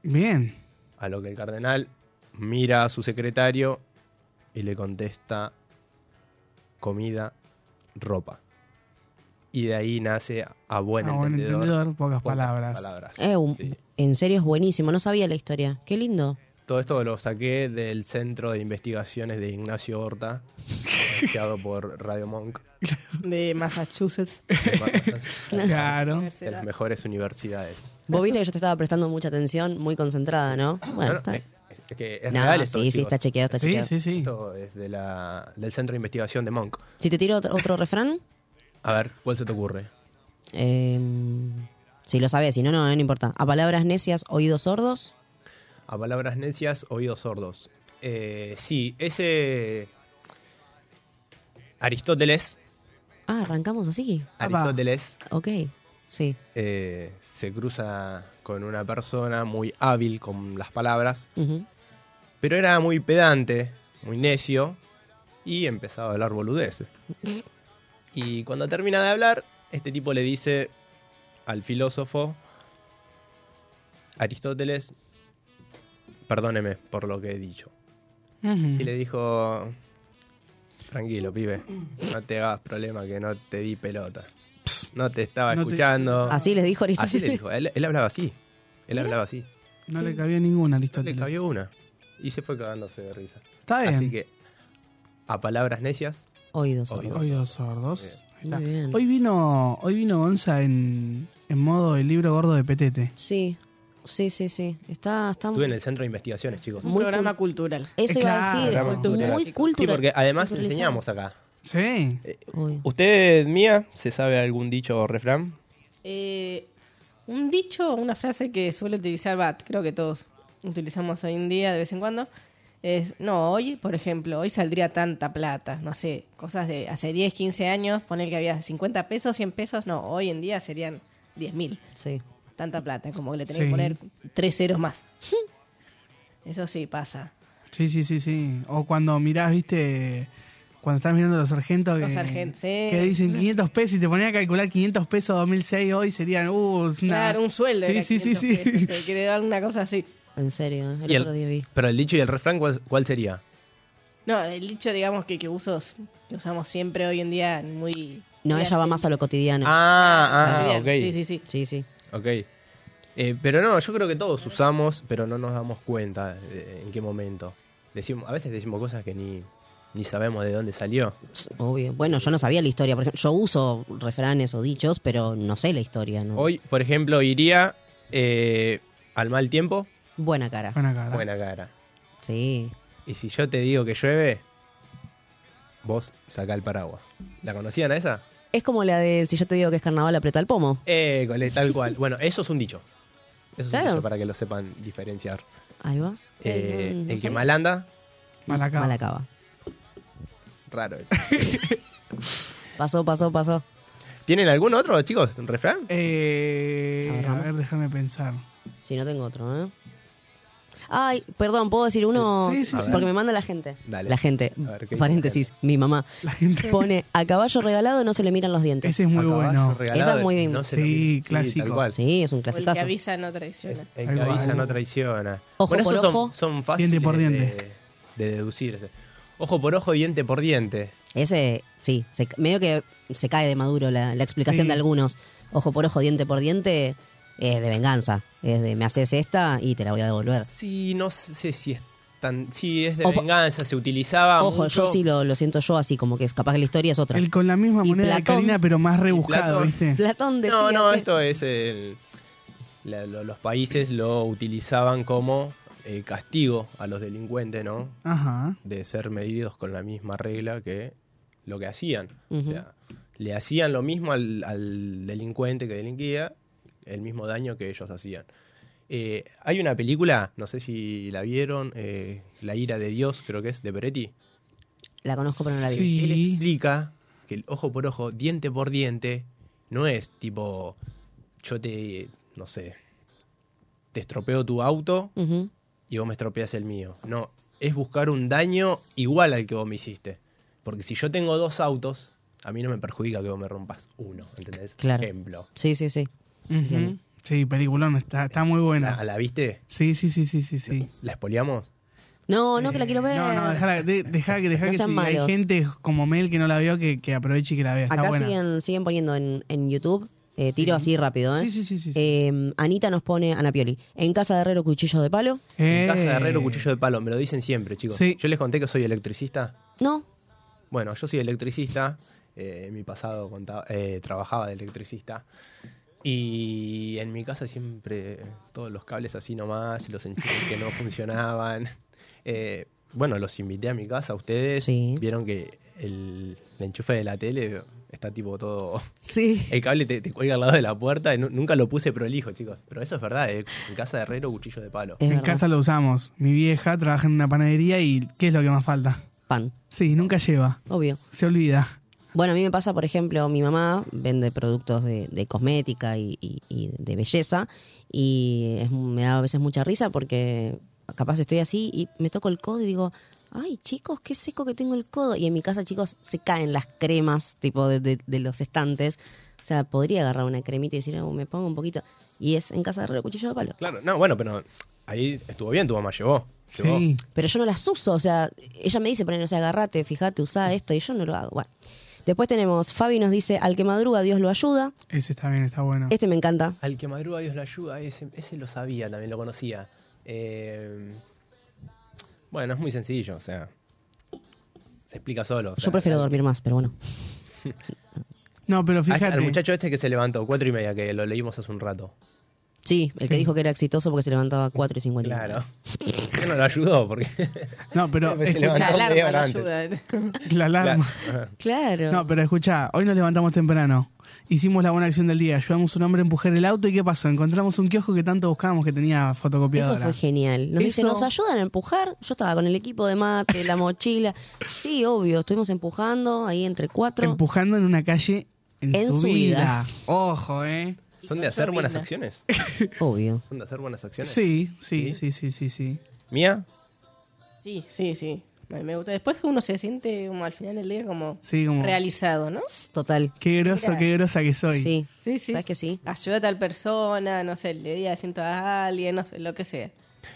Speaker 4: Bien.
Speaker 5: A lo que el cardenal mira a su secretario y le contesta comida, ropa. Y de ahí nace a buen,
Speaker 4: A buen
Speaker 5: entendedor,
Speaker 4: entendedor, pocas palabras.
Speaker 2: Eh, un- En serio es buenísimo, no sabía la historia. Qué lindo.
Speaker 5: Todo esto lo saqué del Centro de Investigaciones de Ignacio Horta, creado por Radio Monk,
Speaker 6: De Massachusetts.
Speaker 4: Claro.
Speaker 5: de las mejores universidades.
Speaker 2: Vos viste que yo te estaba prestando mucha atención, muy concentrada, ¿no? Bueno,
Speaker 5: Bueno,
Speaker 2: está-
Speaker 5: eh, es que es
Speaker 2: No,
Speaker 5: real esto,
Speaker 2: sí, sí,
Speaker 5: chicos.
Speaker 2: está chequeado, está Sí, chequeado. sí,
Speaker 5: Esto es de la- del Centro de Investigación de Monk.
Speaker 2: Si te tiro otro, otro refrán,
Speaker 5: A ver, ¿cuál se te ocurre?
Speaker 2: eh, si lo sabes, si no, no, eh, no importa. A palabras necias, oídos sordos.
Speaker 5: A palabras necias, oídos sordos. Eh, sí, ese. Aristóteles.
Speaker 2: Ah, arrancamos así.
Speaker 5: Aristóteles
Speaker 2: Ok, sí.
Speaker 5: eh, se cruza con una persona muy hábil con las palabras,
Speaker 2: Ujú.
Speaker 5: pero era muy pedante, muy necio, y empezaba a hablar boludeces. Y cuando termina de hablar, este tipo le dice al filósofo Aristóteles, perdóneme por lo que he dicho. Y le dijo, tranquilo, pibe, no te hagas problema que no te di pelota. No te estaba
Speaker 4: No te-
Speaker 5: escuchando.
Speaker 2: Así les dijo Aristóteles.
Speaker 5: Así le dijo, él, él hablaba así. Él hablaba así.
Speaker 4: No le cabía ninguna a
Speaker 5: No le
Speaker 4: Aristóteles.
Speaker 5: cabió una. Y se fue cagándose de risa.
Speaker 4: Está bien.
Speaker 5: Así que, a palabras necias,
Speaker 2: Oídos.
Speaker 5: Oídos.
Speaker 4: Oídos sordos. Ahí está.
Speaker 2: Muy bien.
Speaker 4: Hoy vino, hoy vino Gonza en, en modo el libro gordo de Petete.
Speaker 2: Sí, sí, sí, sí. Está, está
Speaker 5: estuve en el centro de investigaciones, chicos.
Speaker 6: Un
Speaker 2: Muy
Speaker 6: programa cultural.
Speaker 2: Eso iba a
Speaker 4: Claro,
Speaker 2: decir,
Speaker 5: programa cultural.
Speaker 2: muy cultural.
Speaker 5: Sí, porque además
Speaker 2: Culturalizado.
Speaker 5: enseñamos acá.
Speaker 4: Sí.
Speaker 6: Eh.
Speaker 2: Uy.
Speaker 5: ¿Usted, mía, se sabe algún dicho o refrán?
Speaker 6: Eh, un dicho, una frase que suele utilizar Bat, creo que todos utilizamos hoy en día de vez en cuando, es, no, hoy, por ejemplo, hoy saldría tanta plata, no sé, cosas de hace 10, 15 años, poner que había 50 pesos, 100 pesos, no, hoy en día serían 10 mil,
Speaker 2: Sí.
Speaker 6: tanta plata, como que le tenés
Speaker 4: Sí.
Speaker 6: que poner tres ceros más. Eso sí pasa.
Speaker 4: Sí, sí, sí, sí. O cuando mirás, viste, cuando estás mirando los sargentos que,
Speaker 6: Los sargentos, sí.
Speaker 4: que dicen 500 pesos y te ponían a calcular 500 pesos 2006 hoy serían, uh, es una-
Speaker 6: Claro, un sueldo.
Speaker 4: Sí,
Speaker 6: era
Speaker 4: sí, sí,
Speaker 6: 500
Speaker 4: sí.
Speaker 6: pesos, se creó alguna cosa así.
Speaker 2: En serio, ¿eh? el
Speaker 5: Y
Speaker 2: otro día vi.
Speaker 5: Pero el dicho y el refrán, ¿cuál, cuál sería?
Speaker 6: No, el dicho, digamos, que, que usos, que usamos siempre hoy en día, muy...
Speaker 2: No,
Speaker 6: muy
Speaker 2: ella va más a lo cotidiano.
Speaker 5: Ah, ah,
Speaker 6: Bien,
Speaker 5: ok.
Speaker 6: Sí, sí, sí.
Speaker 2: Sí, sí.
Speaker 5: Ok. Eh, pero no, yo creo que todos usamos, pero no nos damos cuenta eh, en qué momento. Decimos, a veces decimos cosas que ni, ni sabemos de dónde salió.
Speaker 2: Pss, Obvio. Bueno, yo no sabía la historia. Por ejemplo, yo uso refranes o dichos, pero no sé la historia. ¿no?
Speaker 5: Hoy, por ejemplo, iría eh, al mal tiempo,
Speaker 2: Buena cara.
Speaker 4: Buena cara.
Speaker 5: buena cara.
Speaker 2: Sí.
Speaker 5: Y si yo te digo que llueve, vos saca el paraguas. ¿La conocían a esa?
Speaker 2: Es como la de si yo te digo que es carnaval, aprieta el pomo.
Speaker 5: Eh, cole, tal cual. Bueno, eso es un dicho. Eso es
Speaker 2: Claro.
Speaker 5: un dicho para que lo sepan diferenciar.
Speaker 2: Ahí va.
Speaker 5: Eh,
Speaker 2: Eh, no, no
Speaker 5: el que
Speaker 2: sabía.
Speaker 5: mal anda,
Speaker 4: Mala cara.
Speaker 2: Mala cava.
Speaker 5: raro eso.
Speaker 2: Pasó, pasó, pasó.
Speaker 5: ¿Tienen algún otro, chicos? ¿Refrán?
Speaker 4: Eh,
Speaker 2: A ver,
Speaker 4: a
Speaker 2: Ramón.
Speaker 4: ver, déjame pensar.
Speaker 2: Si no tengo otro, ¿eh? Ay, perdón, ¿puedo decir uno?
Speaker 4: Eh, Sí, sí,
Speaker 5: A sí. ver.
Speaker 2: Porque me manda la gente.
Speaker 5: Dale.
Speaker 2: La gente.
Speaker 5: A ver, ¿qué dice
Speaker 2: Paréntesis, mi mamá.
Speaker 4: La gente.
Speaker 2: Pone, a caballo regalado no se le miran los dientes.
Speaker 4: Ese es muy
Speaker 5: A caballo
Speaker 4: bueno.
Speaker 5: regalado,
Speaker 2: Esa es muy-
Speaker 5: no se
Speaker 4: Sí,
Speaker 5: lo mide.
Speaker 4: clásico.
Speaker 5: tal cual.
Speaker 2: Sí, es un
Speaker 6: O el que
Speaker 2: clasicazo.
Speaker 6: avisa no traiciona.
Speaker 5: El
Speaker 4: Ahí
Speaker 5: que
Speaker 4: va.
Speaker 5: avisa no traiciona.
Speaker 2: Ojo
Speaker 5: bueno,
Speaker 2: por
Speaker 5: esos son,
Speaker 2: ojo,
Speaker 5: son fáciles
Speaker 4: diente por
Speaker 5: de-
Speaker 4: diente.
Speaker 5: De, deducir. Ojo por ojo, diente por diente.
Speaker 2: Ese, sí, se- medio que se cae de maduro la, la explicación
Speaker 4: Sí.
Speaker 2: de algunos. Ojo por ojo, diente por diente, es de venganza. Es de me haces esta y te la voy a devolver.
Speaker 5: Sí, no sé si es tan... Sí, es de
Speaker 2: Ojo.
Speaker 5: venganza, se utilizaba
Speaker 2: Ojo,
Speaker 5: mucho.
Speaker 2: yo sí lo, lo siento yo así, como que es capaz que la historia es otra.
Speaker 4: Ah, El con la misma
Speaker 2: Y
Speaker 4: moneda de
Speaker 2: Platón.
Speaker 4: Karina, pero más rebuscado,
Speaker 5: Platón.
Speaker 4: ¿viste?
Speaker 2: Platón decía
Speaker 5: No, no,
Speaker 2: que-
Speaker 5: esto es el- la- lo- los países lo utilizaban como eh, castigo a los delincuentes, ¿no?
Speaker 4: Ajá.
Speaker 5: De ser medidos con la misma regla que lo que hacían. O
Speaker 2: Ujú.
Speaker 5: sea, le hacían lo mismo al, al delincuente que delinquía, el mismo daño que ellos hacían. Eh, hay una película, no sé si la vieron, eh, La ira de Dios, creo que es, de Peretti.
Speaker 2: La conozco, pero no la vi.
Speaker 4: Sí.
Speaker 5: Él explica que el ojo por ojo, diente por diente, no es tipo, yo te, no sé, te estropeo tu auto
Speaker 2: Ujú.
Speaker 5: y vos me estropeas el mío. No, es buscar un daño igual al que vos me hiciste. Porque si yo tengo dos autos, a mí no me perjudica que vos me rompas uno, ¿entendés?
Speaker 2: Claro.
Speaker 5: Ejemplo.
Speaker 2: Sí, sí, sí.
Speaker 4: Ujú. Sí, peliculón, está, está muy
Speaker 5: ¿La,
Speaker 4: buena.
Speaker 5: la viste?
Speaker 4: Sí, sí, sí, sí, sí, sí.
Speaker 5: ¿La espoleamos?
Speaker 2: No, no, que la quiero ver.
Speaker 4: Eh, No, no, dejá, de- dejá que, dejá
Speaker 2: No
Speaker 4: que
Speaker 2: sean
Speaker 4: si
Speaker 2: malos.
Speaker 4: hay gente como Mel que no la vio, que, que aproveche y que la vea. Está
Speaker 2: Acá
Speaker 4: buena.
Speaker 2: siguen, siguen poniendo en, en YouTube. eh, tiro así rápido, ¿eh?
Speaker 4: Sí, sí, sí, sí, sí.
Speaker 2: Eh, Anita nos pone, Ana Pioli, en casa de Herrero, cuchillo de palo.
Speaker 4: Eh,
Speaker 5: En casa de herrero, cuchillo de palo. Me lo dicen siempre, chicos.
Speaker 4: Sí.
Speaker 5: Yo les conté que soy electricista.
Speaker 2: No,
Speaker 5: Bueno, yo soy electricista. eh, en mi pasado contaba- eh, trabajaba de electricista. Y en mi casa siempre todos los cables así nomás, los enchufes que no funcionaban. Eh, bueno, los invité a mi casa, ustedes
Speaker 2: Sí.
Speaker 5: vieron que el, el enchufe de la tele está tipo todo...
Speaker 2: Sí.
Speaker 5: El cable te, te cuelga al lado de la puerta y nu- nunca lo puse prolijo, chicos. Pero eso es verdad, eh, en casa de herrero, cuchillo de palo.
Speaker 2: Es
Speaker 4: en
Speaker 2: verdad.
Speaker 4: casa lo usamos. Mi vieja trabaja en una panadería y ¿qué es lo que más falta?
Speaker 2: Pan,
Speaker 4: Sí, nunca lleva.
Speaker 2: obvio.
Speaker 4: Se olvida.
Speaker 2: Bueno, a mí me pasa, por ejemplo, mi mamá vende productos de, de cosmética y, y- y de belleza y es- me da a veces mucha risa porque capaz estoy así y me toco el codo y digo, ay chicos, qué seco que tengo el codo. Y en mi casa, chicos, se caen las cremas, tipo de, de- de los estantes. O sea, podría agarrar una cremita y decir, "Oh, me pongo un poquito. Y es en casa de herrero, cuchillo de palo.
Speaker 5: Claro, no, bueno, pero ahí estuvo bien, tu mamá llevó. llevó.
Speaker 4: Sí.
Speaker 2: Pero yo no las uso, o sea, ella me dice, poner, o sea, agarrate, fíjate, usá esto, y yo no lo hago. Bueno. Después tenemos, Fabi nos dice, al que madruga Dios lo ayuda.
Speaker 4: Ese está bien, está bueno.
Speaker 2: Este me encanta.
Speaker 5: Al que madruga Dios lo ayuda, ese, ese lo sabía, también lo conocía. Eh, bueno, es muy sencillo, o sea. Se explica solo. o sea,
Speaker 2: Yo prefiero
Speaker 5: al-
Speaker 2: dormir más, pero bueno.
Speaker 4: No,
Speaker 5: a-
Speaker 4: pero
Speaker 5: Al
Speaker 4: fíjate.
Speaker 5: muchacho este que se levantó, cuatro y media, que lo leímos hace un rato.
Speaker 2: Sí, el que dijo que era exitoso porque se levantaba a 4 y 50.
Speaker 5: Claro. ¿Qué no lo ayudó? Porque
Speaker 4: No, pero
Speaker 5: Se
Speaker 4: escu-
Speaker 5: levantó
Speaker 6: La alarma
Speaker 5: media hora
Speaker 6: la
Speaker 5: antes.
Speaker 6: ayuda.
Speaker 4: la alarma.
Speaker 5: Claro.
Speaker 2: Claro.
Speaker 4: No, pero escucha, hoy nos levantamos temprano. Hicimos la buena acción del día. Ayudamos a un hombre a empujar el auto y ¿qué pasó? Encontramos un kiosco que tanto buscábamos que tenía
Speaker 2: Eso
Speaker 4: fotocopiadora.
Speaker 2: fue genial. Nos dice,
Speaker 4: Eso-
Speaker 2: ¿nos ayudan a empujar? Yo estaba con el equipo de mate, la mochila. Sí, obvio, estuvimos empujando ahí entre cuatro.
Speaker 4: Empujando en una calle en,
Speaker 2: En
Speaker 4: su
Speaker 2: su
Speaker 4: vida.
Speaker 2: vida.
Speaker 4: Ojo, ¿eh?
Speaker 5: Son de hacer buenas acciones.
Speaker 2: obvio.
Speaker 5: Son de hacer buenas acciones.
Speaker 4: Sí, sí, sí,
Speaker 5: ¿Sí?
Speaker 4: sí, sí, sí.
Speaker 5: Mía,
Speaker 6: Sí, sí, sí. Me me gusta. Después uno se siente como al final del día como
Speaker 4: Sí, como...
Speaker 6: realizado, ¿no?
Speaker 2: Total.
Speaker 4: Qué groso,
Speaker 6: Mira.
Speaker 4: qué grosa que soy.
Speaker 2: Sí.
Speaker 6: Sí, sí.
Speaker 2: ¿Sabes que sí?
Speaker 6: Ayuda a tal persona, no sé, le di asiento a alguien, no sé, lo que sea.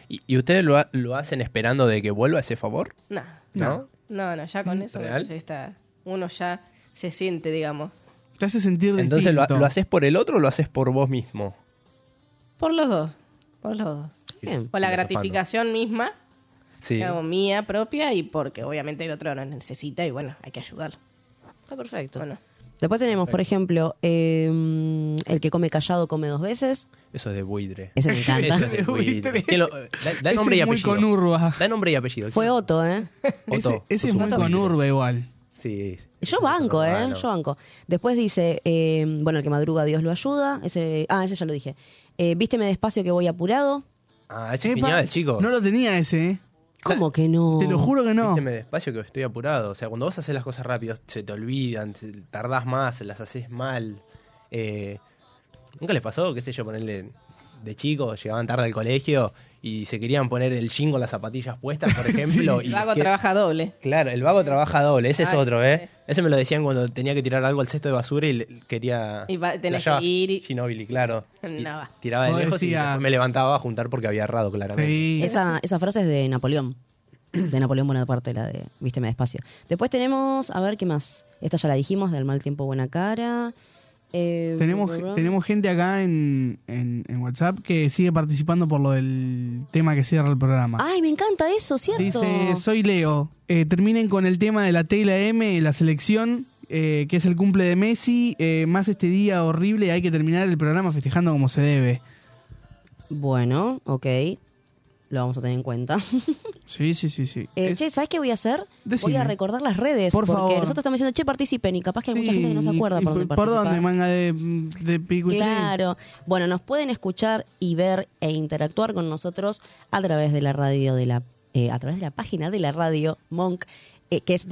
Speaker 5: ¿y, y ustedes lo, ha- lo hacen esperando de que vuelva ese favor?
Speaker 6: No,
Speaker 5: ¿No?
Speaker 6: no, no, ya con eso me
Speaker 5: ¿Real?
Speaker 6: parece que está, uno ya se siente, digamos,
Speaker 4: Te hace sentir
Speaker 5: Entonces, ¿lo, ha-
Speaker 4: distinto.
Speaker 5: ¿lo haces por el otro o lo haces por vos mismo?
Speaker 6: por los dos, por los dos.
Speaker 2: Bien.
Speaker 6: Por la
Speaker 5: Filosofando.
Speaker 6: gratificación misma,
Speaker 5: Sí.
Speaker 6: digamos, mía propia y porque obviamente el otro no necesita y bueno, hay que ayudarlo.
Speaker 2: Está perfecto.
Speaker 6: Bueno,
Speaker 2: Después tenemos, por ejemplo, eh, el que come callado come dos veces.
Speaker 5: Eso es de buitre.
Speaker 2: Ese me
Speaker 5: Eso
Speaker 2: encanta.
Speaker 5: es de
Speaker 4: Buitre.
Speaker 5: buitre. ¿Quién lo- eh, da, da
Speaker 4: Ese
Speaker 5: nombre y
Speaker 4: es muy
Speaker 5: apellido.
Speaker 4: conurba.
Speaker 5: Da nombre y apellido.
Speaker 2: Fue Otto, ¿eh?
Speaker 4: Ese,
Speaker 5: Otto,
Speaker 4: ese es
Speaker 5: sos
Speaker 4: muy
Speaker 5: un buitre.
Speaker 4: conurba igual.
Speaker 5: Sí.
Speaker 2: Yo banco, ¿eh?
Speaker 5: Bueno.
Speaker 2: Yo banco. Después dice, eh, bueno, el que madruga Dios lo ayuda. Ese, ah, ese ya lo dije. Eh, Vísteme despacio que voy apurado.
Speaker 5: Ah, ese es
Speaker 4: Epa,
Speaker 5: genial, chicos.
Speaker 4: No lo tenía ese, ¿eh?
Speaker 2: ¿Cómo que no?
Speaker 4: Te lo
Speaker 5: Uh,
Speaker 4: juro que no.
Speaker 5: Vísteme despacio que estoy apurado. O sea, cuando vos haces las cosas rápido, se te olvidan, se- tardás más, las haces mal. Eh, ¿Nunca les pasó, qué sé yo, ponerle de chicos, llegaban tarde al colegio y se querían poner el jean con las zapatillas puestas, por ejemplo? y
Speaker 6: el vago
Speaker 5: que-
Speaker 6: trabaja doble.
Speaker 5: Claro, el vago trabaja doble, ese es
Speaker 6: Ay,
Speaker 5: otro, ¿eh?
Speaker 6: sí.
Speaker 5: Ese me lo decían cuando tenía que tirar algo al cesto de basura y le- quería...
Speaker 6: Y va- tenés
Speaker 5: flasheaba
Speaker 6: que ir y-
Speaker 5: Ginóbili, claro.
Speaker 6: No,
Speaker 5: Y
Speaker 6: va.
Speaker 5: Tiraba de
Speaker 4: Vos
Speaker 5: lejos y
Speaker 4: decías-
Speaker 5: después me levantaba a juntar porque había errado, claramente.
Speaker 4: Sí.
Speaker 2: Esa, esa frase es de Napoleón. De Napoleón Bonaparte, la de Vísteme despacio. Después tenemos, a ver, ¿qué más? Esta ya la dijimos, del mal tiempo, buena cara. Eh,
Speaker 4: Tenemos, tenemos gente acá en, en, en WhatsApp que sigue participando por lo del tema que cierra el programa.
Speaker 2: Ay, me encanta eso, ¿cierto?
Speaker 4: Dice, soy Leo. Eh, terminen con el tema de la T y la M, la selección, eh, que es el cumple de Messi, eh, más este día horrible, hay que terminar el programa festejando como se debe.
Speaker 2: Bueno, ok. Lo vamos a tener en cuenta.
Speaker 4: Sí, sí, sí, sí.
Speaker 2: Eh,
Speaker 4: Es-
Speaker 2: che, ¿sabes qué voy a hacer? Voy
Speaker 4: Decime.
Speaker 2: a recordar las redes.
Speaker 4: Por
Speaker 2: porque
Speaker 4: favor.
Speaker 2: nosotros estamos diciendo, che, participen. Y capaz que hay mucha
Speaker 4: Sí,
Speaker 2: gente que no se acuerda
Speaker 4: y
Speaker 2: por dónde
Speaker 4: ¿Por
Speaker 2: participar.
Speaker 4: dónde, manga de, de pico y
Speaker 2: Claro. Bueno, nos pueden escuchar y ver e interactuar con nosotros a través de la radio de la eh, a través de la página de la radio Monk, eh, que es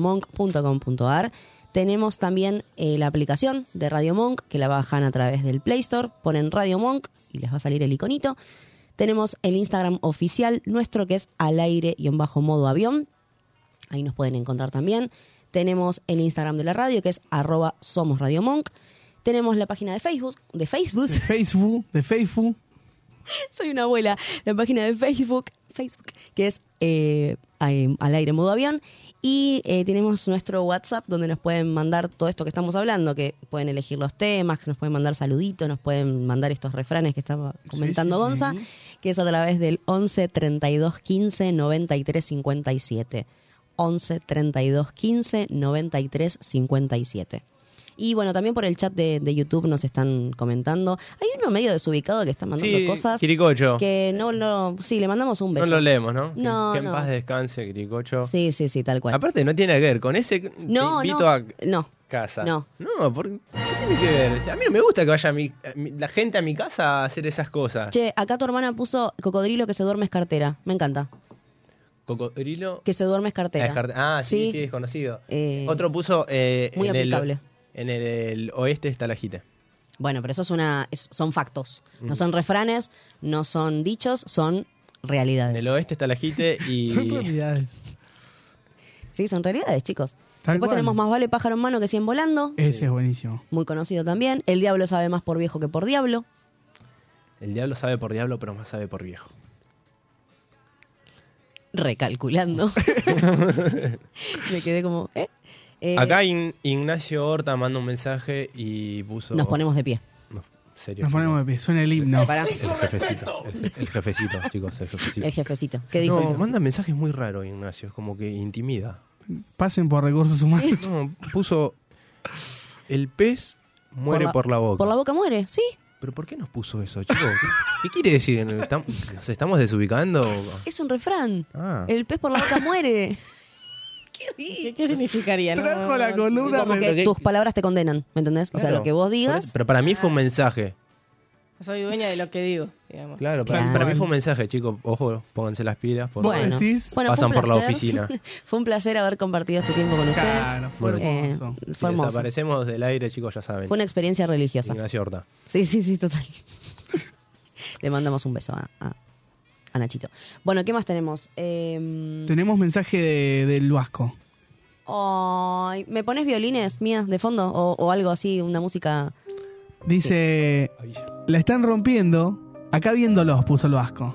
Speaker 2: www.radiomonk.com.ar. Tenemos también eh, la aplicación de Radio Monk, que la bajan a través del Play Store, ponen Radio Monk y les va a salir el iconito. Tenemos el Instagram oficial nuestro, que es al aire y en bajo modo avión. Ahí nos pueden encontrar también. Tenemos el Instagram de la radio, que es arroba somos Radio Monk. Tenemos la página de Facebook, de Facebook,
Speaker 4: De Facebook, de Facebook.
Speaker 2: soy una abuela, la página de Facebook, Facebook, que es eh, ahí, al aire modo avión. Y eh, tenemos nuestro WhatsApp donde nos pueden mandar todo esto que estamos hablando, que pueden elegir los temas, que nos pueden mandar saluditos, nos pueden mandar estos refranes que estaba comentando
Speaker 4: sí,
Speaker 2: Gonza,
Speaker 4: sí.
Speaker 2: que es a través del 11 32 15 93 57. 11 32 15 93 57. Y bueno, también por el chat de, de YouTube nos están comentando. Hay uno medio desubicado que está mandando
Speaker 5: Sí,
Speaker 2: cosas.
Speaker 5: Quiricocho.
Speaker 2: Que no lo. Sí, le mandamos un
Speaker 5: No
Speaker 2: beso.
Speaker 5: lo leemos, ¿no? Que-
Speaker 2: No,
Speaker 5: que en
Speaker 2: no.
Speaker 5: paz descanse, Quiricocho.
Speaker 2: Sí, sí, sí, tal cual.
Speaker 5: Aparte, no tiene que ver. Con ese te
Speaker 2: no,
Speaker 5: invito
Speaker 2: no,
Speaker 5: a
Speaker 2: no.
Speaker 5: casa.
Speaker 2: No.
Speaker 5: No, ¿por ¿qué tiene que ver? O sea, a mí no me gusta que vaya a mi- a mi- la gente a mi casa a hacer esas cosas.
Speaker 2: Che, acá tu hermana puso cocodrilo que se duerme es cartera. Me encanta.
Speaker 5: Cocodrilo.
Speaker 2: Que se duerme es cartera.
Speaker 5: Ah, es carte- Ah, sí, sí, es conocido.
Speaker 2: Eh,
Speaker 5: Otro puso. eh,
Speaker 2: muy
Speaker 5: en
Speaker 2: aplicable.
Speaker 5: El, en el, el oeste está la jita. Mm.
Speaker 2: Bueno, pero eso es una. es- son factos. No son refranes, no son dichos, son
Speaker 5: En
Speaker 2: realidades.
Speaker 5: el oeste está la jite
Speaker 4: Son
Speaker 5: y.
Speaker 4: propiedades.
Speaker 2: Sí, son realidades, chicos.
Speaker 4: Tal
Speaker 2: Después
Speaker 4: cual.
Speaker 2: tenemos Más vale pájaro en mano que 100 volando.
Speaker 4: Ese es buenísimo.
Speaker 2: Muy conocido también. El diablo sabe más por viejo que por diablo.
Speaker 5: El diablo sabe por diablo, pero más sabe por viejo.
Speaker 2: Recalculando. Me quedé como, ¿eh? Eh,
Speaker 5: Acá In- Ignacio Horta manda un mensaje y puso.
Speaker 2: nos ponemos de pie.
Speaker 5: No, serio.
Speaker 4: Nos ponemos de pie. Suena el himno.
Speaker 2: Pará,
Speaker 5: El jefecito. El, el jefecito, chicos, el jefecito.
Speaker 2: el jefecito. ¿Qué dijo?
Speaker 5: No, manda mensajes muy raros, Ignacio. es Como que intimida.
Speaker 4: Pasen por recursos humanos.
Speaker 5: No, puso. El pez muere por la, boca.
Speaker 2: Por la boca muere, sí.
Speaker 5: ¿Pero por qué nos puso eso, chicos? ¿Qué, qué quiere decir? ¿Estam- ¿Nos estamos desubicando?
Speaker 2: Es un refrán.
Speaker 5: Ah.
Speaker 2: El pez por la boca muere.
Speaker 6: ¿Qué, qué significaría? No,
Speaker 4: Trajo
Speaker 6: no,
Speaker 4: la
Speaker 6: no.
Speaker 4: columna.
Speaker 2: Como que
Speaker 5: que-
Speaker 2: tus palabras te condenan, ¿me entendés? O sea,
Speaker 5: Claro.
Speaker 2: lo que vos
Speaker 5: Pero-
Speaker 2: digas,
Speaker 5: Pero para mí fue un mensaje.
Speaker 6: Soy dueña de lo que digo, digamos.
Speaker 5: Claro, para,
Speaker 2: Claro.
Speaker 5: para mí fue un mensaje, chicos. Ojo, pónganse las pilas. Por
Speaker 2: bueno,
Speaker 4: decís,
Speaker 2: bueno, fue
Speaker 5: pasan
Speaker 2: un
Speaker 5: por la
Speaker 2: placer.
Speaker 5: oficina.
Speaker 2: Fue un placer haber compartido este tiempo con ustedes.
Speaker 4: Claro, fue
Speaker 5: Bueno.
Speaker 2: Eh,
Speaker 4: hermoso.
Speaker 5: Si
Speaker 2: fue hermoso.
Speaker 5: desaparecemos del aire, chicos, ya saben.
Speaker 2: Fue una experiencia religiosa.
Speaker 5: Ignacio Horta.
Speaker 2: Sí, sí, sí, total. Le mandamos un beso a, a- a Nachito. Bueno, ¿qué más tenemos? Eh,
Speaker 4: Tenemos mensaje de- del Vasco.
Speaker 2: ay, ¿Me pones violines mías de fondo o, o algo así, una música?
Speaker 4: Dice, la están rompiendo. Acá viéndolos, puso el Vasco.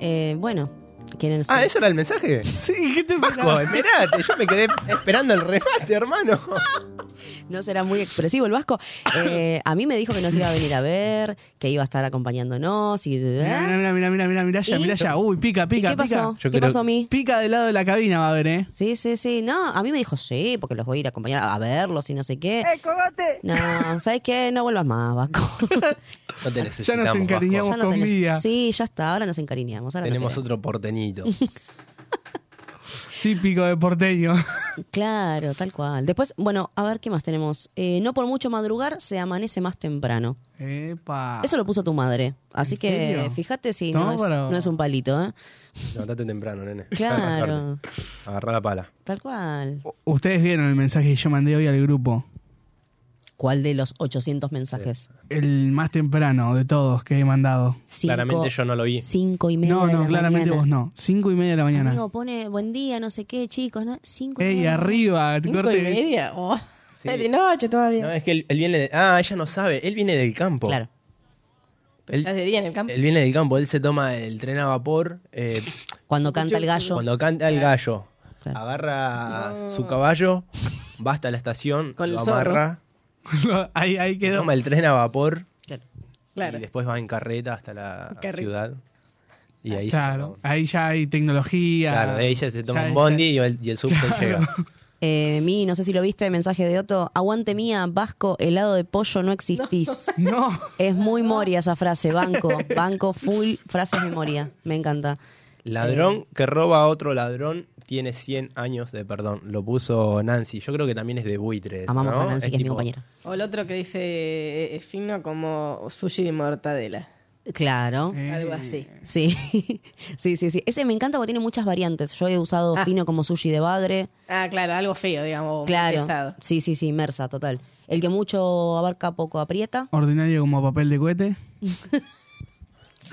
Speaker 2: Eh, bueno, ¿quieren
Speaker 5: Ah,
Speaker 2: ser-
Speaker 5: ¿eso era el mensaje?
Speaker 4: Sí, ¿qué te
Speaker 5: Vasco, esperate, yo me quedé esperando el remate, hermano.
Speaker 2: No será muy expresivo el vasco. Eh, a mí me dijo que nos iba a venir a ver, que iba a estar acompañándonos y...
Speaker 4: Mira,
Speaker 2: ¿Y
Speaker 4: mira, mira, mira, mira, mira ya,
Speaker 2: eh. ¿Y?
Speaker 4: mira ya. Uy, pica, pica,
Speaker 2: qué
Speaker 4: pica.
Speaker 2: pasó?
Speaker 5: Yo
Speaker 2: ¿Qué
Speaker 5: creo-
Speaker 2: pasó a mí?
Speaker 4: Pica del lado de la cabina, va a ver, ¿eh?
Speaker 2: Sí, sí, sí. No, a mí me dijo sí, porque los voy a ir a acompañar a verlos y no sé qué. No, ¿sabes qué? No vuelvas más, Vasco.
Speaker 5: No te
Speaker 4: Ya
Speaker 5: necesitamos,
Speaker 4: nos encariñamos
Speaker 2: Ya
Speaker 5: Vasco.
Speaker 2: no
Speaker 4: con
Speaker 2: tenés-
Speaker 4: Mía.
Speaker 2: Sí, ya está, ahora nos encariñamos. ahora no
Speaker 5: Tenemos
Speaker 2: queremos.
Speaker 5: otro porteñito.
Speaker 4: Típico de porteño.
Speaker 2: Claro, tal cual. Después, bueno, a ver qué más tenemos. Eh, no por mucho madrugar se amanece más temprano.
Speaker 4: Epa.
Speaker 2: Ah. Eso lo puso tu madre. Así
Speaker 4: ¿En
Speaker 2: que
Speaker 4: serio?
Speaker 2: fíjate si no es,
Speaker 4: Tómalo.
Speaker 2: no es un palito, ¿eh?
Speaker 5: Levantate temprano, nene.
Speaker 2: Claro.
Speaker 5: Agarra la pala.
Speaker 2: Tal cual.
Speaker 4: Ustedes vieron el mensaje que yo mandé hoy al grupo.
Speaker 2: ¿Cuál de los 800 mensajes?
Speaker 4: El más temprano de todos que he mandado.
Speaker 2: Cinco-
Speaker 5: Claramente yo no lo vi.
Speaker 2: Cinco y media.
Speaker 4: No,
Speaker 2: de
Speaker 4: no,
Speaker 2: la
Speaker 4: claramente
Speaker 2: mañana.
Speaker 4: vos no. Cinco y media de la mañana.
Speaker 2: Amigo, pone buen día, no sé qué, chicos. ¿no? Cinco y
Speaker 4: Ey,
Speaker 2: media.
Speaker 4: arriba, te
Speaker 6: ¿Cinco
Speaker 4: corte.
Speaker 6: y media? Oh.
Speaker 5: Sí.
Speaker 6: Es de noche todavía.
Speaker 5: No, es que él, él viene de... Ah, ella no sabe. Él viene del campo.
Speaker 2: Claro.
Speaker 5: Él,
Speaker 6: Ya es de día en el campo.
Speaker 5: él viene del campo. Él se toma el tren a vapor eh,
Speaker 2: Cuando canta el gallo.
Speaker 5: cuando canta el gallo.
Speaker 2: Claro.
Speaker 5: Agarra su caballo, va hasta la estación,
Speaker 6: Con el
Speaker 5: lo
Speaker 6: zorro.
Speaker 5: amarra,
Speaker 4: ahí, ahí quedó.
Speaker 5: toma el tren a vapor
Speaker 2: Claro.
Speaker 6: Claro.
Speaker 5: y después va en carreta hasta la
Speaker 6: Carreta.
Speaker 5: ciudad. Y ahí se
Speaker 4: Claro,
Speaker 5: toma-
Speaker 4: ahí ya hay tecnología.
Speaker 5: Claro, de ella se toma
Speaker 4: Ya
Speaker 5: un
Speaker 4: hay-
Speaker 5: bondi y el, y el subte llega.
Speaker 2: Eh, Mi, no sé si lo viste, mensaje de Otto. Aguante mía, Vasco, helado de pollo, no existís.
Speaker 4: No,
Speaker 2: Es muy Moria esa frase, banco, banco full, frases de Moria, me encanta.
Speaker 4: Eh.
Speaker 5: Ladrón que roba a otro ladrón tiene 100 años de perdón. Lo puso Nancy. Yo creo que también es de buitres.
Speaker 2: Amamos
Speaker 5: ¿no?
Speaker 2: a Nancy, que es mi
Speaker 5: tipo-
Speaker 2: compañera.
Speaker 6: O el otro que dice eh, eh, fino como sushi y mortadela.
Speaker 2: Claro,
Speaker 6: Algo así.
Speaker 2: sí, sí, sí, sí. Ese me encanta porque tiene muchas variantes. Yo he usado
Speaker 6: Ah.
Speaker 2: fino como sushi de bagre,
Speaker 6: Ah, claro, algo frío, digamos.
Speaker 2: claro.
Speaker 6: Pesado.
Speaker 2: Sí, sí, sí, mersa, total. El que mucho abarca, poco aprieta.
Speaker 4: ordinario como papel de cohete.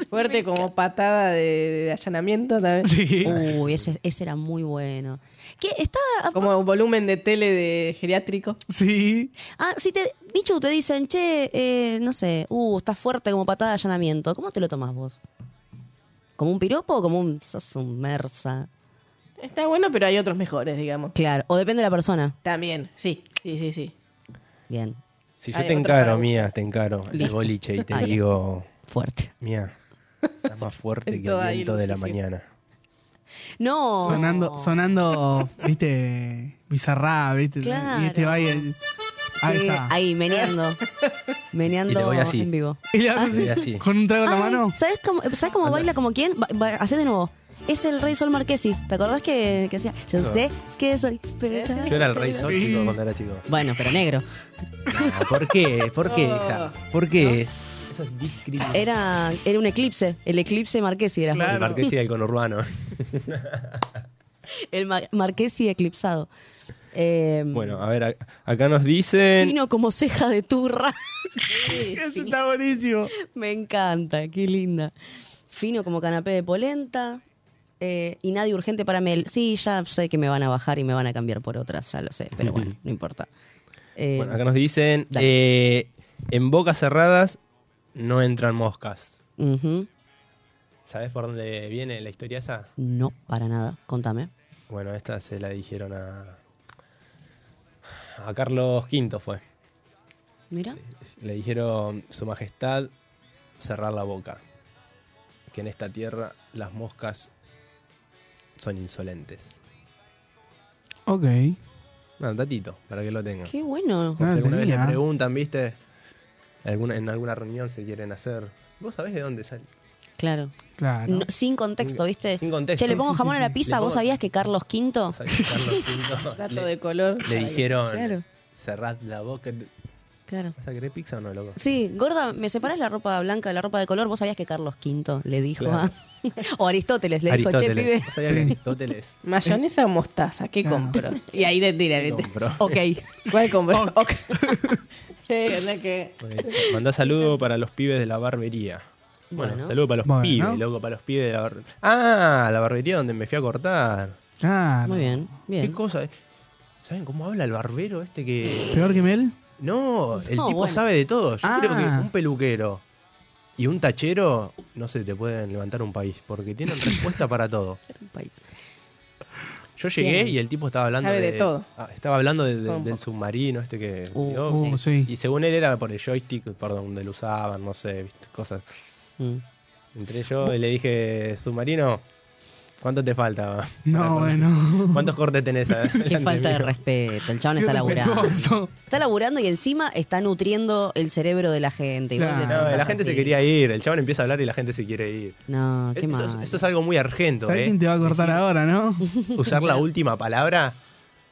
Speaker 6: Fuerte como patada de, de allanamiento también.
Speaker 4: Sí.
Speaker 2: Uy, ese, ese era muy bueno. ¿Qué? Estaba...
Speaker 6: Como volumen de tele de geriátrico.
Speaker 4: Sí.
Speaker 2: Ah, si te... Michu, te dicen, che, eh, no sé, uh, estás fuerte como patada de allanamiento. ¿Cómo te lo tomás vos? ¿Como un piropo o como un... sos un mersa?
Speaker 6: Está bueno, pero hay otros mejores, digamos.
Speaker 2: Claro, o depende de la persona.
Speaker 6: También, sí, sí, sí, sí.
Speaker 2: Bien, Ah,
Speaker 5: Si yo
Speaker 6: Hay
Speaker 5: te
Speaker 6: otro para
Speaker 5: encaro,
Speaker 6: vos.
Speaker 5: mía, te encaro el
Speaker 2: Listo.
Speaker 5: boliche y te
Speaker 2: Ahí.
Speaker 5: digo,
Speaker 2: fuerte.
Speaker 5: mía, estás más fuerte que
Speaker 6: Esto
Speaker 5: el
Speaker 6: ahí
Speaker 5: viento
Speaker 6: lo
Speaker 5: de la
Speaker 6: hice.
Speaker 5: mañana.
Speaker 2: No.
Speaker 4: Sonando, sonando, viste, bizarra, viste.
Speaker 2: Claro.
Speaker 4: Y este va y el-
Speaker 2: Sí,
Speaker 4: Ahí está.
Speaker 2: Ahí, meneando.
Speaker 5: Y le
Speaker 2: meneando
Speaker 5: voy así.
Speaker 2: en vivo.
Speaker 4: Y le hace
Speaker 5: Ah, sí, así.
Speaker 4: Con un trago en la
Speaker 2: Ay,
Speaker 4: mano.
Speaker 2: ¿Sabes cómo, ¿sabes cómo baila como quién? Va- va- hacé de nuevo. Es el Rey Sol Marquesi. ¿Te acordás que, que hacía? Yo
Speaker 5: No.
Speaker 2: sé que soy pesado.
Speaker 5: Yo era el rey sol,
Speaker 4: Sí.
Speaker 5: chico, cuando era chico.
Speaker 2: Bueno, pero negro.
Speaker 5: No, ¿Por qué? ¿Por qué esa? ¿Por qué? Eso es
Speaker 2: Eh,
Speaker 5: discriminación.
Speaker 2: Era, era un eclipse. El eclipse Marquesi era.
Speaker 5: El marqués y el conurbano.
Speaker 2: El Ma- Marquesi eclipsado. Eh,
Speaker 5: Bueno, a ver, ac- acá nos dicen.
Speaker 2: Pino como ceja de turra.
Speaker 4: Eso está buenísimo.
Speaker 2: Me encanta, qué linda. Fino como canapé de polenta. eh, y nadie urgente para Mel. Sí, ya sé que me van a bajar y me van a cambiar por otras, ya lo sé, pero bueno, no importa. Eh,
Speaker 5: Bueno, acá nos dicen.
Speaker 2: Dale.
Speaker 5: eh, en bocas cerradas no entran moscas.
Speaker 2: ujú.
Speaker 5: ¿Sabes por dónde viene la historia esa?
Speaker 2: No, para nada, contame.
Speaker 5: Bueno, esta se la dijeron a. A Carlos V fue.
Speaker 2: Mira,
Speaker 5: Le dijeron, Su Majestad, cerrar la boca. Que en esta tierra las moscas son insolentes.
Speaker 4: Ok.
Speaker 5: Bueno, datito, para que lo tengan.
Speaker 2: qué ¿eh? bueno.
Speaker 5: Por
Speaker 4: Ah,
Speaker 5: si alguna vez le
Speaker 4: tenía.
Speaker 5: preguntan, ¿viste? Alguna- en alguna reunión se quieren hacer. ¿Vos sabés de dónde sale?
Speaker 2: Claro.
Speaker 4: Claro.
Speaker 2: No, sin contexto, ¿viste?
Speaker 5: Ah, Sin contexto.
Speaker 2: Che, le pongo
Speaker 5: Sí, sí,
Speaker 2: jamón
Speaker 5: sí,
Speaker 2: a
Speaker 5: sí.
Speaker 2: la pizza.
Speaker 5: Le
Speaker 2: ¿Vos
Speaker 5: pongo-
Speaker 2: sabías que Carlos V?
Speaker 5: ¿Sabés que Carlos V?
Speaker 6: Dato
Speaker 5: le,
Speaker 6: de color.
Speaker 5: le dijeron,
Speaker 2: Claro.
Speaker 5: cerrad la boca.
Speaker 2: Claro.
Speaker 5: ¿Vas a querer pizza o no, loco?
Speaker 2: Sí, gorda, ¿me separás la ropa blanca de la ropa de color? ¿Vos sabías que Carlos V le dijo
Speaker 5: Claro.
Speaker 2: a- O Aristóteles le dijo, che, pibe.
Speaker 5: ¿Vos sabías que Aristóteles?
Speaker 6: Mayonesa o mostaza, ¿qué
Speaker 4: Claro.
Speaker 6: compro? Y ahí te tira, ¿viste?
Speaker 5: compró?
Speaker 2: Ok.
Speaker 6: ¿Cuál compro? Ok. Sí, es la que-
Speaker 5: Pues, mandá saludo para los pibes de la barbería. Bueno,
Speaker 2: Bueno.
Speaker 5: saludo para los
Speaker 4: Bueno.
Speaker 5: pibes, loco, para los pibes de la barbería. Ah, la barbería donde me fui a cortar.
Speaker 4: Claro.
Speaker 2: Muy bien,
Speaker 5: Ah, ¿Qué
Speaker 2: bien.
Speaker 5: cosa? eh? ¿Saben cómo habla el barbero este que.?
Speaker 4: ¿Peor que Mel?
Speaker 5: No, el
Speaker 2: No,
Speaker 5: tipo
Speaker 2: bueno.
Speaker 5: sabe de todo. Yo
Speaker 4: Ah.
Speaker 5: creo que un peluquero y un tachero, no sé, te pueden levantar un país, porque tienen respuesta para todo.
Speaker 2: País.
Speaker 5: Yo llegué
Speaker 2: Bien.
Speaker 5: y el tipo estaba hablando
Speaker 6: Sabe de todo.
Speaker 5: ah, estaba hablando de- de-
Speaker 6: Todo un
Speaker 5: del
Speaker 6: poco.
Speaker 5: submarino este que.
Speaker 2: Uh,
Speaker 5: tiró.
Speaker 4: Uh, sí.
Speaker 5: Y según él era por el joystick, por donde lo usaban, no sé, viste, cosas.
Speaker 2: Mm.
Speaker 5: Entré yo y le dije, submarino, ¿cuánto te falta?
Speaker 4: No, bueno.
Speaker 5: ¿Cuántos cortes tenés?
Speaker 2: Qué falta de respeto. El chabón
Speaker 4: Qué
Speaker 2: está laburando.
Speaker 4: respetuoso.
Speaker 2: Está laburando y encima está nutriendo el cerebro de la gente. Y vos
Speaker 4: Claro.
Speaker 2: le
Speaker 5: No,
Speaker 2: preguntás
Speaker 5: la gente se
Speaker 2: así.
Speaker 5: quería ir, el chabón empieza a hablar y la gente se quiere ir.
Speaker 2: No, qué
Speaker 5: Eso, es-
Speaker 2: mal.
Speaker 5: eso es algo muy argento,
Speaker 4: ¿Sabés
Speaker 5: ¿eh?
Speaker 4: quién te va a cortar ahora, no?
Speaker 5: Usar la última palabra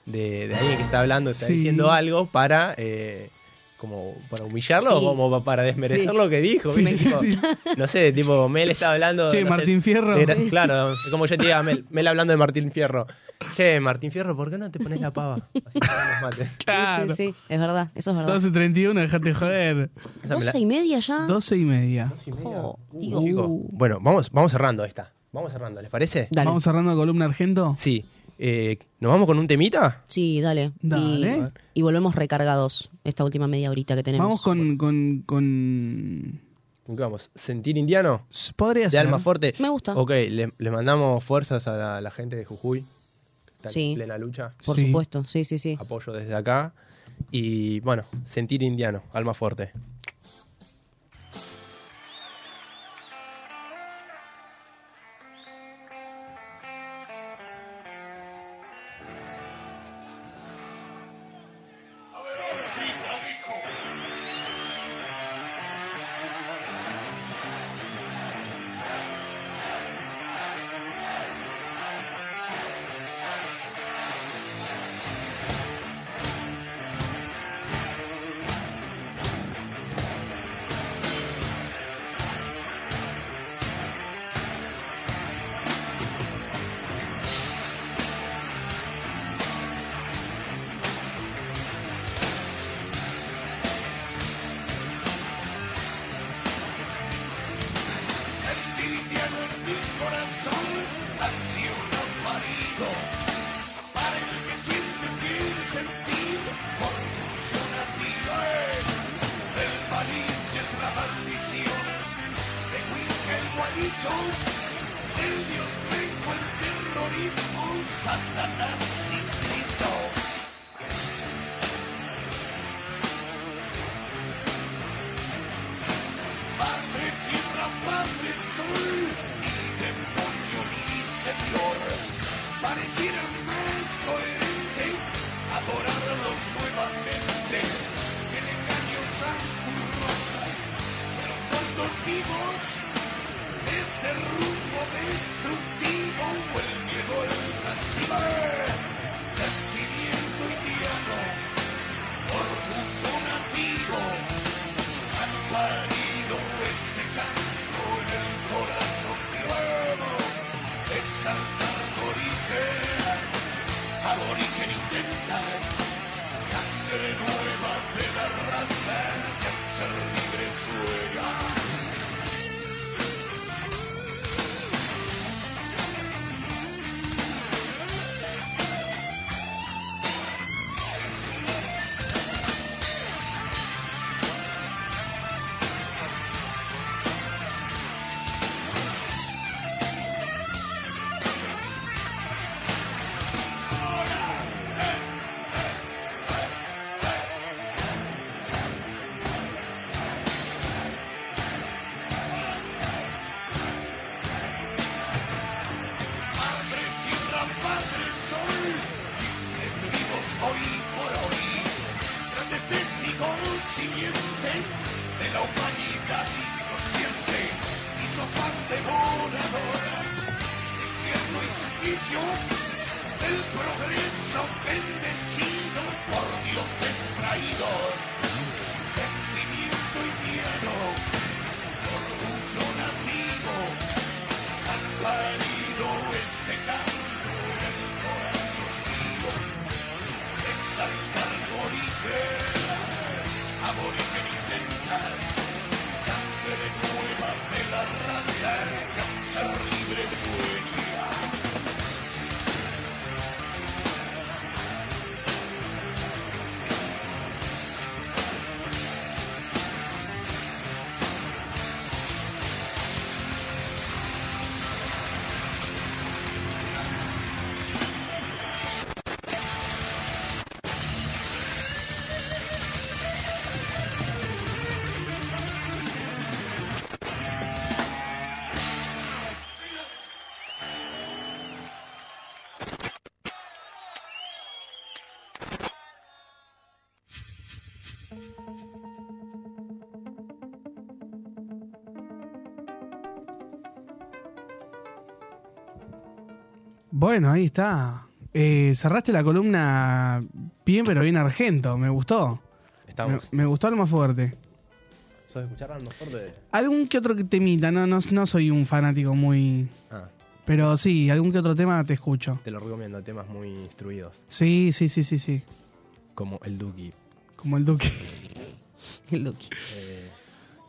Speaker 5: de, de alguien que está hablando, está
Speaker 4: Sí.
Speaker 5: diciendo algo para... eh, como para humillarlo
Speaker 2: Sí.
Speaker 5: o como pa- para desmerecer
Speaker 2: Sí.
Speaker 5: lo que dijo.
Speaker 4: Sí,
Speaker 5: ¿viste?
Speaker 4: sí,
Speaker 5: Tipo,
Speaker 4: sí.
Speaker 5: No sé, tipo, Mel está hablando...
Speaker 4: Che,
Speaker 5: no sé,
Speaker 4: Martín Fierro.
Speaker 5: de gra- claro, como yo te diga, Mel, Mel hablando de Martín Fierro. Che, Martín Fierro, ¿por qué no te pones la pava? Así te dan los mates.
Speaker 2: Sí,
Speaker 4: Claro.
Speaker 2: sí, sí, es verdad, eso es verdad.
Speaker 4: 12.31, dejate joder.
Speaker 5: Esa me la- Uh,
Speaker 2: ¿Doce y media ya?
Speaker 4: 12 y media.
Speaker 2: Oh, Dios.
Speaker 5: Chico, bueno, vamos, vamos cerrando esta. Vamos cerrando, ¿les parece?
Speaker 2: Dale.
Speaker 4: ¿Vamos cerrando columna argento?
Speaker 5: Sí. Eh, ¿Nos vamos con un temita?
Speaker 2: Sí, dale. Y,
Speaker 4: Dale.
Speaker 2: y volvemos recargados esta última media horita que tenemos.
Speaker 4: Vamos con, con, con...
Speaker 5: ¿Con qué vamos? ¿Sentir indiano?
Speaker 4: Podría
Speaker 5: De
Speaker 4: ser.
Speaker 5: alma fuerte.
Speaker 2: Me gusta.
Speaker 5: Ok, le- les mandamos fuerzas a la, la gente de Jujuy. que Está
Speaker 2: Sí.
Speaker 5: en plena lucha.
Speaker 2: Por
Speaker 4: Sí.
Speaker 2: supuesto, sí, sí, sí.
Speaker 5: Apoyo desde acá. Y bueno, sentir indiano, alma fuerte.
Speaker 3: Sentir nació. El progreso bendecido por Dios es traidor. Sentimiento y miedo, orgullo nativo, han parido este canto en el corazón vivo. Exaltar origen, aborigen intentar, sangre nueva de la raza, causa libre sueña.
Speaker 4: Bueno, ahí está. Eh, cerraste la columna bien, pero bien argento. Me gustó. Me,
Speaker 5: Estamos.
Speaker 4: me gustó lo más fuerte.
Speaker 5: ¿Sos escuchar a lo mejor de.?
Speaker 4: Algún que otro temita. No, no, no soy un fanático muy.
Speaker 5: Ah,
Speaker 4: Pero sí, algún que otro tema te escucho.
Speaker 5: te lo recomiendo, temas muy instruidos.
Speaker 4: Sí, sí, sí, sí, sí.
Speaker 5: Como el Duki.
Speaker 4: Como el Duque.
Speaker 2: El Duki.
Speaker 5: Eh,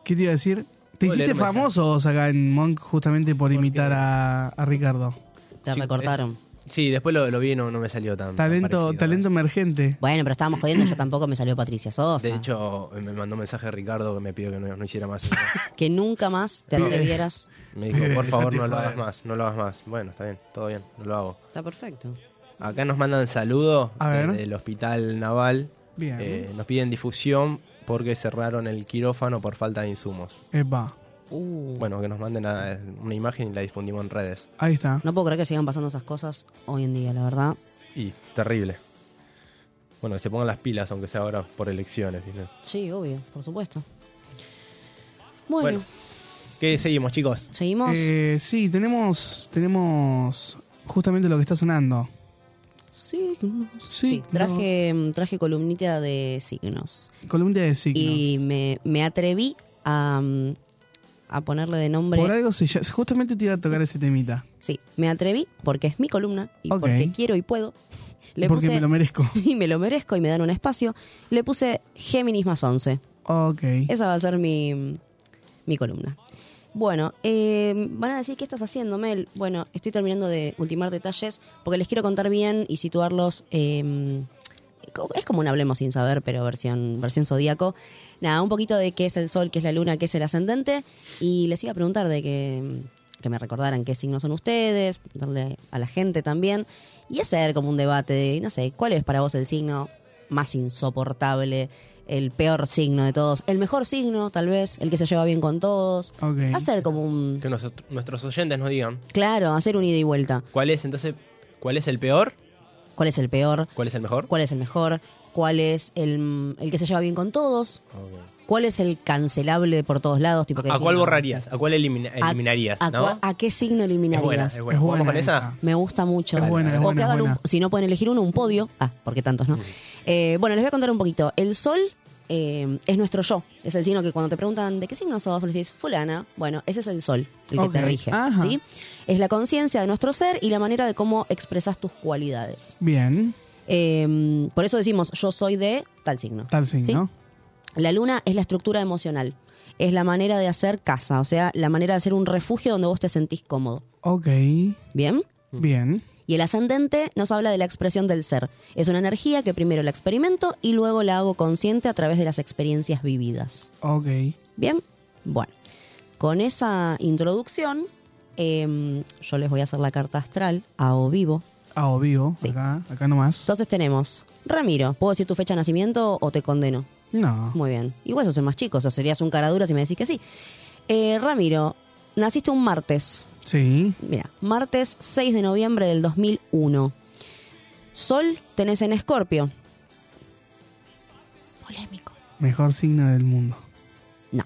Speaker 4: ¿Qué te iba a decir? ¿Te
Speaker 5: Puedo
Speaker 4: hiciste
Speaker 5: leer un mensaje.
Speaker 4: famoso vos acá en Monk justamente por imitar a, a Ricardo?
Speaker 2: Te
Speaker 5: Sí,
Speaker 2: recortaron.
Speaker 5: sí, después lo, lo vi y no, no me salió tan. tan
Speaker 4: Talento,
Speaker 5: parecido, ¿eh?
Speaker 4: talento emergente.
Speaker 2: Bueno, pero estábamos jodiendo, yo tampoco me salió Patricia
Speaker 5: ¿eh?
Speaker 2: Sosa.
Speaker 5: De hecho, me mandó un mensaje Ricardo que me pidió que no, no hiciera más. eso.
Speaker 2: que nunca más te atrevieras.
Speaker 5: Me dijo, por favor, no lo
Speaker 4: joder.
Speaker 5: hagas más, no lo hagas más. Bueno, está bien, todo bien, no lo hago.
Speaker 2: Está perfecto.
Speaker 5: Acá nos mandan saludos
Speaker 4: A ver.
Speaker 5: desde el Hospital Naval.
Speaker 4: Bien.
Speaker 5: Eh, nos piden difusión porque cerraron el quirófano por falta de insumos.
Speaker 4: Epa,
Speaker 2: Uh,
Speaker 5: Bueno, que nos manden a- una imagen y la difundimos en redes.
Speaker 4: ahí está.
Speaker 2: No puedo creer que sigan pasando esas cosas hoy en día, la verdad.
Speaker 5: Y terrible. Bueno, que se pongan las pilas, aunque sea ahora por elecciones. ¿viste?
Speaker 2: Sí, obvio, por supuesto. Bueno,
Speaker 5: Bueno. ¿Qué seguimos, chicos?
Speaker 2: seguimos.
Speaker 4: Eh, sí, tenemos, tenemos justamente lo que está sonando.
Speaker 2: signos.
Speaker 4: sí,
Speaker 2: Sí, traje, traje columnita de signos.
Speaker 4: Columna de signos.
Speaker 2: Y me, me atreví a, mm, a ponerle de nombre.
Speaker 4: Por algo se llama- Justamente te iba a tocar ese temita.
Speaker 2: Sí, me atreví porque es mi columna y
Speaker 4: Ok.
Speaker 2: porque quiero y puedo. Le
Speaker 4: porque
Speaker 2: puse,
Speaker 4: me lo merezco.
Speaker 2: y me lo merezco y me dan un espacio. Le puse Géminis más 11.
Speaker 4: Ok.
Speaker 2: Esa va a ser mi, mi columna. Bueno, eh, van a decir, ¿qué estás haciendo, Mel? Bueno, estoy terminando de ultimar detalles porque les quiero contar bien y situarlos. eh, co- es como un hablemos sin saber, pero versión, versión zodíaco. Nada, un poquito de qué es el sol, qué es la luna, qué es el ascendente. Y les iba a preguntar de que, que me recordaran qué signos son ustedes, darle a la gente también. Y hacer como un debate de, no sé, ¿cuál es para vos el signo más insoportable? El peor signo de todos, el mejor signo, tal vez, el que se lleva bien con todos.
Speaker 4: Ok.
Speaker 2: Hacer como un.
Speaker 5: Que nos- nuestros oyentes nos digan
Speaker 2: Claro, hacer un ida y vuelta.
Speaker 5: cuál es entonces, cuál es el peor,
Speaker 2: ¿Cuál es el peor?
Speaker 5: cuál es el mejor.
Speaker 2: ¿Cuál es el mejor? ¿Cuál es el, el que se lleva bien con todos?
Speaker 5: Ok.
Speaker 2: ¿Cuál es el cancelable por todos lados? Tipo que
Speaker 5: ¿A
Speaker 2: decís,
Speaker 5: cuál
Speaker 2: no,
Speaker 5: borrarías? ¿A cuál elimina- eliminarías?
Speaker 2: ¿A, a
Speaker 5: ¿no?
Speaker 2: cua- a qué
Speaker 5: Es
Speaker 2: signo eliminarías?
Speaker 5: buena, es buena.
Speaker 4: Es
Speaker 5: ¿Jugamos
Speaker 4: buena
Speaker 5: con esa?
Speaker 2: Me gusta mucho.
Speaker 4: Es buena, es
Speaker 2: o
Speaker 4: buena,
Speaker 2: que
Speaker 4: es
Speaker 2: hagan un,
Speaker 4: buena.
Speaker 2: si no pueden elegir uno, un podio. Ah, porque tantos no. Eh, bueno, les voy a contar un poquito. El sol eh, es nuestro yo. Es el signo que cuando te preguntan de qué signo sos, le decís fulana. Bueno, ese es el sol, el que te
Speaker 4: Ok,
Speaker 2: rige.
Speaker 4: ajá.
Speaker 2: ¿sí? Es la conciencia de nuestro ser y la manera de cómo expresas tus cualidades.
Speaker 4: Bien.
Speaker 2: Eh, por eso decimos, yo soy de tal signo.
Speaker 4: Tal
Speaker 2: ¿Sí?
Speaker 4: signo.
Speaker 2: La luna es la estructura emocional. Es la manera de hacer casa, o sea, la manera de hacer un refugio donde vos te sentís cómodo.
Speaker 4: Ok.
Speaker 2: ¿Bien?
Speaker 5: Mm.
Speaker 4: Bien.
Speaker 2: Y el ascendente nos habla de la expresión del ser. Es una energía que primero la experimento y luego la hago consciente a través de las experiencias vividas.
Speaker 4: Ok.
Speaker 2: ¿Bien? Bueno, con esa introducción, em, yo les voy a hacer la carta astral a O vivo.
Speaker 4: Ah, o vivo.
Speaker 2: Sí.
Speaker 4: Acá, acá nomás.
Speaker 2: Entonces tenemos, Ramiro, ¿puedo decir tu fecha de nacimiento o te condeno?
Speaker 4: No.
Speaker 2: Muy bien. Igual sos el más chico, o sea, serías un cara dura si me decís que sí. Eh, Ramiro, naciste un martes.
Speaker 4: Sí.
Speaker 2: Mira, martes 6 de noviembre del 2001. Sol tenés en Escorpio. Polémico.
Speaker 4: Mejor signo del mundo.
Speaker 2: No,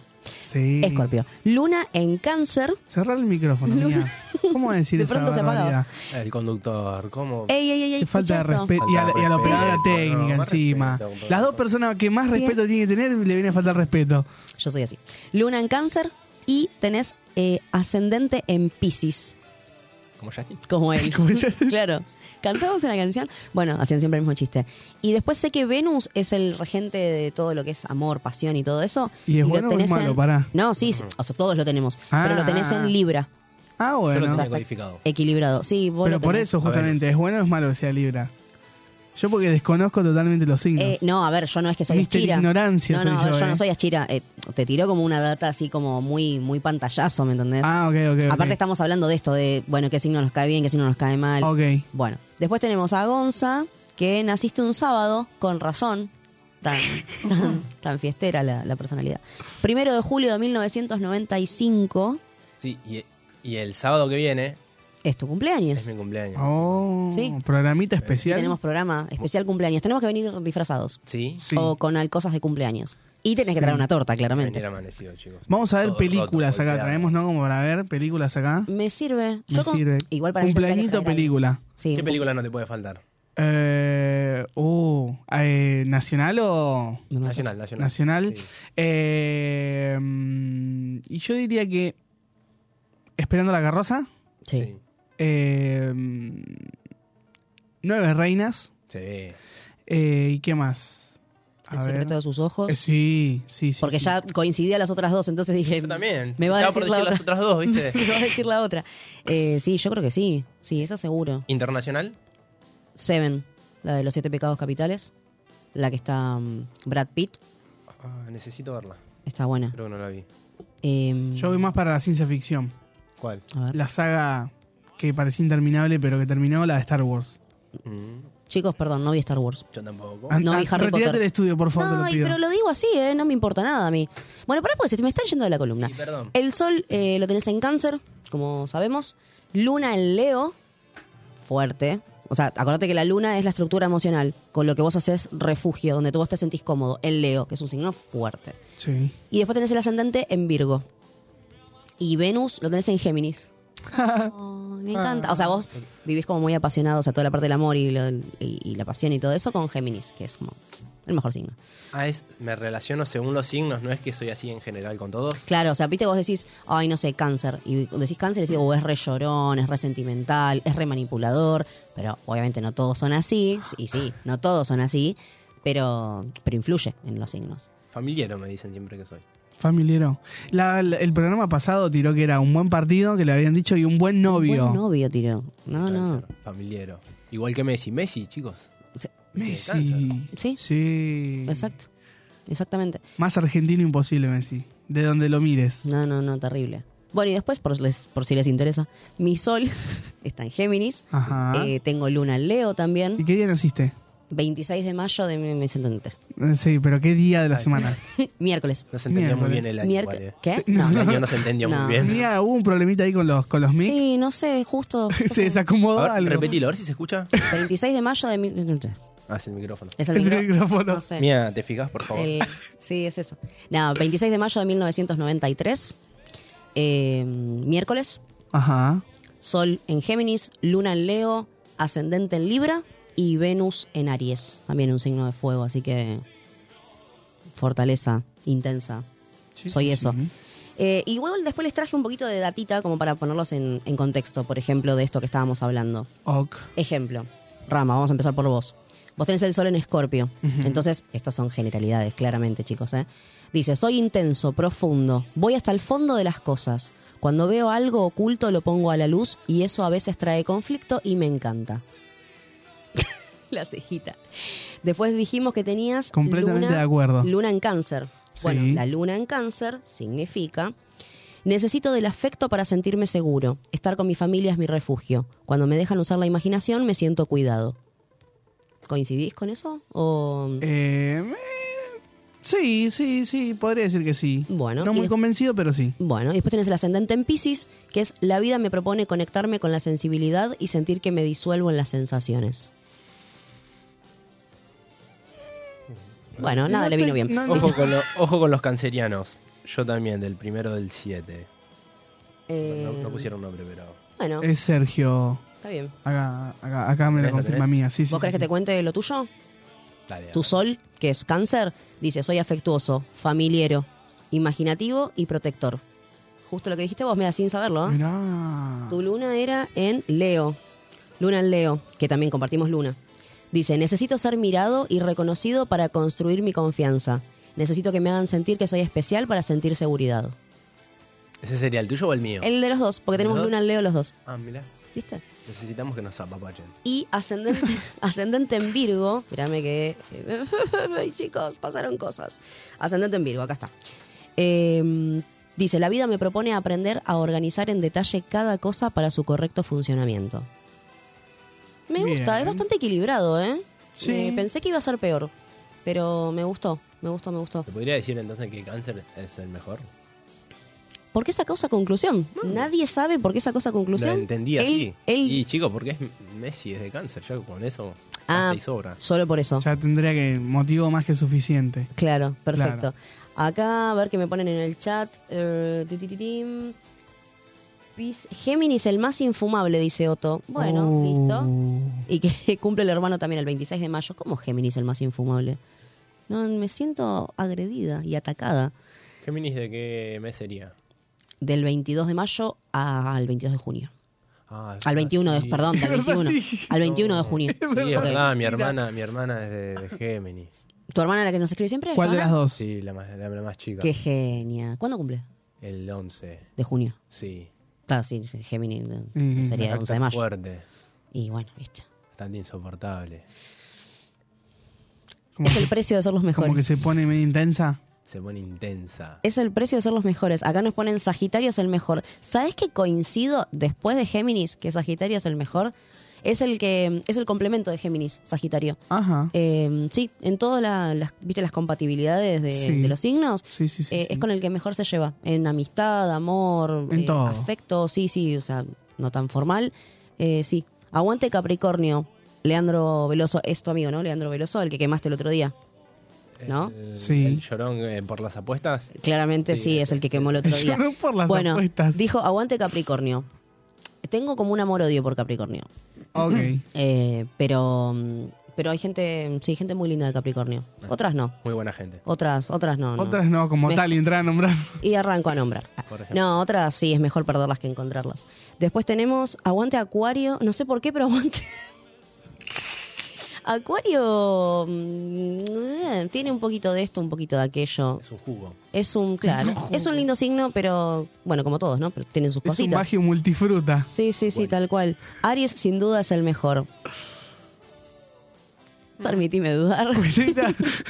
Speaker 4: Sí. Mm.
Speaker 2: Escorpio. Luna en Cáncer.
Speaker 4: Cerrar el micrófono, mía. ¿Cómo va a decir
Speaker 2: De
Speaker 4: esa
Speaker 2: pronto se apagaba.
Speaker 4: barbaridad?
Speaker 5: El conductor, ¿cómo?
Speaker 2: Ey, ey, ey, ey,
Speaker 4: Qué falta de
Speaker 2: escucha esto.
Speaker 4: respeto. Y a la, y a la
Speaker 5: Falta de
Speaker 4: operadora
Speaker 5: respeto,
Speaker 4: técnica
Speaker 5: no, más
Speaker 4: encima.
Speaker 5: respeto, compadre.
Speaker 4: Las dos personas que más respeto tienen que tener le viene a faltar respeto.
Speaker 2: Yo soy así. Luna en cáncer y tenés eh, ascendente en Pisces,
Speaker 5: ¿Cómo Justin?
Speaker 2: como él.
Speaker 4: Como yo.
Speaker 2: claro. Cantamos una canción. Bueno, hacían siempre el mismo chiste. Y después sé que Venus es el regente de todo lo que es amor, pasión y todo eso.
Speaker 4: ¿Y es
Speaker 2: lo
Speaker 4: bueno o es malo?
Speaker 2: en-
Speaker 4: Pará.
Speaker 2: No, sí, sí, o sea, todos lo tenemos.
Speaker 4: Ah.
Speaker 2: pero lo tenés en Libra,
Speaker 4: Ah,
Speaker 5: Yo lo
Speaker 4: bueno.
Speaker 5: tenía codificado.
Speaker 2: equilibrado. Sí, vos
Speaker 4: Pero
Speaker 2: lo
Speaker 4: por
Speaker 2: tenés.
Speaker 4: eso,
Speaker 5: ver.
Speaker 4: justamente, ¿es bueno o es malo que sea Libra? Yo porque desconozco totalmente los signos.
Speaker 2: Eh, no, a ver, yo no es que soy
Speaker 4: Mister
Speaker 2: Ashira.
Speaker 4: Ignorancia
Speaker 2: no,
Speaker 4: soy
Speaker 2: no, a ver,
Speaker 4: yo, eh.
Speaker 2: no soy Ashira. Eh, te tiró como una data así como muy, muy pantallazo, ¿me entendés?
Speaker 4: Ah, ok, ok. ok.
Speaker 2: Aparte estamos hablando de esto, de, bueno, qué signo nos cae bien, qué signo nos cae mal.
Speaker 4: Ok.
Speaker 2: Bueno, después tenemos a Gonza, que naciste un sábado, con razón. Tan, tan, tan fiestera la, la personalidad. Primero de julio de 1995
Speaker 5: Sí, y, y el sábado que viene
Speaker 2: es tu cumpleaños.
Speaker 5: es mi cumpleaños.
Speaker 4: Oh,
Speaker 2: Sí.
Speaker 4: programita
Speaker 2: Y
Speaker 4: especial.
Speaker 2: tenemos programa especial cumpleaños. Tenemos que venir disfrazados
Speaker 5: Sí,
Speaker 4: Sí.
Speaker 2: o con al- cosas de cumpleaños. Y tenés que traer una torta, claramente.
Speaker 5: venir amanecido, chicos.
Speaker 4: Vamos a ver
Speaker 5: Todo
Speaker 4: películas
Speaker 5: roto,
Speaker 4: acá.
Speaker 5: golpeado.
Speaker 4: Traemos, ¿no? Como para ver películas acá.
Speaker 2: Me sirve.
Speaker 4: Me
Speaker 2: Yo con-
Speaker 4: sirve.
Speaker 2: Igual para mí tendría que
Speaker 4: Cumpleañito
Speaker 2: traer algo.
Speaker 4: película.
Speaker 2: Sí.
Speaker 5: ¿Qué película no te puede faltar?
Speaker 4: Eh, uh, eh, ¿Nacional o...?
Speaker 2: Me mata.
Speaker 5: Nacional, nacional.
Speaker 4: Nacional.
Speaker 5: Sí.
Speaker 4: Eh, mm, y yo diría que... Esperando la carroza.
Speaker 2: Sí.
Speaker 5: Sí.
Speaker 4: eh, mm, Nueve reinas.
Speaker 5: Sí.
Speaker 4: eh, ¿Y qué más?
Speaker 2: El secreto de sus ojos.
Speaker 4: Eh, sí, sí, sí.
Speaker 2: porque
Speaker 4: sí.
Speaker 2: ya coincidía las otras dos, entonces dije...
Speaker 5: Yo también.
Speaker 2: Me va a
Speaker 5: Estaba por
Speaker 2: decir la
Speaker 5: decir
Speaker 2: otra.
Speaker 5: las otras dos, ¿viste?
Speaker 2: Me va a decir la otra. Eh, sí, yo creo que sí. Sí, eso seguro.
Speaker 5: Internacional.
Speaker 2: Seven, la de los siete pecados capitales. La que está mm, Brad Pitt.
Speaker 5: Ah, necesito verla.
Speaker 2: Está buena.
Speaker 5: Creo que no la vi.
Speaker 2: Em,
Speaker 4: Yo voy más para la ciencia ficción.
Speaker 5: ¿Cuál?
Speaker 2: a ver.
Speaker 4: La saga que parecía interminable, pero que terminó, la de Star Wars.
Speaker 5: Mm,
Speaker 2: Chicos, perdón, no vi Star Wars.
Speaker 5: yo tampoco.
Speaker 4: An-
Speaker 2: No vi
Speaker 4: an-
Speaker 2: Harry
Speaker 4: retirate
Speaker 2: Potter.
Speaker 4: del estudio, por favor,
Speaker 2: No,
Speaker 4: te lo
Speaker 2: y-
Speaker 4: pido.
Speaker 2: pero lo digo así, ¿eh? No me importa nada a mí. Bueno, pará, porque se me están yendo de la columna.
Speaker 5: Sí, perdón.
Speaker 2: El sol eh, lo tenés en cáncer, como sabemos. Luna en Leo, fuerte. O sea, acordate que la luna es la estructura emocional, con lo que vos haces refugio, donde tú vos te sentís cómodo, en Leo, que es un signo fuerte.
Speaker 4: Sí.
Speaker 2: Y después tenés el ascendente en Virgo. Y Venus lo tenés en Géminis. Ay, Oh, me encanta. O sea, vos vivís como muy apasionados o sea, toda la parte del amor y, lo- y- y la pasión y todo eso con Géminis, que es como el mejor signo.
Speaker 5: Ah, es, me relaciono según los signos, no es que soy así en general con todos.
Speaker 2: Claro, o sea, viste, vos decís, ay, no sé, cáncer. Y decís cáncer y decís, oh, es re llorón, es re sentimental, es re manipulador. Pero obviamente no todos son así. Y sí, no todos son así. Pero, pero influye en los signos.
Speaker 5: Familiero me dicen siempre que soy.
Speaker 4: Familiero. La- la- el programa pasado tiró que era un buen partido, que le habían dicho, y un buen novio.
Speaker 2: Un buen novio, tiró.
Speaker 4: Ah,
Speaker 2: No, no.
Speaker 5: Cáncer, Familiero. Igual que Messi. Messi, chicos.
Speaker 4: Messi.
Speaker 2: Sí.
Speaker 4: Sí.
Speaker 2: Exacto. Exactamente.
Speaker 4: Más argentino imposible, Messi. De donde lo mires.
Speaker 2: No, no, no, terrible. Bueno, y después, por, les- por si les interesa, mi sol está en Géminis.
Speaker 4: Ajá.
Speaker 2: Eh, tengo luna en Leo
Speaker 4: ¿Y
Speaker 2: también.
Speaker 4: qué día naciste?
Speaker 2: 26 de mayo de 1973.
Speaker 4: Eh, Sí, pero qué día de la semana.
Speaker 2: Miércoles.
Speaker 5: No se entendió muy
Speaker 4: Miércoles.
Speaker 5: bien el año.
Speaker 2: Miérc-
Speaker 5: igual, eh.
Speaker 2: ¿Qué?
Speaker 5: El
Speaker 2: No.
Speaker 5: año no se entendió
Speaker 2: No.
Speaker 5: muy bien.
Speaker 4: Tenía, hubo un problemita ahí con los, con los mic.
Speaker 2: Sí, no sé, justo.
Speaker 4: Se desacomodó
Speaker 5: A ver,
Speaker 4: algo.
Speaker 5: repetilo, a ver si se escucha.
Speaker 2: 26 de mayo de mil-
Speaker 5: Ah, es el micrófono.
Speaker 2: Es el
Speaker 4: Es
Speaker 2: micro-
Speaker 4: el micrófono.
Speaker 2: no sé.
Speaker 5: Mía, ¿te fijas, por favor?
Speaker 2: Eh, sí, es eso. No, 26 de mayo de 1993. eh, miércoles.
Speaker 4: Ajá.
Speaker 2: Sol en Géminis, Luna en Leo, Ascendente en Libra y Venus en Aries. También un signo de fuego, así que fortaleza intensa. Soy eso. Eh, igual después les traje un poquito de datita como para ponerlos en, en contexto, por ejemplo, de esto que estábamos hablando.
Speaker 4: Ok.
Speaker 2: Ejemplo, Rama, vamos a empezar por vos. Vos tenés el sol en escorpio. Entonces, estas son generalidades, claramente, chicos. ¿eh? Dice, soy intenso, profundo, voy hasta el fondo de las cosas. Cuando veo algo oculto lo pongo a la luz y eso a veces trae conflicto y me encanta. la cejita. Después dijimos que tenías...
Speaker 4: Completamente
Speaker 2: luna-
Speaker 4: de acuerdo.
Speaker 2: Luna en cáncer.
Speaker 4: Sí.
Speaker 2: Bueno, la luna en cáncer significa Necesito del afecto para sentirme seguro. Estar con mi familia es mi refugio. Cuando me dejan usar la imaginación, me siento cuidado. ¿Coincidís con eso? O...
Speaker 4: Eh, eh, sí, sí, sí, podría decir que sí.
Speaker 2: Bueno,
Speaker 4: no
Speaker 2: y
Speaker 4: muy
Speaker 2: de-
Speaker 4: convencido, pero sí.
Speaker 2: Bueno, y después tenés el ascendente en Pisces, que es la vida me propone conectarme con la sensibilidad y sentir que me disuelvo en las sensaciones. Bueno, nada
Speaker 4: No
Speaker 2: le vino
Speaker 4: estoy-
Speaker 2: bien.
Speaker 4: no, no.
Speaker 5: Ojo con, lo- ojo con los cancerianos. Yo también, del primero del 7.
Speaker 2: Eh,
Speaker 5: No, no pusieron nombre, pero.
Speaker 2: Bueno,
Speaker 4: Es Sergio.
Speaker 2: está bien.
Speaker 4: Acá, acá, acá me lo
Speaker 5: ¿Tenés, lo
Speaker 4: confirma
Speaker 5: tenés?
Speaker 4: mía. Sí, sí,
Speaker 2: ¿Vos
Speaker 4: sí,
Speaker 2: crees que
Speaker 4: sí.
Speaker 2: te cuente lo tuyo?
Speaker 5: Dale,
Speaker 2: Tu sol, que es cáncer, dice, soy afectuoso, familiero, imaginativo y protector. Justo lo que dijiste vos, mira, sin saberlo. ¿eh?
Speaker 4: Mirá.
Speaker 2: Tu luna era en Leo. Luna en Leo, que también compartimos luna. Dice, necesito ser mirado y reconocido para construir mi confianza. Necesito que me hagan sentir que soy especial para sentir seguridad.
Speaker 5: ¿Ese sería el tuyo o el mío?
Speaker 2: El de los dos, porque tenemos
Speaker 5: ¿Los dos?
Speaker 2: luna en Leo los dos.
Speaker 5: Ah, mira.
Speaker 2: ¿Viste?
Speaker 5: Necesitamos que nos apapachen.
Speaker 2: Y ascendente, ascendente en Virgo. Espérame que. Ay, chicos, pasaron cosas. Ascendente en Virgo, acá está. Eh, dice: La vida me propone aprender a organizar en detalle cada cosa para su correcto funcionamiento. Me
Speaker 4: Bien.
Speaker 2: gusta, es bastante equilibrado, ¿eh?
Speaker 4: Sí.
Speaker 2: Eh, pensé que iba a ser peor, pero me gustó, me gustó, me gustó.
Speaker 5: ¿Te podría decir entonces que cáncer es el mejor?
Speaker 2: ¿Por qué sacó esa conclusión? Nadie sabe por qué sacó esa conclusión.
Speaker 5: Lo entendí
Speaker 2: Él-
Speaker 5: así.
Speaker 2: él-
Speaker 5: Y chicos, porque es Messi es de cáncer, ya con eso
Speaker 2: Ah.
Speaker 5: basta y sobra.
Speaker 2: Solo por eso.
Speaker 4: Ya tendría que. Motivo más que suficiente.
Speaker 2: Claro, perfecto. Acá, a ver qué me ponen en el chat. Eh, ti, ti, ti, tim. Pis- Géminis, el más infumable, dice Otto. Bueno,
Speaker 4: Oh.
Speaker 2: listo. Y que cumple el hermano también el 26 de mayo. ¿Cómo Géminis, el más infumable? No, me siento agredida y atacada.
Speaker 5: Géminis, ¿de qué mes sería?
Speaker 2: Del 22 de mayo al 22 de junio.
Speaker 5: Ah,
Speaker 2: Al 21, de,
Speaker 5: sí.
Speaker 2: perdón, del 21. Al 21 de junio.
Speaker 5: Sí, es
Speaker 2: Ok.
Speaker 5: verdad, mi hermana, mi hermana es de, de Géminis.
Speaker 2: ¿Tu hermana es la que nos escribe siempre?
Speaker 4: ¿Cuál de
Speaker 2: Joana?
Speaker 4: las dos?
Speaker 5: Sí, la más, la, la más chica.
Speaker 2: Qué genia. ¿Cuándo cumple?
Speaker 5: El 11,
Speaker 2: De junio.
Speaker 5: sí.
Speaker 2: Claro, sí, sí, Géminis eh,
Speaker 4: Mm.
Speaker 2: sería el 11 de
Speaker 5: Tan
Speaker 2: mayo.
Speaker 5: fuerte,
Speaker 2: Y bueno, viste.
Speaker 5: bastante insoportable.
Speaker 4: Como
Speaker 2: Es
Speaker 4: que-
Speaker 2: el precio de ser los
Speaker 4: Como que
Speaker 2: mejores.
Speaker 4: se pone medio intensa.
Speaker 5: Se pone intensa.
Speaker 2: Es el precio de ser los mejores. Acá nos ponen Sagitario es el mejor. ¿Sabes que coincido después de Géminis que Sagitario es el mejor? Es el que es el complemento de Géminis, Sagitario.
Speaker 4: Ajá.
Speaker 2: Eh, sí, en todas la- las viste las compatibilidades de,
Speaker 4: Sí.
Speaker 2: de los signos.
Speaker 4: Sí, sí, sí.
Speaker 2: eh,
Speaker 4: sí.
Speaker 2: Es con el que mejor se lleva. En amistad, amor,
Speaker 4: En
Speaker 2: eh,
Speaker 4: todo.
Speaker 2: afecto, sí, sí, o sea, no tan formal. Eh, sí. Aguante Capricornio. Leandro Veloso, es tu amigo, ¿no? Leandro Veloso, el que quemaste el otro día. ¿No?
Speaker 5: El,
Speaker 4: Sí.
Speaker 5: el llorón eh, por las apuestas.
Speaker 2: Claramente sí,
Speaker 5: Eh, Sí,
Speaker 2: es el que quemó el otro día.
Speaker 4: Lloró por las
Speaker 2: bueno,
Speaker 4: apuestas.
Speaker 2: dijo, aguante Capricornio. Tengo como un amor-odio por Capricornio.
Speaker 4: Ok.
Speaker 2: Eh, pero mm, pero hay gente, sí, gente muy linda de Capricornio. Otras no.
Speaker 5: Muy buena gente.
Speaker 2: Otras, otras no. no.
Speaker 4: Otras no, como
Speaker 2: Me-
Speaker 4: tal, y entrar a nombrar.
Speaker 2: Y arranco a nombrar.
Speaker 5: Por ejemplo.
Speaker 2: No, otras sí, es mejor perderlas que encontrarlas. Después tenemos Aguante Acuario. No sé por qué, pero aguante. Acuario mm, eh, tiene un poquito de esto, un poquito de aquello.
Speaker 5: Es un jugo.
Speaker 2: Es un, claro, es un lindo signo, pero bueno, como todos, ¿no? Pero tienen sus
Speaker 4: Es un
Speaker 2: cositas.
Speaker 4: magio multifruta.
Speaker 2: Sí, sí, sí, tal cual. Aries sin duda es el mejor. Permitime dudar,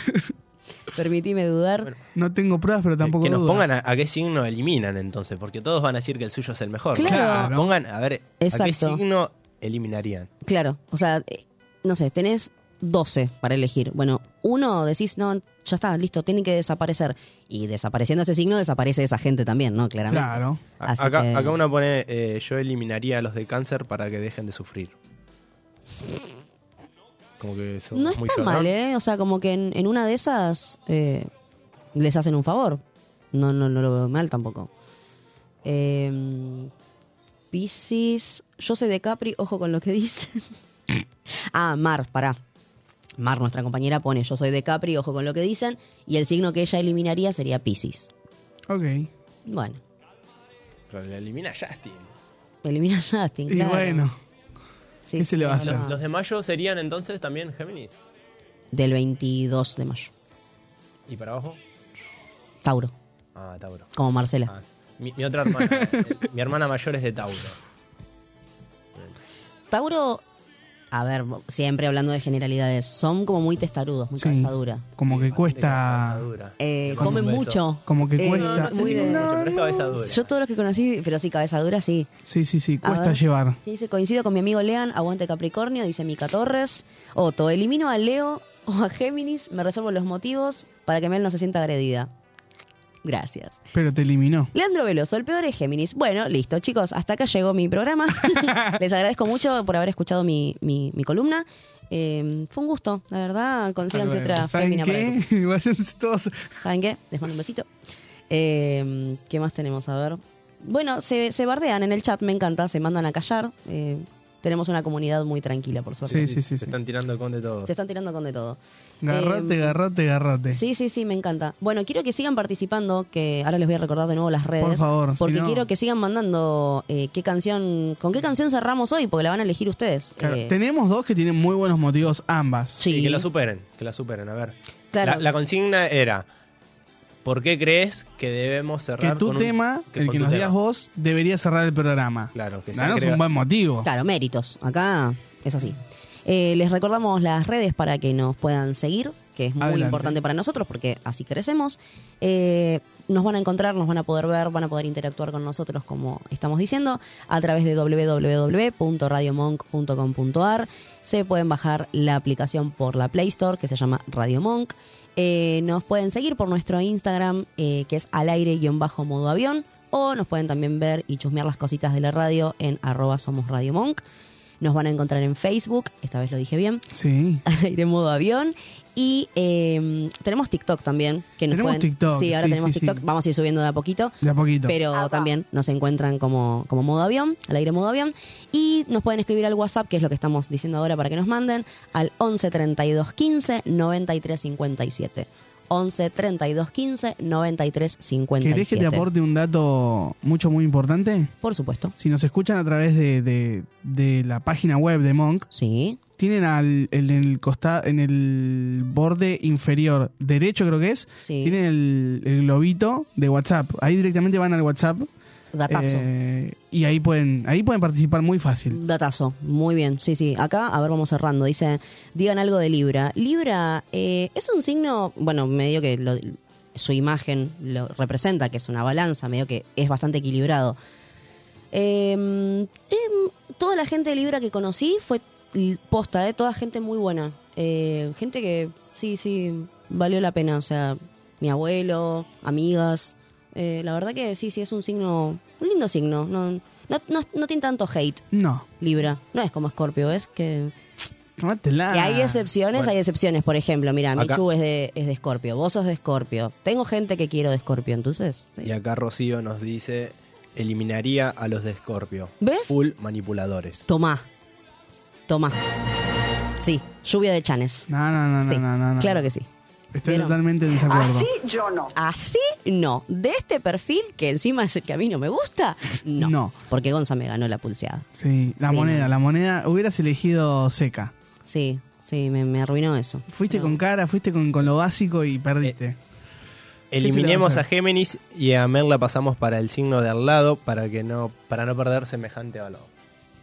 Speaker 2: permitime dudar.
Speaker 4: No tengo pruebas, pero tampoco
Speaker 5: que nos
Speaker 4: dudas.
Speaker 5: pongan a, a qué signo eliminan entonces, porque todos van a decir que el suyo es el mejor.
Speaker 2: Claro.
Speaker 5: Que nos pongan, a ver, a qué
Speaker 2: Exacto.
Speaker 5: signo eliminarían.
Speaker 2: Claro, o sea, eh, no sé, tenés 12 para elegir. Bueno, uno decís, no, ya está, listo, tiene que desaparecer. Y desapareciendo ese signo, desaparece esa gente también, ¿no? Claramente.
Speaker 4: Claro.
Speaker 5: A-
Speaker 2: Así
Speaker 5: acá,
Speaker 2: que-
Speaker 5: acá una pone, eh, yo eliminaría a los de cáncer para que dejen de sufrir. Como que eso
Speaker 2: No
Speaker 5: es muy
Speaker 2: está
Speaker 5: feo, ¿no?
Speaker 2: mal, ¿eh? O sea, como que en, en una de esas eh, les hacen un favor. No, no, no lo veo mal tampoco. Eh, Piscis, yo soy de Capri, ojo con lo que dice. ah, Mar, pará. Mar, nuestra compañera, pone yo soy de Capri, ojo con lo que dicen. Y el signo que ella eliminaría sería Piscis.
Speaker 4: Ok.
Speaker 2: Bueno,
Speaker 5: Pero la elimina Justin.
Speaker 2: elimina a Justin,
Speaker 4: Y
Speaker 2: claro.
Speaker 4: bueno,
Speaker 2: Sí,
Speaker 4: ¿qué se le va a
Speaker 2: es
Speaker 4: hacer?
Speaker 2: verdad.
Speaker 5: ¿Los de mayo serían entonces también Géminis?
Speaker 2: Del 22 de mayo.
Speaker 5: ¿Y para abajo?
Speaker 2: Tauro,
Speaker 5: Ah, Tauro.
Speaker 2: como Marcela.
Speaker 5: Ah, mi, mi otra hermana. eh, mi hermana mayor es de Tauro.
Speaker 2: Tauro, a ver, siempre hablando de generalidades, son como muy testarudos, muy
Speaker 4: Sí.
Speaker 2: cansadura.
Speaker 4: como que
Speaker 5: De cabeza
Speaker 4: cuesta.
Speaker 5: dura.
Speaker 2: Eh,
Speaker 5: Con
Speaker 2: comen
Speaker 5: un beso.
Speaker 2: mucho.
Speaker 4: Como que
Speaker 2: Eh,
Speaker 5: No, no
Speaker 4: cuesta.
Speaker 5: sé
Speaker 2: Muy
Speaker 5: si comen
Speaker 2: de-
Speaker 5: mucho, pero es cabeza dura.
Speaker 2: Yo todos los que conocí, pero sí, cabeza dura, sí.
Speaker 4: Sí, sí, sí,
Speaker 2: A
Speaker 4: cuesta
Speaker 2: ver.
Speaker 4: llevar.
Speaker 2: Dice, coincido con mi amigo Lean, aguante Capricornio, dice Mica Torres. Otto, elimino a Leo o a Géminis, me reservo los motivos para que Mel no se sienta agredida. Gracias.
Speaker 4: Pero te eliminó.
Speaker 2: Leandro Veloso, el peor es Géminis. Bueno, listo, chicos, hasta acá llegó mi programa. Les agradezco mucho por haber escuchado mi, mi, mi columna. Eh, fue un gusto, la verdad. Consíganse otra
Speaker 4: ¿Saben
Speaker 2: fémina para el
Speaker 4: qué? Váyanse todos.
Speaker 2: ¿Saben qué? Les mando un besito. Eh, ¿Qué más tenemos? A ver. Bueno, se, se bardean en el chat, me encanta, se mandan a callar. eh, tenemos una comunidad muy tranquila, por
Speaker 4: Sí,
Speaker 2: suerte.
Speaker 4: sí, sí.
Speaker 5: Se
Speaker 4: sí.
Speaker 5: están tirando con de todo.
Speaker 2: Se están tirando con de todo.
Speaker 4: Garrote,
Speaker 2: Eh,
Speaker 4: garrote, garrote.
Speaker 2: Sí, sí, sí, me encanta. Bueno, quiero que sigan participando, que ahora les voy a recordar de nuevo las redes.
Speaker 4: favor, si
Speaker 2: Porque
Speaker 4: no-
Speaker 2: quiero que sigan mandando eh, qué canción, con qué canción cerramos hoy, porque la van a elegir ustedes.
Speaker 4: Claro,
Speaker 2: Eh,
Speaker 4: Tenemos dos que tienen muy buenos motivos ambas.
Speaker 2: sí.
Speaker 5: Y que la superen, que la superen, a ver.
Speaker 2: Claro.
Speaker 5: La, la consigna era, ¿por qué crees que debemos cerrar
Speaker 4: que tu
Speaker 5: con un-
Speaker 4: tema, el
Speaker 5: con
Speaker 4: que
Speaker 5: tu
Speaker 4: nos
Speaker 5: tema?
Speaker 4: digas vos, debería cerrar el programa.
Speaker 5: Claro, que sea
Speaker 4: Danos
Speaker 5: creo-
Speaker 4: un buen motivo.
Speaker 2: Claro, méritos. Acá es así. Eh, les recordamos las redes para que nos puedan seguir, que es muy
Speaker 4: Adelante.
Speaker 2: importante para nosotros porque así crecemos. Eh, nos van a encontrar, nos van a poder ver, van a poder interactuar con nosotros, como estamos diciendo, a través de www.radiomonk.com.ar. Se pueden bajar la aplicación por la Play Store, que se llama Radio Monk. Eh, nos pueden seguir por nuestro Instagram, eh, que es al aire-modo avión. O nos pueden también ver y chusmear las cositas de la radio en arroba somos Radio Monk. Nos van a encontrar en Facebook, esta vez lo dije bien,
Speaker 4: Sí.
Speaker 2: al aire modo avión. Y eh, tenemos TikTok también. Que nos
Speaker 4: Tenemos
Speaker 2: pueden-
Speaker 4: TikTok,
Speaker 2: Sí, ahora
Speaker 4: sí,
Speaker 2: tenemos
Speaker 4: sí,
Speaker 2: TikTok.
Speaker 4: sí.
Speaker 2: Vamos a ir subiendo de a poquito.
Speaker 4: De a poquito.
Speaker 2: Pero también nos encuentran como, como modo avión, al aire modo avión. Y nos pueden escribir al WhatsApp, que es lo que estamos diciendo ahora para que nos manden, al 11 32 15 93 57. 11 32 15 93 57.
Speaker 4: ¿Querés que te aporte un dato mucho, muy importante?
Speaker 2: Por supuesto.
Speaker 4: Si nos escuchan a través de, de- de la página web de Monk,
Speaker 2: Sí,
Speaker 4: tienen al, en, el costa- en el borde inferior derecho, creo que es,
Speaker 2: sí.
Speaker 4: tienen el, el globito de WhatsApp. Ahí directamente van al WhatsApp
Speaker 2: Datazo.
Speaker 4: eh, y ahí pueden, ahí pueden participar muy fácil.
Speaker 2: Datazo, muy bien, sí, sí. Acá, a ver, vamos cerrando. Dice, digan algo de Libra. Libra eh, es un signo, bueno, medio que lo- su imagen lo representa, que es una balanza, medio que es bastante equilibrado. Eh, em, toda la gente de Libra que conocí fue l- posta, eh, toda gente muy buena. Eh, gente que, sí, sí, valió la pena. O sea, mi abuelo, amigas. Eh, la verdad que sí, sí, es un signo, un lindo signo. No, no, no, no tiene tanto hate.
Speaker 4: No,
Speaker 2: Libra. No es como Scorpio, ¿ves? Que,
Speaker 4: tómatela.
Speaker 2: que hay excepciones, hay excepciones. Por ejemplo, mira,
Speaker 5: Acá-
Speaker 2: Michu es de, es de Scorpio, vos sos de Scorpio. Tengo gente que quiero de Scorpio, entonces.
Speaker 5: Y acá Rocío nos dice, eliminaría a los de Escorpio.
Speaker 2: ¿Ves?
Speaker 5: Full manipuladores.
Speaker 2: Tomá. Tomá. Sí, lluvia de chanes.
Speaker 4: No, no, no, no,
Speaker 2: Sí,
Speaker 4: no, no, no.
Speaker 2: claro que sí.
Speaker 4: Estoy
Speaker 2: ¿Vieron? ¿Ah,
Speaker 4: totalmente en desacuerdo.
Speaker 2: Así no. De este perfil, que encima es el que a mí no me gusta, no.
Speaker 4: No.
Speaker 2: Porque Gonza me ganó la pulseada.
Speaker 4: Sí, la
Speaker 2: Sí,
Speaker 4: moneda,
Speaker 2: no.
Speaker 4: la moneda. Hubieras elegido seca.
Speaker 2: Sí, sí, me, me arruinó eso.
Speaker 4: Fuiste
Speaker 2: No.
Speaker 4: con cara, fuiste con, con lo básico y perdiste.
Speaker 5: Eliminemos
Speaker 4: ¿Qué se le va a
Speaker 5: a
Speaker 4: hacer?
Speaker 5: Géminis y a Mer la pasamos para el signo de al lado para que no para no perder semejante valor.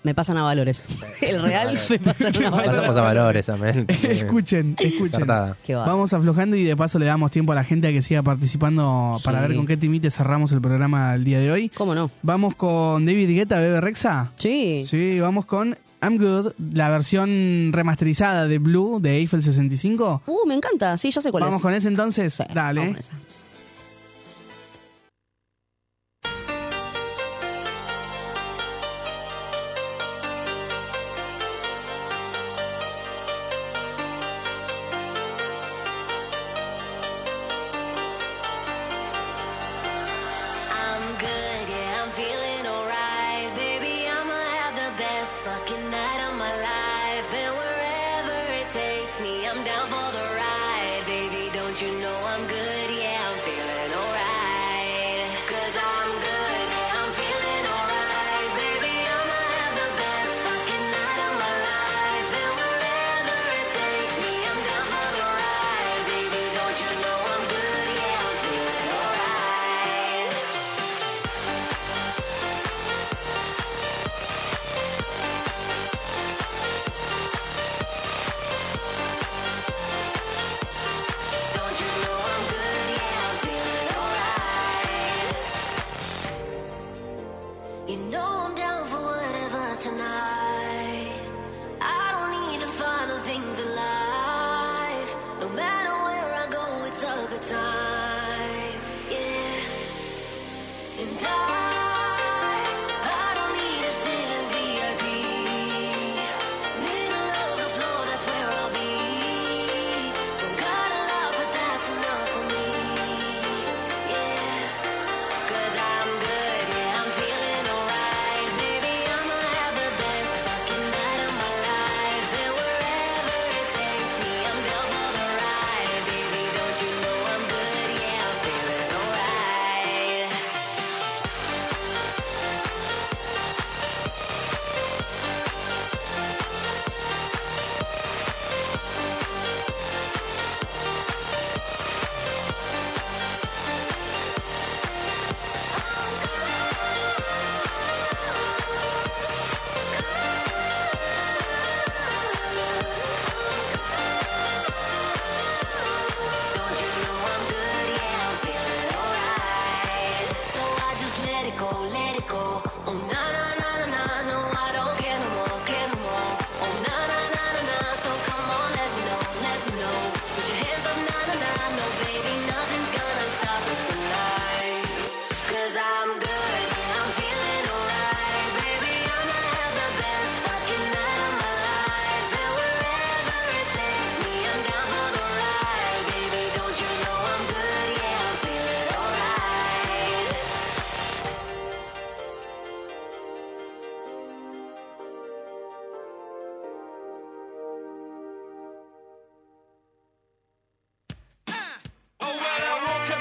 Speaker 2: Me pasan a valores. El real
Speaker 5: Valores.
Speaker 2: me pasan a
Speaker 5: Pasamos
Speaker 2: valores.
Speaker 5: a valores, amén.
Speaker 2: Eh,
Speaker 4: escuchen, escuchen.
Speaker 5: Cartada.
Speaker 2: Qué va.
Speaker 4: Vamos aflojando y de paso le damos tiempo a la gente a que siga participando para
Speaker 2: Sí.
Speaker 4: ver con qué timite cerramos el programa el día de hoy.
Speaker 2: ¿Cómo no?
Speaker 4: Vamos con David Guetta, Bebe Rexa.
Speaker 2: Sí.
Speaker 4: Sí, vamos con I'm Good, la versión remasterizada de Blue de Eiffel 65.
Speaker 2: Uh, me encanta. Sí, ya sé cuál
Speaker 4: Vamos
Speaker 2: es.
Speaker 4: con ese entonces.
Speaker 2: Sí,
Speaker 4: Dale.
Speaker 2: vamos con esa.
Speaker 12: I'm good, yeah, I'm feeling alright. Baby, I'ma have the best fucking night of my life. And wherever it takes me, I'm down for the ride. Baby, don't you know I'm good, yeah,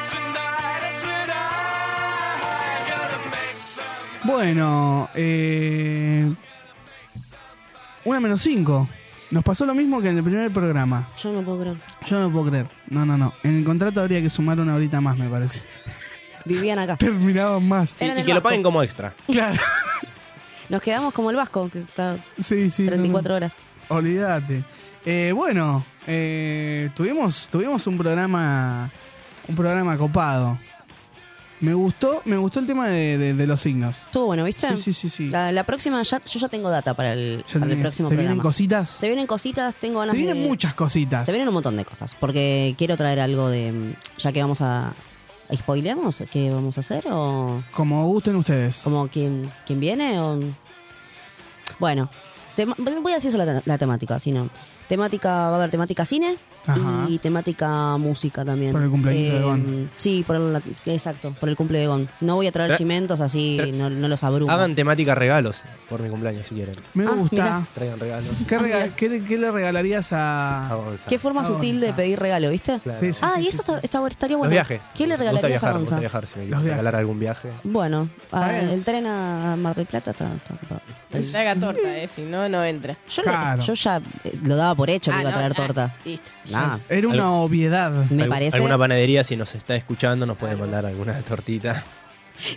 Speaker 3: tonight. I said I gotta make some.
Speaker 4: Bueno, eh, una menos cinco. Nos pasó lo mismo que en el primer programa.
Speaker 2: Yo no puedo creer.
Speaker 4: Yo no puedo creer. No, no, no. En el contrato habría que sumar una horita más, me parece.
Speaker 2: Vivían acá.
Speaker 4: Terminaban más.
Speaker 2: Eran
Speaker 5: Y
Speaker 2: el
Speaker 5: que lo
Speaker 2: Vasco.
Speaker 5: paguen como extra.
Speaker 4: Claro.
Speaker 2: Nos quedamos como el Vasco, que está
Speaker 4: Sí, sí. no, no.
Speaker 2: 34 horas.
Speaker 4: Olvídate. Eh, bueno, eh, tuvimos, tuvimos un programa. Un programa copado. Me gustó, me gustó el tema de, de- de los signos.
Speaker 2: Estuvo bueno, ¿viste?
Speaker 4: Sí, sí, sí, sí.
Speaker 2: La, la próxima, ya, yo ya tengo data para el,
Speaker 4: Ya
Speaker 2: para el
Speaker 4: tenés.
Speaker 2: próximo
Speaker 4: se
Speaker 2: programa.
Speaker 4: vienen cositas.
Speaker 2: se vienen cositas, tengo ganas
Speaker 4: Se vienen
Speaker 2: de-
Speaker 4: muchas cositas.
Speaker 2: Se vienen un montón de cosas, porque quiero traer algo de... mm, Ya que vamos a... ¿Spoileamos qué vamos a hacer o...?
Speaker 4: Como gusten ustedes.
Speaker 2: como quien, quien viene o... Bueno, tema- voy a decir solo la, la temática, si no. Temática, va a haber temática cine
Speaker 4: Ajá.
Speaker 2: y temática música también. Em,
Speaker 4: Por el cumpleañito de Gon.
Speaker 2: Sí, por el, exacto, por el cumple de Gon. No voy a traer
Speaker 5: Tra-
Speaker 2: chimentos así,
Speaker 5: tra-
Speaker 2: no, no los abrumo.
Speaker 5: Hagan temática regalos por mi cumpleaños si quieren.
Speaker 4: Me
Speaker 2: Ah,
Speaker 4: gusta.
Speaker 2: mirá. Ah,
Speaker 5: Traigan regalos.
Speaker 4: ¿Qué, rega- qué le- qué le regalarías
Speaker 5: A
Speaker 4: a...?
Speaker 5: Gonza.
Speaker 2: Qué forma
Speaker 4: Ah,
Speaker 2: sutil
Speaker 4: Gonza.
Speaker 2: de pedir regalo, ¿viste?
Speaker 5: Claro.
Speaker 4: Sí, sí,
Speaker 2: ah,
Speaker 4: sí,
Speaker 2: y
Speaker 4: sí,
Speaker 2: eso
Speaker 4: sí.
Speaker 2: está- está- estaría
Speaker 5: Los
Speaker 2: bueno.
Speaker 5: viajes.
Speaker 2: ¿Qué le
Speaker 5: Me gusta
Speaker 2: regalarías
Speaker 5: viajar,
Speaker 2: a
Speaker 5: me gusta
Speaker 2: Gonza?
Speaker 5: viajar si me
Speaker 4: Los
Speaker 5: quieren
Speaker 4: viajes.
Speaker 5: regalar algún viaje.
Speaker 2: Bueno,
Speaker 4: Está
Speaker 2: ah,
Speaker 4: bien.
Speaker 2: el tren a Mar del Plata está... está ocupado.
Speaker 6: Que haga torta, eh, si no, no entra.
Speaker 2: Yo, lo-
Speaker 4: Claro.
Speaker 2: yo ya eh, lo daba por hecho que
Speaker 6: Ah,
Speaker 2: iba a
Speaker 6: no,
Speaker 2: traer
Speaker 6: ah,
Speaker 2: torta.
Speaker 6: listo.
Speaker 2: Nah,
Speaker 4: Era una obviedad.
Speaker 2: me
Speaker 5: Algu-
Speaker 2: parece...
Speaker 5: Alguna panadería, si nos está escuchando, nos puede mandar alguna tortita.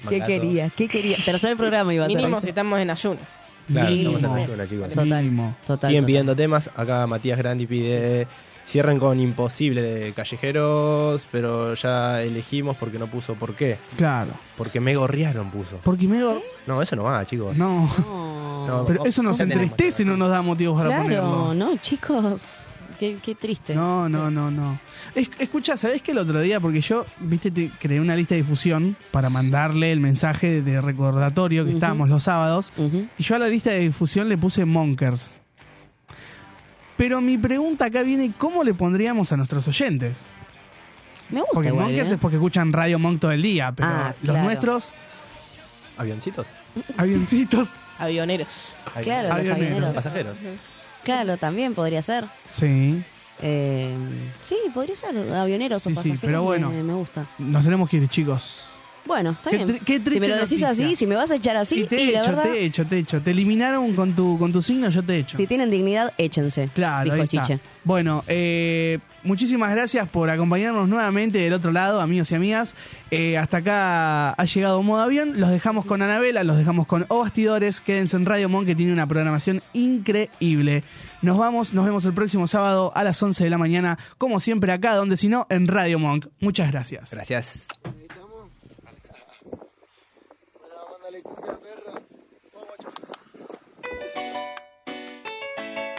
Speaker 2: ¿Qué
Speaker 5: Mangazo.
Speaker 2: quería? ¿Qué quería? Tercer programa iba a ser.
Speaker 6: Mínimo si
Speaker 2: ¿viste?
Speaker 6: estamos en ayuno.
Speaker 5: Claro,
Speaker 2: Sí.
Speaker 5: estamos en
Speaker 4: Mínimo.
Speaker 5: ayuna, chicos.
Speaker 2: Total.
Speaker 4: Mínimo.
Speaker 2: Total.
Speaker 5: Siguen
Speaker 2: total.
Speaker 5: pidiendo temas. Acá Matías Grandi pide. Cierren con Imposible de Callejeros, pero ya elegimos porque no puso por qué.
Speaker 4: Claro.
Speaker 5: Porque me gorriaron puso.
Speaker 4: Porque me... do-
Speaker 5: No, eso no va, chicos.
Speaker 4: No.
Speaker 2: No.
Speaker 5: No,
Speaker 4: Pero
Speaker 5: o-
Speaker 4: eso nos
Speaker 5: ya tenemos.
Speaker 4: entristece y no nos da motivos para
Speaker 2: Claro,
Speaker 4: ponerlo.
Speaker 2: no, chicos. Qué, qué triste.
Speaker 4: No, no, no, no. Es- escucha, ¿sabés que el otro día? Porque yo, viste, te creé una lista de difusión para mandarle el mensaje de recordatorio que
Speaker 2: Ujú.
Speaker 4: estábamos los sábados.
Speaker 2: Ujú.
Speaker 4: Y yo a la lista de difusión le puse Monkers. Pero mi pregunta acá viene, ¿cómo le pondríamos a nuestros oyentes?
Speaker 2: Me gusta
Speaker 4: Porque
Speaker 2: igual,
Speaker 4: Monkers
Speaker 2: ¿eh?
Speaker 4: es porque escuchan Radio Monk todo el día, pero
Speaker 2: Ah,
Speaker 4: los
Speaker 2: claro.
Speaker 4: nuestros,
Speaker 5: ¿Avioncitos?
Speaker 4: avioncitos.
Speaker 6: Avioneros.
Speaker 2: Claro, los
Speaker 4: Avioneros.
Speaker 2: avioneros.
Speaker 5: Pasajeros.
Speaker 2: Claro, también podría ser.
Speaker 4: Sí.
Speaker 2: Eh, sí, podría ser avioneros o
Speaker 4: Sí, sí,
Speaker 2: pasajeros.
Speaker 4: pero bueno.
Speaker 2: Me, me gusta.
Speaker 4: Nos tenemos que ir, chicos.
Speaker 2: Bueno, está
Speaker 4: Qué
Speaker 2: bien.
Speaker 4: tri- qué triste
Speaker 2: si me lo decís
Speaker 4: noticia.
Speaker 2: así, si me vas a echar así,
Speaker 4: y te
Speaker 2: y la
Speaker 4: echo,
Speaker 2: verdad,
Speaker 4: te echo, te echo. Te eliminaron con tu, con tu signo, yo te echo.
Speaker 2: si tienen dignidad, échense.
Speaker 4: Claro,
Speaker 2: dijo
Speaker 4: ahí está.
Speaker 2: Chiche.
Speaker 4: Bueno, eh, muchísimas gracias por acompañarnos nuevamente del otro lado, amigos y amigas. Eh, hasta acá ha llegado Moda Avión. Los dejamos con Anabela, los dejamos con O Bastidores. Quédense en Radio Mon, que tiene una programación increíble. Nos vamos, nos vemos el próximo sábado a las 11 de la mañana, como siempre acá, donde si no, en Radio Monk. Muchas gracias.
Speaker 5: Gracias.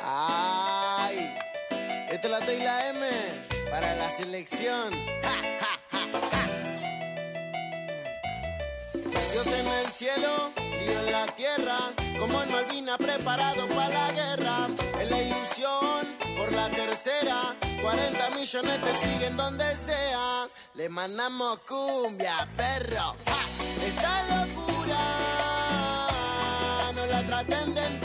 Speaker 11: Ay, esta es la T y la M para la selección. Ja, ja, ja, ja. Dios en el cielo, Dios en la tierra, como en Malvina preparado para la guerra. En la ilusión, por la tercera, 40 millones te siguen donde sea. Le mandamos cumbia, perro. Ja. Esta locura, no la traten de entender.